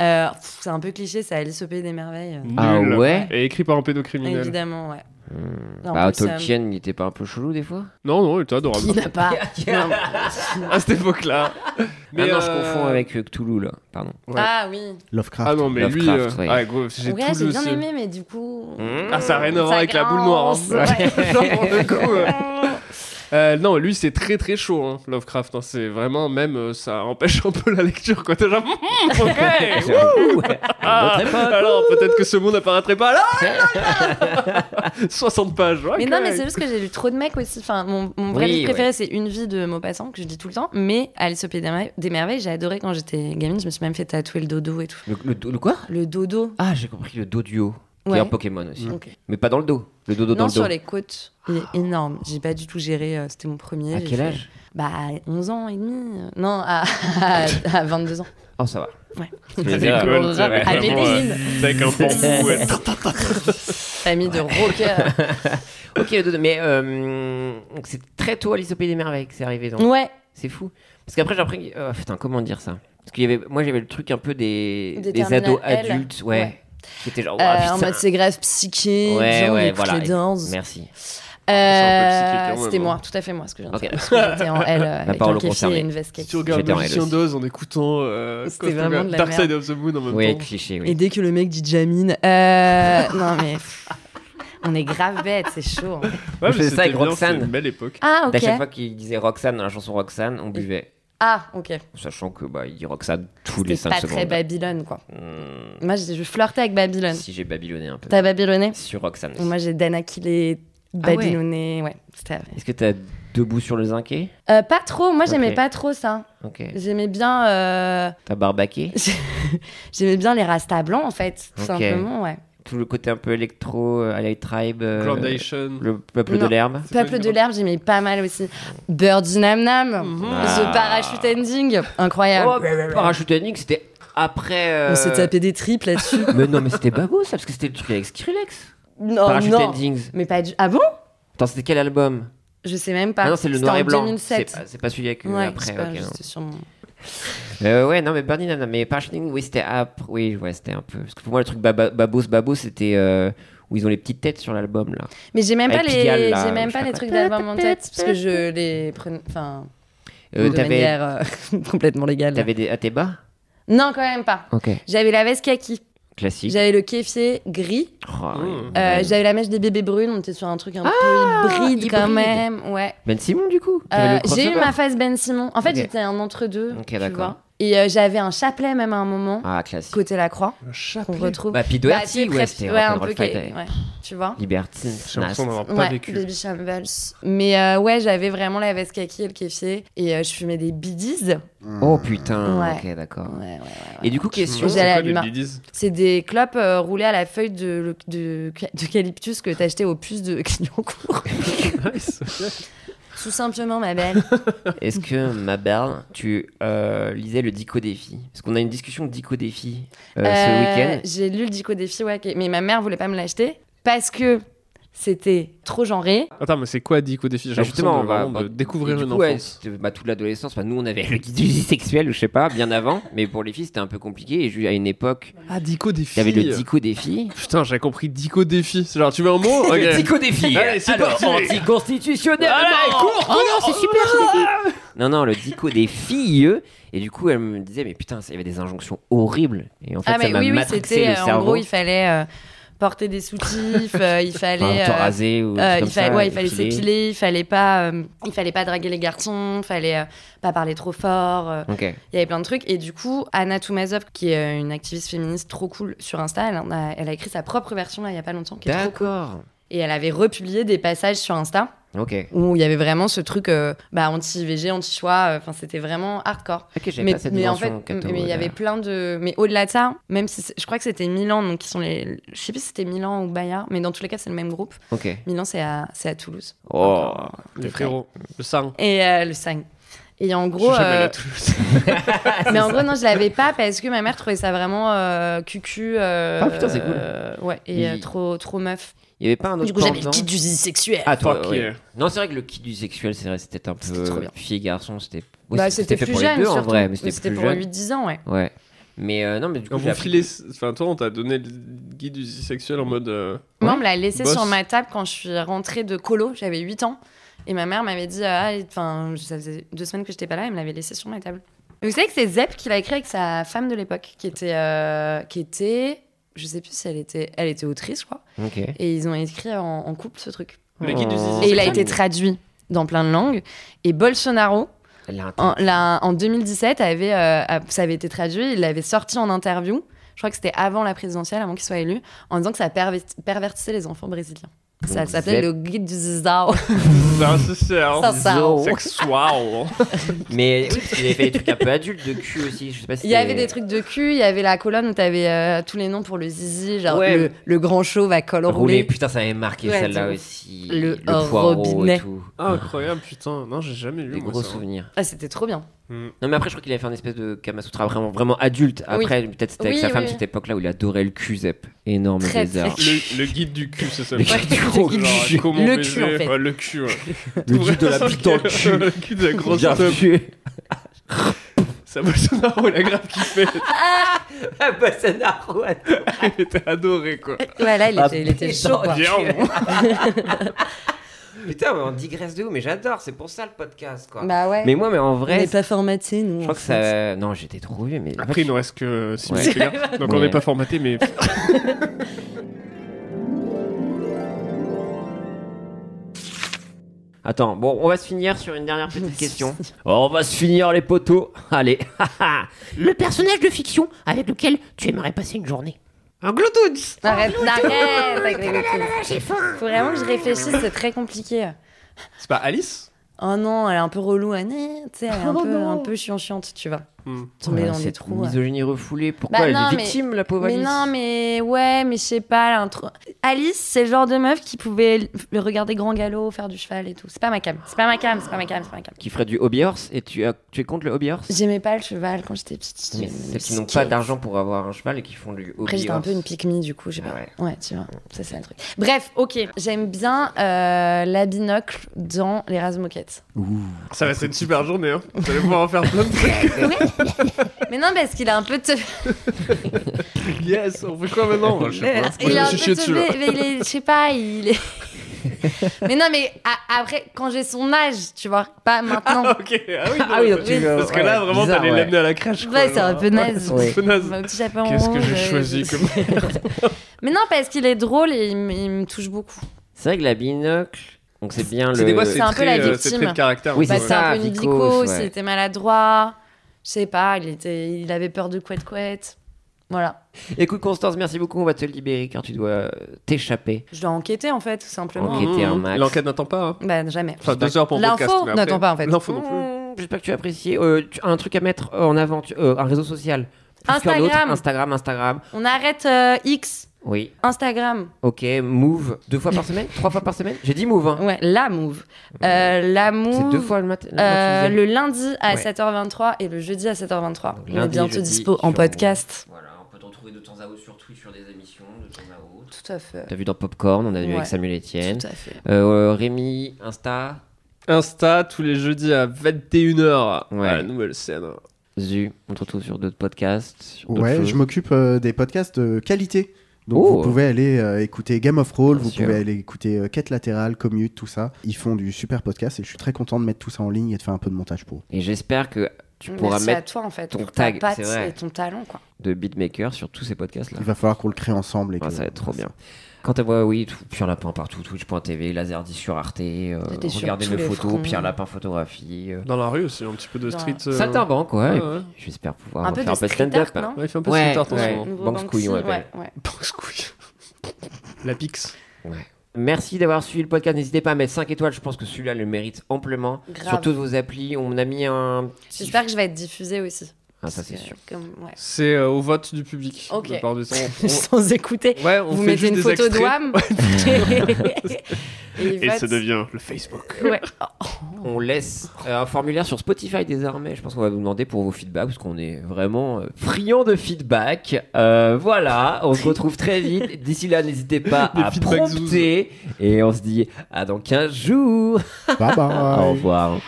Speaker 4: Euh, pff, C'est un peu cliché, c'est Alice au Pays des Merveilles. euh,
Speaker 1: Ah
Speaker 2: Nul.
Speaker 1: ouais
Speaker 2: Et écrit par un pédocriminel.
Speaker 4: Évidemment, ouais. Non, en
Speaker 1: Bah,
Speaker 4: plus, euh,
Speaker 1: Tolkien, il était pas un peu chelou des fois
Speaker 2: Non non, il était adorable.
Speaker 4: Qui n'a pas Non.
Speaker 2: Ah, À cette époque-là.
Speaker 1: Ah non, je
Speaker 2: euh,
Speaker 1: confonds avec euh, Cthulhu là, pardon.
Speaker 2: Ouais.
Speaker 4: Ah oui.
Speaker 3: Lovecraft.
Speaker 2: Ah non mais lui
Speaker 1: Lovecraft,
Speaker 2: euh,
Speaker 1: ouais.
Speaker 2: ah, gros, j'ai
Speaker 4: Ouais,
Speaker 2: tout
Speaker 4: j'ai
Speaker 2: le
Speaker 4: bien aimé, mais du coup.
Speaker 2: Ah ça a rien à voir avec la boule noire. hein.
Speaker 4: grince, ouais.
Speaker 2: Genre, pour le coup, euh, euh, non, lui c'est très très chaud hein, Lovecraft. hein. C'est vraiment même euh, ça empêche un peu la lecture quoi. T'es genre Hmm, ok.
Speaker 1: Ouh
Speaker 2: Ah,
Speaker 1: Notre époque.
Speaker 2: alors peut-être que ce monde apparaîtrait pas Ah, là. 60 pages.
Speaker 4: Mais
Speaker 2: ok.
Speaker 4: non, mais c'est juste que j'ai lu trop de mecs aussi. Enfin, mon, mon vrai
Speaker 1: Oui,
Speaker 4: livre préféré, c'est Une vie de Maupassant, que je dis tout le temps. Mais Alice au Pays des Mer- des Merveilles, j'ai adoré quand j'étais gamine. Je me suis même fait tatouer le dodo et tout.
Speaker 1: Le, le do- le quoi
Speaker 4: Le dodo.
Speaker 1: Ah, j'ai compris le dos du haut. Qui
Speaker 4: Ouais.
Speaker 1: est un Pokémon aussi.
Speaker 4: Ok.
Speaker 1: Mais pas dans le dos. Le dodo dans
Speaker 4: non,
Speaker 1: le dos.
Speaker 4: sur les côtes. Il est énorme. J'ai pas du tout géré. euh, C'était mon premier.
Speaker 1: À
Speaker 4: J'ai
Speaker 1: quel
Speaker 4: fait-
Speaker 1: âge
Speaker 4: Bah, 11 ans et demi. euh, Non, à, à, à 22 ans.
Speaker 1: Oh, ça va.
Speaker 4: Ouais.
Speaker 1: C'est
Speaker 2: C'est
Speaker 1: bien.
Speaker 2: cool, c'est vraiment,
Speaker 4: À Medellin.
Speaker 2: euh, c'est avec un bambou. ouais.
Speaker 4: Famille de rockers.
Speaker 1: Ok, le dodo. Mais euh, donc c'est très tôt Alice au Pays des Merveilles que c'est arrivé. donc.
Speaker 4: ouais.
Speaker 1: C'est fou. Parce qu'après, j'ai appris. euh, putain, comment dire ça Parce qu'il y avait. Moi, j'avais le truc un peu des.
Speaker 4: Des
Speaker 1: ados
Speaker 4: terminales L.
Speaker 1: adultes, ouais.
Speaker 4: Ouais.
Speaker 1: Qui étaient genre.
Speaker 4: Euh,
Speaker 1: ouah,
Speaker 4: en
Speaker 1: putain.
Speaker 4: mode c'est grave psyché.
Speaker 1: Ouais,
Speaker 4: genre,
Speaker 1: ouais,
Speaker 4: il écoute
Speaker 1: voilà.
Speaker 4: les danses.
Speaker 1: Merci.
Speaker 2: un peu psyché
Speaker 4: Euh,
Speaker 2: quand même,
Speaker 4: C'était
Speaker 2: hein.
Speaker 4: moi, tout à fait moi, ce que j'ai
Speaker 1: Ok.
Speaker 4: J'étais en L euh, avec
Speaker 1: parole
Speaker 4: un
Speaker 1: au
Speaker 4: kéfi
Speaker 1: concerné.
Speaker 4: et une veste
Speaker 2: Si
Speaker 4: kéfi.
Speaker 2: tu regardes
Speaker 1: J'étais en
Speaker 2: Magicien
Speaker 1: LSD.
Speaker 2: d'Oz en écoutant euh,
Speaker 4: C'était
Speaker 2: Costa-
Speaker 4: vraiment de la
Speaker 2: Dark
Speaker 4: merde.
Speaker 2: Side of the Moon en même
Speaker 1: Oui,
Speaker 2: temps.
Speaker 1: cliché,
Speaker 4: Et
Speaker 1: oui.
Speaker 4: dès que le mec dit Jamine, euh, non mais pff, on est grave bête, c'est chaud. hein.
Speaker 2: Ouais, mais
Speaker 1: Je faisais ça
Speaker 2: c'était
Speaker 1: avec
Speaker 2: bien,
Speaker 1: Roxane.
Speaker 2: c'était une belle époque.
Speaker 4: Ah
Speaker 1: À
Speaker 4: ok.
Speaker 1: Bah, chaque fois qu'il disait Roxane dans la chanson Roxane, on buvait.
Speaker 4: Ah ok.
Speaker 1: Sachant que bah, il dit Roxane tous les 5
Speaker 4: C'était pas
Speaker 1: secondes.
Speaker 4: très Babylone quoi.
Speaker 1: Hmm,
Speaker 4: Moi je, je flirtais avec Babylone.
Speaker 1: si j'ai babylonné un peu.
Speaker 4: T'as babylonné
Speaker 1: Sur Roxane. aussi.
Speaker 4: Moi j'ai Dana Kilé, babylonné, Ah ouais. c'était-
Speaker 1: Est-ce que t'as debout sur le zinquet
Speaker 4: Euh, pas trop, moi j'aimais
Speaker 1: Ok.
Speaker 4: pas trop ça.
Speaker 1: Ok.
Speaker 4: J'aimais bien, euh,
Speaker 1: T'as barbaqué
Speaker 4: j'aimais bien les Rasta blancs en fait, tout
Speaker 1: Ok.
Speaker 4: simplement, ouais.
Speaker 1: Tout le côté un peu électro, euh, à la tribe. euh,
Speaker 2: Clandation.
Speaker 1: le peuple de
Speaker 4: Non.
Speaker 1: l'herbe.
Speaker 2: C'est pas
Speaker 4: Peuple
Speaker 2: une
Speaker 4: de
Speaker 2: grande-
Speaker 4: l'herbe, j'aimais pas mal aussi. Birdie Nam Nam,
Speaker 1: Ah.
Speaker 4: The Parachute Ending, incroyable.
Speaker 1: Oh, Parachute Ending, c'était après. euh,
Speaker 4: On s'est tapé des tripes là-dessus.
Speaker 1: Mais non, mais c'était Babo ça, parce que c'était le truc avec Skrillex.
Speaker 4: non,
Speaker 1: Parachute
Speaker 4: Oh, non.
Speaker 1: Endings.
Speaker 4: Mais pas du. Ah bon
Speaker 1: Attends, c'était quel album
Speaker 4: Je sais même pas.
Speaker 1: Ah non, c'est le
Speaker 4: C'était
Speaker 1: noir
Speaker 4: en
Speaker 1: et blanc. C'est
Speaker 4: 2007.
Speaker 1: pas- C'est pas celui avec. euh,
Speaker 4: Ouais,
Speaker 1: après,
Speaker 4: c'est pas
Speaker 1: ok, non.
Speaker 4: juste sur mon-
Speaker 1: Euh, ouais, non, mais Bernie, non, non, mais Parachute Ending, oui, c'était après. Oui, ouais, c'était un peu. Parce que pour moi, le truc Baba- Babos Babos, c'était. euh, Où ils ont les petites têtes sur l'album là.
Speaker 4: Mais j'ai même pas
Speaker 1: Avec Pigalle,
Speaker 4: les,
Speaker 1: là,
Speaker 4: j'ai
Speaker 1: je
Speaker 4: même pas
Speaker 1: sais
Speaker 4: les
Speaker 1: pas.
Speaker 4: trucs d'album en tête parce que je les prenais, enfin,
Speaker 1: Euh,
Speaker 4: de
Speaker 1: t'avais,
Speaker 4: manière euh, complètement légale.
Speaker 1: t'avais des à tes bas
Speaker 4: Non, quand même pas.
Speaker 1: Ok.
Speaker 4: J'avais la veste kaki,
Speaker 1: Classique.
Speaker 4: j'avais le kéfier gris,
Speaker 1: Oh, oui.
Speaker 2: Mmh.
Speaker 4: euh,
Speaker 1: Ouais. Ah,
Speaker 4: j'avais la mèche des bébés brunes, on était sur un truc un peu hybride, quand
Speaker 1: hybride.
Speaker 4: même, ouais.
Speaker 1: Ben Simon du coup.
Speaker 4: Euh,
Speaker 1: T'avais le
Speaker 4: j'ai eu
Speaker 1: crossover
Speaker 4: ma phase Ben Simon. En fait,
Speaker 1: Ok.
Speaker 4: j'étais un entre-deux.
Speaker 1: Ok,
Speaker 4: tu
Speaker 1: d'accord.
Speaker 4: vois. Et euh, j'avais un chapelet même à un moment,
Speaker 1: Ah classique.
Speaker 4: côté la croix, qu'on retrouve.
Speaker 1: Bah puis
Speaker 4: Bah, tu
Speaker 1: Doherty,
Speaker 4: sais,
Speaker 1: ouais,
Speaker 4: bref,
Speaker 1: c'était
Speaker 4: ouais, un
Speaker 1: rock'n'roll
Speaker 4: peu
Speaker 1: Friday.
Speaker 4: ca- ouais, tu vois.
Speaker 1: Libertine,
Speaker 2: J'ai l'impression
Speaker 1: Nas.
Speaker 2: d'avoir pas
Speaker 4: Ouais,
Speaker 2: vécu.
Speaker 4: Baby Shambles. Mais euh, ouais, j'avais vraiment la veste kaki et le kéfier. Et euh, je fumais des bidis.
Speaker 1: Oh putain,
Speaker 4: Ouais.
Speaker 1: ok, d'accord.
Speaker 4: Ouais, ouais, ouais.
Speaker 1: Et du coup, question.
Speaker 4: J'allais à
Speaker 2: C'est quoi
Speaker 4: l'humain.
Speaker 2: les Biddies
Speaker 4: C'est des clopes euh, roulées à la feuille de, de, d'eucalyptus que t'achetais aux puces de Clignancourt. Tout simplement, ma
Speaker 1: Euh,
Speaker 4: belle.
Speaker 1: Est-ce que, ma belle, tu euh, lisais le Dico Défi Parce qu'on a une discussion de Dico Défi euh,
Speaker 4: Euh,
Speaker 1: ce week-end.
Speaker 4: J'ai lu le Dico Défi, ouais, qui- mais ma mère voulait pas me l'acheter parce que c'était trop genré.
Speaker 2: Attends, mais c'est quoi Dick au défi J'ai
Speaker 1: Bah,
Speaker 2: l'impression
Speaker 1: justement,
Speaker 2: de,
Speaker 1: bah,
Speaker 2: vraiment
Speaker 1: bah,
Speaker 2: de découvrir
Speaker 1: et du
Speaker 2: une
Speaker 1: coup, ouais,
Speaker 2: enfance.
Speaker 1: c'était, bah, toute l'adolescence, bah, nous on avait le guide du sexuel, je sais pas, bien avant, mais pour les filles c'était un peu compliqué. Et ju- à une époque,
Speaker 2: Ah, Dico défi.
Speaker 1: il y avait le dico des filles.
Speaker 2: Putain, j'avais compris Dico défi. C'est genre, tu veux un mot Ok.
Speaker 1: Le dico des filles
Speaker 2: Allez, c'est
Speaker 1: Alors,
Speaker 2: parti.
Speaker 1: anticonstitutionnel
Speaker 2: Allez, cours,
Speaker 1: Oh non, c'est super Non, non, le dico des filles. Et du coup, elle me disait, mais putain, ça- il y avait des injonctions horribles. Et en fait,
Speaker 4: ah,
Speaker 1: ça
Speaker 4: mais
Speaker 1: m'a
Speaker 4: oui, oui,
Speaker 1: matrixé le
Speaker 4: c'était. euh, en gros,
Speaker 1: cerveau.
Speaker 4: il fallait euh, porter des soutifs, euh, il
Speaker 1: Enfin,
Speaker 4: fallait.
Speaker 1: te
Speaker 4: euh,
Speaker 1: raser ou des
Speaker 4: euh,
Speaker 1: trucs
Speaker 4: il,
Speaker 1: comme
Speaker 4: fallait,
Speaker 1: ça,
Speaker 4: ouais, il fallait
Speaker 1: épiler.
Speaker 4: s'épiler, il fallait pas, euh, il fallait pas draguer les garçons, il fallait euh, pas parler trop fort. euh,
Speaker 1: Ok.
Speaker 4: Il y avait plein de trucs. Et du coup, Anna Toumazov, qui est euh, une activiste féministe trop cool sur Insta, elle, en a, elle a écrit sa propre version là, il y a pas longtemps. Qui est trop cool.
Speaker 1: D'accord.
Speaker 4: Et elle avait republié des passages sur Insta
Speaker 1: Ok.
Speaker 4: où il y avait vraiment ce truc euh, bah, anti-VG, anti-choix. euh, Enfin, c'était vraiment hardcore.
Speaker 1: Ok, j'avais
Speaker 4: Mais,
Speaker 1: pas cette
Speaker 4: mais en fait,
Speaker 1: dimension, catho,
Speaker 4: mais il y
Speaker 1: là.
Speaker 4: avait plein de. Mais au-delà de ça, même si c'est- je crois que c'était Milan, donc qui sont les. Je sais plus si c'était Milan ou Bayard, mais dans tous les cas, c'est le même groupe.
Speaker 1: Ok.
Speaker 4: Milan, c'est à, c'est à Toulouse.
Speaker 1: Oh.
Speaker 2: Les frérots, le sang.
Speaker 4: Et euh, le 5. Et en
Speaker 2: Je
Speaker 4: gros.
Speaker 2: suis jamais allé
Speaker 4: euh,
Speaker 2: à Toulouse.
Speaker 4: mais en gros, non, je l'avais pas parce que ma mère trouvait ça vraiment euh, cucu. euh,
Speaker 1: Ah, putain, c'est cool.
Speaker 4: euh, ouais, et euh,
Speaker 1: Il-
Speaker 4: trop, trop meuf.
Speaker 1: Il y avait pas un autre
Speaker 4: Du coup, j'avais le
Speaker 1: pendant
Speaker 4: kit du zizi sexuel.
Speaker 1: Ah, toi,
Speaker 2: Fuck
Speaker 1: ouais.
Speaker 2: yeah.
Speaker 1: Non, c'est vrai que le kit du sexuel, c'est vrai, c'était un
Speaker 4: C'était trop
Speaker 1: peu
Speaker 4: bien.
Speaker 1: fille et garçon, c'était. ouais,
Speaker 4: bah,
Speaker 1: c'était
Speaker 4: c'était
Speaker 1: fait
Speaker 4: plus
Speaker 1: pour
Speaker 4: jeune,
Speaker 1: les deux en
Speaker 4: surtout.
Speaker 1: vrai, mais
Speaker 4: Mais
Speaker 1: c'était plus
Speaker 4: pour
Speaker 1: jeune.
Speaker 4: 8-10 ans, ouais.
Speaker 1: Ouais. Mais euh, non, mais du coup,
Speaker 2: Quand
Speaker 1: j'ai
Speaker 2: vous
Speaker 1: appris-
Speaker 2: filez, enfin toi, on t'a donné le guide du sexuel en mode. euh,
Speaker 4: Moi, on me l'a laissé
Speaker 2: Boss.
Speaker 4: sur ma table quand je suis rentrée de colo, j'avais 8 ans. Et ma mère m'avait dit, ah, et- enfin, ça faisait deux semaines que j'étais pas là, elle me l'avait laissé sur ma table. Et vous savez que c'est Zep qui l'a écrit avec sa femme de l'époque, qui était, euh, qui était, je sais plus si elle était, elle était autrice, je crois.
Speaker 1: Ok.
Speaker 4: Et ils ont écrit en, en couple ce truc.
Speaker 2: Le guide du
Speaker 1: Oh,
Speaker 2: zizi
Speaker 4: Et il a
Speaker 2: sexuel.
Speaker 4: été traduit dans plein de langues. Et Bolsonaro,
Speaker 1: Elle a un
Speaker 4: en, là, en 2017, avait, euh, a- ça avait été traduit, il l'avait sorti en interview. Je crois que c'était avant la présidentielle, avant qu'il soit élu, en disant que ça perver- pervertissait les enfants brésiliens. Ça
Speaker 1: Donc,
Speaker 4: s'appelait
Speaker 1: Zep.
Speaker 4: le guide du zizao.
Speaker 2: Non, c'est ça.
Speaker 4: Ça, ça.
Speaker 2: Sexual.
Speaker 1: Mais oui, parce qu'il avait fait des trucs un peu adultes de cul aussi. Je sais pas si
Speaker 4: Il y avait
Speaker 1: c'est-
Speaker 4: des trucs de cul, il y avait la colonne où t'avais euh, tous les noms pour le zizi, genre
Speaker 1: Ouais.
Speaker 4: le, le grand chauve à col
Speaker 1: roulés.
Speaker 4: roulé.
Speaker 1: Putain, ça m'avait marqué
Speaker 4: Ouais,
Speaker 1: celle-là
Speaker 4: de ouf.
Speaker 1: aussi.
Speaker 4: Le
Speaker 1: poireau
Speaker 4: robinet.
Speaker 1: et tout.
Speaker 2: Ah, incroyable, putain. Non, j'ai jamais lu.
Speaker 1: Des
Speaker 2: moi,
Speaker 1: gros
Speaker 2: ça. hein.
Speaker 1: souvenirs.
Speaker 4: Ah, c'était trop bien.
Speaker 1: Non, mais après, je crois qu'il avait fait un espèce de Kamasutra vraiment, vraiment adulte.
Speaker 4: Oui.
Speaker 1: Après, peut-être c'était avec
Speaker 4: Oui,
Speaker 1: sa
Speaker 4: oui,
Speaker 1: femme
Speaker 4: oui.
Speaker 1: cette époque-là où il adorait le Q-Zep. Énorme
Speaker 4: Très,
Speaker 1: lézard.
Speaker 4: très.
Speaker 2: Le, le guide du cul, c'est ça.
Speaker 1: Le guide du gros
Speaker 2: Genre,
Speaker 1: cul.
Speaker 2: comment
Speaker 4: Le
Speaker 2: baiser,
Speaker 4: cul, en fait.
Speaker 2: ouais, le cul, ouais.
Speaker 1: Le guide de la
Speaker 2: Tout
Speaker 1: bite en
Speaker 2: vrai,
Speaker 1: cul.
Speaker 2: le cul de la grosse
Speaker 1: Bien
Speaker 2: teub.
Speaker 1: tué.
Speaker 2: Ça Bolsonaro, la grave qui fait.
Speaker 1: Ah, bah, c'est Naruto.
Speaker 2: Elle était adorée, quoi.
Speaker 4: Ouais, là, il
Speaker 1: Ah,
Speaker 4: était, il était
Speaker 1: putain,
Speaker 4: chaud. quoi.
Speaker 2: Bien.
Speaker 1: Putain, mais on digresse de ouf, mais j'adore. C'est pour ça le podcast, quoi.
Speaker 4: Bah ouais.
Speaker 1: Mais moi, mais en
Speaker 4: on
Speaker 1: vrai,
Speaker 4: n'est pas formaté, nous.
Speaker 1: je crois que ça. Non, j'étais trop vieux, mais.
Speaker 2: Après, il nous reste que 6
Speaker 1: Ouais.
Speaker 2: minutes, les gars. Donc, on
Speaker 1: Ouais.
Speaker 2: n'est pas formaté, mais.
Speaker 1: Attends, bon, on va se finir sur une dernière petite question. Oh, on va se finir les poteaux. Allez.
Speaker 5: Le personnage de fiction avec lequel tu aimerais passer une journée.
Speaker 1: Un gloutoun
Speaker 4: Arrête, arrête avec les gloutoun.
Speaker 5: Ah, j'ai faim.
Speaker 4: Faut vraiment que je réfléchisse, c'est très compliqué.
Speaker 2: C'est pas Alice
Speaker 4: Oh non, elle est un peu relou, Anne. Tu sais, elle est un,
Speaker 5: Oh
Speaker 4: peu,
Speaker 5: non.
Speaker 4: un peu chiant-chiante, tu vas.
Speaker 2: Hmm.
Speaker 4: Tomber
Speaker 1: Ouais,
Speaker 4: dans des
Speaker 1: cette
Speaker 4: trous. ouais.
Speaker 1: misogynie refoulée, pourquoi
Speaker 4: Bah
Speaker 1: elle
Speaker 4: non,
Speaker 1: est
Speaker 4: mais-
Speaker 1: victime, la pauvre
Speaker 4: Mais
Speaker 1: Alice
Speaker 4: non, mais ouais, mais je sais pas. elle a un tro- Alice, c'est le genre de meuf qui pouvait l- le regarder grand galop, faire du cheval et tout. C'est pas ma cam, c'est pas ma cam, c'est pas ma cam, c'est pas ma cam.
Speaker 1: Qui ferait du hobby horse et tu, as- tu es contre le hobby horse
Speaker 4: J'aimais pas le cheval quand j'étais petite.
Speaker 1: Mais
Speaker 4: j'aimais
Speaker 1: ceux
Speaker 4: le
Speaker 1: qui n'ont pas
Speaker 4: skate.
Speaker 1: d'argent pour avoir un cheval et qui font du hobby
Speaker 4: Après, j'étais un
Speaker 1: horse.
Speaker 4: peu une pique du coup, je sais
Speaker 1: Ah
Speaker 4: pas.
Speaker 1: ouais.
Speaker 4: Ouais, tu vois, ça c'est un truc. Bref, ok, j'aime bien euh, la binocle dans les rases moquettes.
Speaker 2: Ça va être une super journée, hein. Vous allez pouvoir en faire plein de trucs.
Speaker 4: Mais non, parce qu'il a un peu de.
Speaker 2: Yes, on fait quoi maintenant Je sais pas. Moi,
Speaker 4: Il
Speaker 2: Ah, je
Speaker 4: est
Speaker 2: me
Speaker 4: un
Speaker 2: suis
Speaker 4: peu
Speaker 2: chié dessus, là.
Speaker 4: teubé, mais il est- je sais pas, il est. mais non, mais a- après, quand j'ai son âge, tu vois, pas maintenant.
Speaker 2: Ok, ah oui,
Speaker 1: Ah oui, donc tu veux-
Speaker 2: Parce que là,
Speaker 1: ouais,
Speaker 2: vraiment,
Speaker 1: bizarre,
Speaker 2: t'allais
Speaker 1: ouais.
Speaker 2: l'amener à la crèche. quoi,
Speaker 4: ouais, c'est un
Speaker 2: genre.
Speaker 4: peu naze.
Speaker 2: Ouais, c'est un peu naze.
Speaker 4: Mon petit chapeau en
Speaker 2: Qu'est-ce que
Speaker 4: rouge,
Speaker 2: j'ai
Speaker 4: euh,
Speaker 2: choisi
Speaker 4: je-
Speaker 2: comme.
Speaker 4: Mais non, parce qu'il est drôle et il, me- il me touche beaucoup.
Speaker 1: C'est vrai que la binocle, donc c'est bien le.
Speaker 2: C'est des fois, c'est
Speaker 4: un peu la
Speaker 2: très, euh,
Speaker 4: victime.
Speaker 2: c'est très de caractère.
Speaker 1: Oui,
Speaker 2: en fait,
Speaker 4: Bah,
Speaker 2: ouais.
Speaker 4: c'est un
Speaker 1: ça,
Speaker 4: peu une
Speaker 1: Vicos,
Speaker 4: bico,
Speaker 1: ouais.
Speaker 4: c'était maladroit. Je sais pas, il, était, il avait peur de couette-couette. Voilà.
Speaker 1: Écoute, Constance, merci beaucoup. On va te libérer car tu dois euh, t'échapper.
Speaker 4: Je dois enquêter, en fait, tout simplement.
Speaker 1: Enquête.
Speaker 2: Mmh.
Speaker 1: Était un max.
Speaker 2: L'enquête n'attend pas. hein.
Speaker 4: Bah, jamais.
Speaker 2: Enfin, deux heures pour le podcast.
Speaker 4: L'info
Speaker 2: mais après-
Speaker 4: n'attend pas, en fait.
Speaker 2: L'info non plus.
Speaker 1: Mmh, J'espère que tu as apprécié. Euh, tu- un truc à mettre euh, en avant, tu- euh, un réseau social. Plus qu'un autre.
Speaker 4: Instagram.
Speaker 1: Instagram, Instagram.
Speaker 4: On arrête euh, X,
Speaker 1: Oui.
Speaker 4: Instagram.
Speaker 1: Ok, move deux fois par semaine Trois fois par semaine J'ai dit move, hein.
Speaker 4: Ouais, la move. Euh, la move.
Speaker 1: C'est deux fois le matin.
Speaker 4: euh, le lundi à
Speaker 1: Ouais.
Speaker 4: 7h23 et le jeudi à 7h23.
Speaker 1: Donc,
Speaker 4: On est
Speaker 1: lundi,
Speaker 4: bientôt
Speaker 1: jeudi,
Speaker 4: dispo en
Speaker 1: sur-
Speaker 4: podcast.
Speaker 1: Voilà, on peut te retrouver de temps à autre sur tweets sur des émissions de temps à autre.
Speaker 4: Tout à fait.
Speaker 1: T'as vu dans Popcorn, on a vu
Speaker 4: Ouais.
Speaker 1: avec Samuel Etienne.
Speaker 4: Tout à fait.
Speaker 1: Euh, Rémi, Insta,
Speaker 2: Insta tous les jeudis à 21h.
Speaker 1: Ouais.
Speaker 2: À la nouvelle scène.
Speaker 1: Zu, on te retrouve sur d'autres podcasts. sur d'autres
Speaker 3: Ouais,
Speaker 1: choses.
Speaker 3: je m'occupe euh, des podcasts de qualité. Donc
Speaker 1: Oh.
Speaker 3: vous pouvez aller euh, écouter Game of Roll,
Speaker 1: Bien
Speaker 3: vous
Speaker 1: sûr.
Speaker 3: pouvez aller écouter euh, Quête Latérale, Commute, tout ça. Ils font du super podcast et je suis très content de mettre tout ça en ligne et de faire un peu de montage pour eux.
Speaker 1: Et j'espère que tu
Speaker 6: Merci
Speaker 1: pourras
Speaker 6: à
Speaker 1: mettre
Speaker 6: toi en fait.
Speaker 1: ton
Speaker 6: pour ta
Speaker 1: tag,
Speaker 6: patte
Speaker 1: c'est vrai.
Speaker 6: et ton talent quoi.
Speaker 1: de beatmaker sur tous ces podcasts-là.
Speaker 3: Il va falloir qu'on le crée ensemble. Et
Speaker 1: Ah,
Speaker 3: que-
Speaker 1: ça va être trop bien. Quant à moi, oui, tout- Pierre Lapin partout, twitch.tv, Lazardi sur Arte, euh,
Speaker 6: J'étais sur
Speaker 1: regardez
Speaker 6: tous
Speaker 1: mes
Speaker 6: les
Speaker 1: photos,
Speaker 6: fronts.
Speaker 1: Pierre Lapin photographie. euh,
Speaker 2: Dans la rue aussi, un petit peu de
Speaker 6: Dans-
Speaker 2: street. euh,
Speaker 1: Saltimbanque, ouais.
Speaker 2: ouais,
Speaker 1: et
Speaker 2: ouais.
Speaker 1: puis J'espère pouvoir
Speaker 6: Un peu
Speaker 1: faire
Speaker 6: de
Speaker 1: un peu de
Speaker 6: street
Speaker 1: stand-up.
Speaker 6: art, non
Speaker 2: Ouais, il fait un peu de
Speaker 1: Ouais,
Speaker 2: street art en ce
Speaker 1: ouais.
Speaker 2: moment.
Speaker 6: Nouveau
Speaker 1: Banks couille, on
Speaker 6: Banksy,
Speaker 1: l'appelle.
Speaker 6: ouais, ouais.
Speaker 2: La Pix.
Speaker 1: Ouais. Merci d'avoir suivi le podcast. N'hésitez pas à mettre 5 étoiles. Je pense que celui-là le mérite amplement.
Speaker 6: Grave.
Speaker 1: Sur toutes vos applis, on a mis un. petit-
Speaker 6: J'espère que je vais être diffusée aussi.
Speaker 1: Ah, ça, c'est
Speaker 6: Parce que,
Speaker 1: sûr.
Speaker 6: comme- ouais.
Speaker 2: C'est euh, au vote du public.
Speaker 6: Ok.
Speaker 2: la plupart du temps. On-
Speaker 4: Sans écouter.
Speaker 2: on- ouais, on
Speaker 6: Vous
Speaker 2: fait
Speaker 6: mettez
Speaker 2: juste
Speaker 6: une
Speaker 2: des
Speaker 6: photo de
Speaker 2: extraits.
Speaker 6: WAM et, il vote.
Speaker 2: le Facebook.
Speaker 6: Ouais.
Speaker 1: On laisse euh, un formulaire sur Spotify désormais. Je pense qu'on va vous demander pour vos feedbacks parce qu'on est vraiment euh, friands de feedback. Euh, voilà, on se retrouve très vite. D'ici là, n'hésitez pas
Speaker 2: Des
Speaker 1: à
Speaker 2: feedbacks
Speaker 1: prompter. Et on se dit à dans 15 jours.
Speaker 3: Bye
Speaker 1: Au
Speaker 3: bye.
Speaker 1: revoir.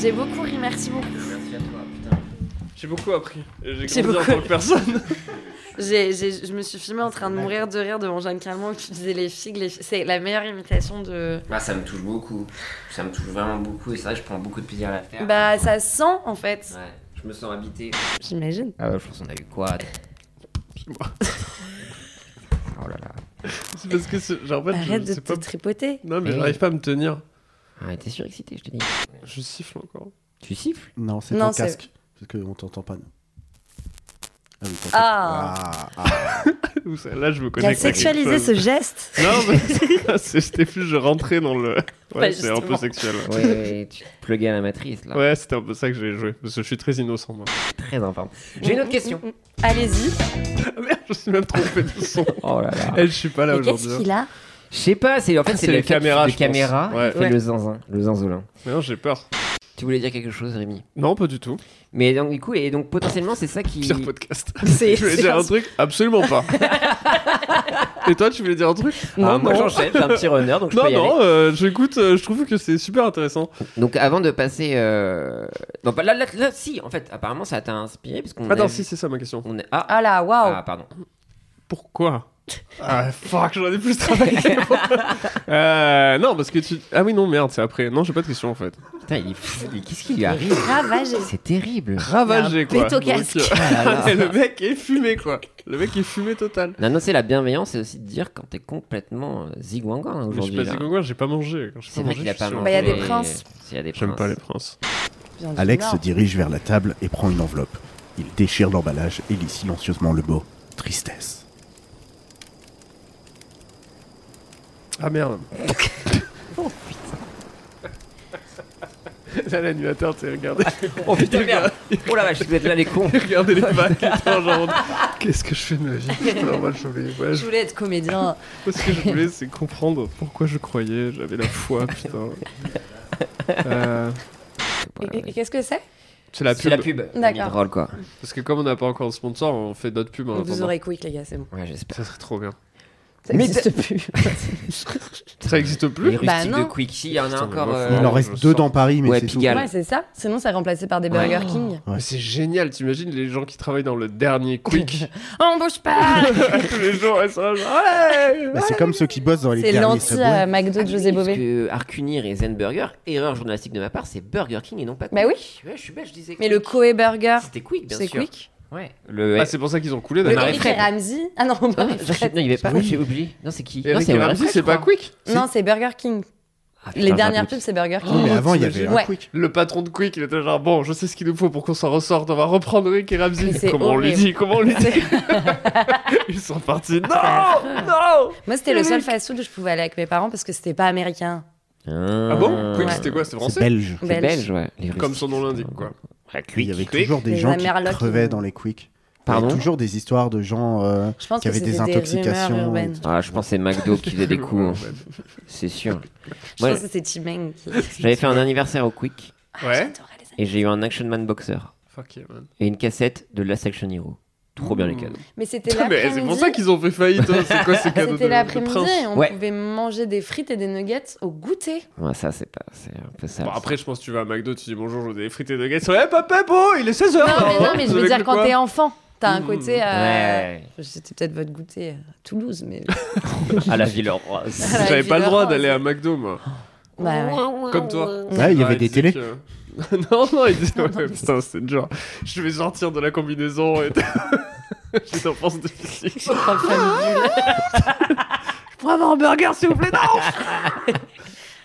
Speaker 6: J'ai beaucoup ri, merci beaucoup.
Speaker 2: J'ai beaucoup appris. Et J'ai
Speaker 6: J'ai
Speaker 2: grandi en
Speaker 6: beaucoup-
Speaker 2: tant que personne.
Speaker 6: J'ai- j'ai- je me suis filmée en train de mourir de rire devant Jeanne Calment qui disait les figues. Les fi- C'est la meilleure imitation de.
Speaker 1: Bah, ça me touche beaucoup. Ça me touche vraiment beaucoup. Et ça, je prends beaucoup de plaisir à la faire.
Speaker 6: Bah, ça sent en fait.
Speaker 1: je me sens habité.
Speaker 6: J'imagine.
Speaker 1: Ah ouais, je pense qu'on a eu quoi Oh là là.
Speaker 2: C'est parce que c'est- genre, en fait,
Speaker 6: Arrête
Speaker 2: je
Speaker 6: de
Speaker 2: sais
Speaker 6: te
Speaker 2: pas.
Speaker 6: tripoter.
Speaker 2: Non, mais
Speaker 1: Oui.
Speaker 2: j'arrive pas à me tenir.
Speaker 1: Ah, t'es surexcité, je te dis.
Speaker 2: Je siffle encore.
Speaker 1: Tu siffles
Speaker 3: Non, c'est
Speaker 6: Non,
Speaker 3: ton
Speaker 6: c'est-
Speaker 3: casque. Parce qu'on t'entend pas. non. Ah oui, t'entends.
Speaker 6: Ah.
Speaker 3: Ah, ah.
Speaker 2: Ou ça- Là, je me
Speaker 6: Il a
Speaker 2: connecte. à quelque
Speaker 6: sexualisé
Speaker 2: chose.
Speaker 6: ce geste.
Speaker 2: Non, mais c'est- c'était plus, je rentrais dans le. Ouais,
Speaker 6: Bah,
Speaker 2: c'est un peu
Speaker 6: justement.
Speaker 2: sexuel.
Speaker 1: Ouais, ouais, tu te plugues à la matrice là.
Speaker 2: Ouais, c'était un peu ça que j'ai joué. Parce que je suis très innocent, moi.
Speaker 1: Très informe. J'ai une autre question.
Speaker 6: Allez-y.
Speaker 2: Ah merde, je suis même trompé de son.
Speaker 1: Oh là là.
Speaker 2: Eh, je suis pas là
Speaker 6: Mais qu'est-ce
Speaker 2: aujourd'hui.
Speaker 6: qu'il
Speaker 3: hein.
Speaker 6: a
Speaker 1: Je sais pas, c'est en fait
Speaker 2: Ah,
Speaker 1: c'est
Speaker 2: c'est
Speaker 1: le
Speaker 2: les
Speaker 1: fait que
Speaker 2: caméras,
Speaker 1: Les
Speaker 2: je pense.
Speaker 1: caméras,
Speaker 2: Ouais.
Speaker 1: il fait
Speaker 6: Ouais.
Speaker 1: le zinzin, le zinzolin.
Speaker 2: Mais non, j'ai peur.
Speaker 1: Tu voulais dire quelque chose, Rémi
Speaker 2: Non, pas du tout.
Speaker 1: Mais donc du coup, et donc potentiellement c'est ça qui.
Speaker 2: Pire podcast.
Speaker 6: C'est-
Speaker 2: Je voulais
Speaker 6: c'est
Speaker 2: dire
Speaker 6: un-
Speaker 2: un truc Absolument pas. Et toi, tu voulais dire un truc
Speaker 1: Ah,
Speaker 2: Non,
Speaker 1: moi
Speaker 2: non.
Speaker 1: j'enchaîne, j'ai un petit runner donc je
Speaker 2: Non,
Speaker 1: peux y aller.
Speaker 2: non, euh, j'écoute, euh, je trouve que c'est super intéressant.
Speaker 1: Donc avant de passer, euh... non pas là, là, là, si en fait apparemment ça t'a inspiré parce qu'on.
Speaker 2: Attends,
Speaker 1: a-
Speaker 2: Ah, si, c'est ça ma question.
Speaker 1: On est ah,
Speaker 6: Ah là, waouh.
Speaker 1: ah pardon.
Speaker 2: Pourquoi Ah, fuck, j'en ai plus travaillé. euh, non, parce que tu. Ah oui, non, merde, c'est après. Non, j'ai pas de question en fait.
Speaker 1: Putain, il est fou, il- qu'est-ce qui lui arrive
Speaker 6: Ravagé.
Speaker 1: C'est terrible. Ah
Speaker 2: Ravagé, quoi.
Speaker 6: pète au
Speaker 2: Donc,
Speaker 6: casque.
Speaker 2: euh, et le mec est fumé, quoi. Le mec est fumé total.
Speaker 1: Non, non, c'est la bienveillance, c'est aussi de dire quand t'es complètement euh, zigouangoin
Speaker 2: Mais Je suis
Speaker 1: aujourd'hui.
Speaker 2: pas
Speaker 1: là.
Speaker 2: zigouagoua, j'ai pas mangé. Quand j'ai
Speaker 1: C'est
Speaker 2: pas
Speaker 1: vrai
Speaker 2: mangé,
Speaker 1: qu'il a
Speaker 2: je
Speaker 1: pas
Speaker 2: suis
Speaker 1: mangé.
Speaker 6: Bah, y a des
Speaker 1: les-
Speaker 6: princes.
Speaker 1: Il y a des
Speaker 2: J'aime pas
Speaker 1: princes.
Speaker 2: les princes.
Speaker 6: Bien du
Speaker 3: Alex se
Speaker 6: Nord.
Speaker 3: dirige vers la table et prend une enveloppe. Il déchire l'emballage et lit silencieusement le mot tristesse.
Speaker 2: Ah merde. Oh, Là, l'animateur, tu sais, regardez,
Speaker 1: Oh putain, merde Oh la vache, vous êtes là les cons
Speaker 2: regardez les vagues qui sont genre. Qu'est-ce que je fais de ma vie Normal, je voulais. ouais,
Speaker 4: Je
Speaker 2: je-
Speaker 4: voulais être comédien.
Speaker 2: Ce que je voulais, c'est comprendre pourquoi je croyais, j'avais la foi, putain. Euh,
Speaker 4: Ah,
Speaker 6: Et- et- et Qu'est-ce que c'est
Speaker 2: c'est la
Speaker 1: C'est
Speaker 2: pub.
Speaker 1: la pub.
Speaker 6: D'accord.
Speaker 1: Drôle quoi.
Speaker 2: Parce que comme on n'a pas encore de sponsor, on fait d'autres pubs en
Speaker 4: Vous
Speaker 2: attendant.
Speaker 4: aurez quick, les gars, c'est bon.
Speaker 1: Ouais, j'espère.
Speaker 2: Ça serait trop bien.
Speaker 4: Ça
Speaker 1: Mais
Speaker 4: n'existe plus.
Speaker 2: Ça existe
Speaker 1: Les
Speaker 2: plus
Speaker 1: rustiques
Speaker 4: Bah, non.
Speaker 1: de Quick, si, il y en a
Speaker 2: Putain, mais
Speaker 1: encore.
Speaker 2: moi,
Speaker 1: euh,
Speaker 2: faut-
Speaker 3: Il en reste
Speaker 2: je
Speaker 3: deux
Speaker 2: sors.
Speaker 3: dans Paris, mais
Speaker 1: Ouais,
Speaker 3: c'est tout.
Speaker 1: Pigalle.
Speaker 4: Ouais, c'est ça. Sinon, c'est remplacé par des Burger
Speaker 1: Ouais.
Speaker 4: King.
Speaker 2: Mais c'est génial, t'imagines les gens qui travaillent dans le dernier quick
Speaker 4: Oh,
Speaker 6: On bouge pas
Speaker 2: tous les jours, elles sont là, genre, ouais
Speaker 3: Bah, c'est comme ceux qui bossent dans les
Speaker 4: C'est
Speaker 3: derniers
Speaker 4: l'anti
Speaker 3: Subway.
Speaker 4: euh, McDo de
Speaker 3: Ah,
Speaker 4: José
Speaker 1: Parce
Speaker 4: Bové.
Speaker 1: que Arcunir et Zen Burger, erreur journalistique de ma part, c'est Burger King et non pas Quick.
Speaker 4: Bah oui.
Speaker 1: Ouais, je suis bête, je disais.
Speaker 4: Mais le
Speaker 1: Quick.
Speaker 4: Coe Burger,
Speaker 1: C'était Quick, bien
Speaker 4: c'est
Speaker 1: sûr.
Speaker 4: quick.
Speaker 1: Ouais. Le.
Speaker 2: Ah, c'est pour ça qu'ils ont coulé
Speaker 4: Le
Speaker 2: d'ailleurs.
Speaker 4: Eric et Ramsey. Ah non, pas
Speaker 1: Ah, je- non, il y avait pas.
Speaker 3: Oui.
Speaker 1: J'ai oublié. Non, c'est qui Non,
Speaker 2: Eric et
Speaker 1: Warren
Speaker 2: Ramsey,
Speaker 1: Fred,
Speaker 2: c'est
Speaker 1: je
Speaker 2: pas
Speaker 1: crois.
Speaker 2: quick
Speaker 4: Non, c'est Burger King.
Speaker 1: Ah, putain,
Speaker 4: Les
Speaker 1: j'ai un
Speaker 4: dernières
Speaker 1: doute.
Speaker 4: pubs, c'est Burger King.
Speaker 3: Oui, mais avant, il y avait un
Speaker 4: Ouais.
Speaker 3: quick.
Speaker 2: Le patron de Quick, il était genre bon, je sais ce qu'il nous faut pour qu'on s'en ressorte, on va reprendre Eric et
Speaker 4: Mais
Speaker 2: Ramsey.
Speaker 4: c'est
Speaker 2: Comment on lui
Speaker 4: horrible.
Speaker 2: dit Comment on lui dit Ils sont partis. Non Non
Speaker 4: Moi, c'était le seul fast-food où je pouvais aller avec mes parents parce que c'était pas américain.
Speaker 2: Ah bon Quick, c'était quoi C'était
Speaker 3: C'est
Speaker 2: français
Speaker 3: belge.
Speaker 1: C'est
Speaker 4: Belge.
Speaker 1: belge, ouais. Les
Speaker 2: Comme
Speaker 1: rustiques,
Speaker 2: son nom
Speaker 1: c'est
Speaker 2: l'indique,
Speaker 1: un-
Speaker 2: quoi.
Speaker 1: Ouais, Quick.
Speaker 3: Il y avait
Speaker 2: Quick.
Speaker 3: toujours des
Speaker 4: Les
Speaker 3: gens qui
Speaker 4: Amerlocs,
Speaker 3: crevaient
Speaker 4: ils-
Speaker 3: dans les quick. Il y a
Speaker 1: Pardon
Speaker 3: toujours des histoires de gens euh,
Speaker 6: Je pense
Speaker 3: qui
Speaker 6: que
Speaker 3: avaient
Speaker 6: c'était
Speaker 3: des
Speaker 6: rumeurs
Speaker 3: intoxications.
Speaker 6: urbaines.
Speaker 3: et tout.
Speaker 1: Ah, je pense que c'est McDo qui faisait des coups, hein. c'est sûr.
Speaker 6: Je
Speaker 1: Moi,
Speaker 6: pense que c'est Chimeng qui. Ah,
Speaker 1: j'avais fait un anniversaire au Quick
Speaker 2: Ouais.
Speaker 6: J'adorais les
Speaker 1: et j'ai eu un Action Man Boxer
Speaker 2: Fuck yeah, man.
Speaker 1: et une cassette de Last Action Hero. Trop bien les
Speaker 2: Mmh.
Speaker 1: cadeaux.
Speaker 6: Mais c'était
Speaker 2: Mais
Speaker 6: l'après-midi.
Speaker 2: c'est pour ça qu'ils ont fait faillite. hein. C'est quoi ces cadeaux de,
Speaker 6: C'était
Speaker 2: de
Speaker 6: l'après-midi
Speaker 2: prince
Speaker 6: et on
Speaker 1: Ouais.
Speaker 6: pouvait manger des frites et des nuggets au goûter.
Speaker 1: Ouais, ça, c'est pas. C'est un peu ça.
Speaker 2: Bon, Bah, après, je pense que tu vas à McDo, tu dis bonjour, je veux des frites et des nuggets. Ouais, papa, bon, il est 16h.
Speaker 6: Non, mais non, mais je veux dire, quand t'es enfant, t'as un
Speaker 2: Mmh.
Speaker 6: côté. euh,
Speaker 1: Ouais.
Speaker 6: C'était peut-être votre goûter à Toulouse, mais.
Speaker 1: à la ville en rose.
Speaker 6: Ah,
Speaker 2: J'avais
Speaker 6: la
Speaker 2: pas le
Speaker 6: vie
Speaker 2: droit
Speaker 6: de France.
Speaker 2: d'aller à McDo, moi.
Speaker 6: Bah ouais.
Speaker 2: Comme toi. Ah,
Speaker 3: Ouais, il y avait des
Speaker 2: disait
Speaker 3: télés.
Speaker 2: que- non, non, il disait, ouais, putain, c'est dur. Je vais sortir de la combinaison et J'ai une enfance difficile. Je pourrais avoir un burger, s'il vous plaît, non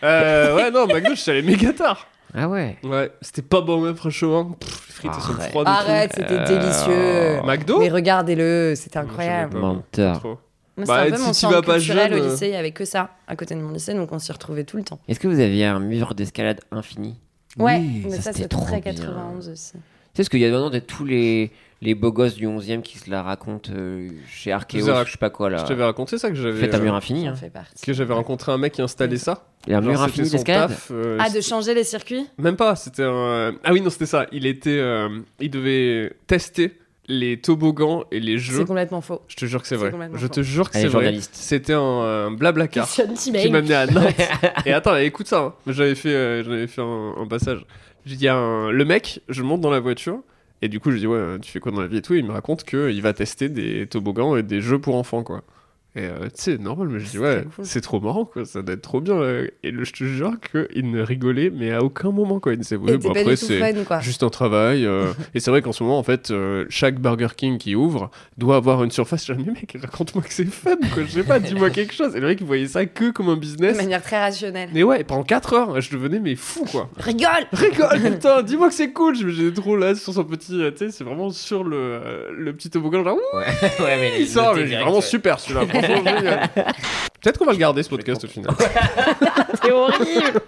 Speaker 2: Euh, ouais, non, McDo, je suis allé méga tard.
Speaker 1: Ah ouais.
Speaker 2: Ouais, c'était pas bon, même, franchement. Pff, les frites, elles sont
Speaker 1: Arrête.
Speaker 2: froides. et tout.
Speaker 4: Arrête, c'était
Speaker 1: Euh,
Speaker 4: délicieux.
Speaker 2: McDo
Speaker 4: Mais regardez-le, c'était incroyable.
Speaker 2: Pas
Speaker 1: Menteur.
Speaker 2: Trop.
Speaker 6: Moi,
Speaker 2: Bah,
Speaker 6: c'est un peu
Speaker 2: si
Speaker 6: mon
Speaker 2: tu
Speaker 6: centre
Speaker 2: vas pas
Speaker 6: culturel
Speaker 2: jeune,
Speaker 6: au
Speaker 2: euh,
Speaker 6: lycée, il y avait que ça à côté de mon lycée, donc on s'y retrouvait tout le temps.
Speaker 1: Est-ce que vous aviez un mur d'escalade infini
Speaker 6: Ouais,
Speaker 3: Oui,
Speaker 6: mais
Speaker 1: ça,
Speaker 6: ça,
Speaker 1: c'était
Speaker 6: c'est
Speaker 1: trop
Speaker 6: très
Speaker 1: bien.
Speaker 6: 91 aussi.
Speaker 1: Tu sais ce qu'il y a maintenant de tous les, les beaux gosses du 11 e qui se la racontent euh, chez Arkeos,
Speaker 2: Je vous ai-
Speaker 1: je sais pas quoi là.
Speaker 2: Je t'avais raconté ça que j'avais.
Speaker 1: Faites un mur
Speaker 2: euh,
Speaker 1: infini.
Speaker 6: J'en
Speaker 1: Hein.
Speaker 6: fais partie.
Speaker 2: Que j'avais rencontré un mec qui installait ça.
Speaker 1: Il y a un
Speaker 2: Genre,
Speaker 1: mur
Speaker 2: c'était
Speaker 1: infini
Speaker 2: son
Speaker 1: d'escalade
Speaker 2: taf, euh,
Speaker 6: Ah, de changer les circuits
Speaker 2: Même pas, c'était un... Ah oui, non, c'était ça. Il était... euh, Il devait tester les toboggans et les
Speaker 6: C'est
Speaker 2: jeux.
Speaker 6: complètement faux.
Speaker 2: Je te jure que c'est
Speaker 6: c'est
Speaker 2: vrai.
Speaker 6: complètement
Speaker 2: Je
Speaker 6: faux.
Speaker 2: te jure que
Speaker 1: Elle est
Speaker 2: c'est vrai.
Speaker 1: journaliste.
Speaker 2: C'était un, euh, blabla car
Speaker 6: Christian Timeng.
Speaker 2: qui m'a amené à Nantes. et attends, écoute ça. hein. J'avais fait, euh, j'avais fait un, un passage. Il y a un- le mec, je monte dans la voiture. Et du coup, je dis, ouais, euh, tu fais quoi dans la vie et tout. Il me raconte qu'il va tester des toboggans et des jeux pour enfants, quoi. Et euh, tu sais, normal, mais je dis, ouais,
Speaker 6: très cool.
Speaker 2: c'est trop marrant, quoi. Ça doit être trop bien. euh. Et le- je te jure qu'il ne rigolait, mais à aucun moment, quoi. Il disait, ouais,
Speaker 6: Et t'es
Speaker 2: bon,
Speaker 6: pas
Speaker 2: après,
Speaker 6: du tout
Speaker 2: c'est
Speaker 6: fun, quoi.
Speaker 2: juste un travail. euh. et c'est vrai qu'en ce moment, en fait, euh, chaque Burger King qui ouvre doit avoir une surface. Je dis, mais mec, raconte-moi que c'est fun, quoi. Je sais pas, dis-moi quelque chose. Et le mec, il voyait ça que comme un
Speaker 6: De
Speaker 2: business.
Speaker 6: manière très rationnelle.
Speaker 2: Mais ouais, pendant 4 heures, je devenais mais fou quoi.
Speaker 6: Rigole
Speaker 2: Rigole, putain, dis-moi que c'est cool. Je- J'étais trop là sur son petit, euh, tu sais, c'est vraiment sur le, euh, le petit toboggan. Genre, ouh,
Speaker 1: Ouais, ouais, mais
Speaker 2: il sort,
Speaker 1: notez
Speaker 2: mais
Speaker 1: direct,
Speaker 2: vraiment
Speaker 1: ouais.
Speaker 2: super celui-là. Franchement, génial. Peut-être qu'on va le garder ce podcast au final.
Speaker 6: C'est horrible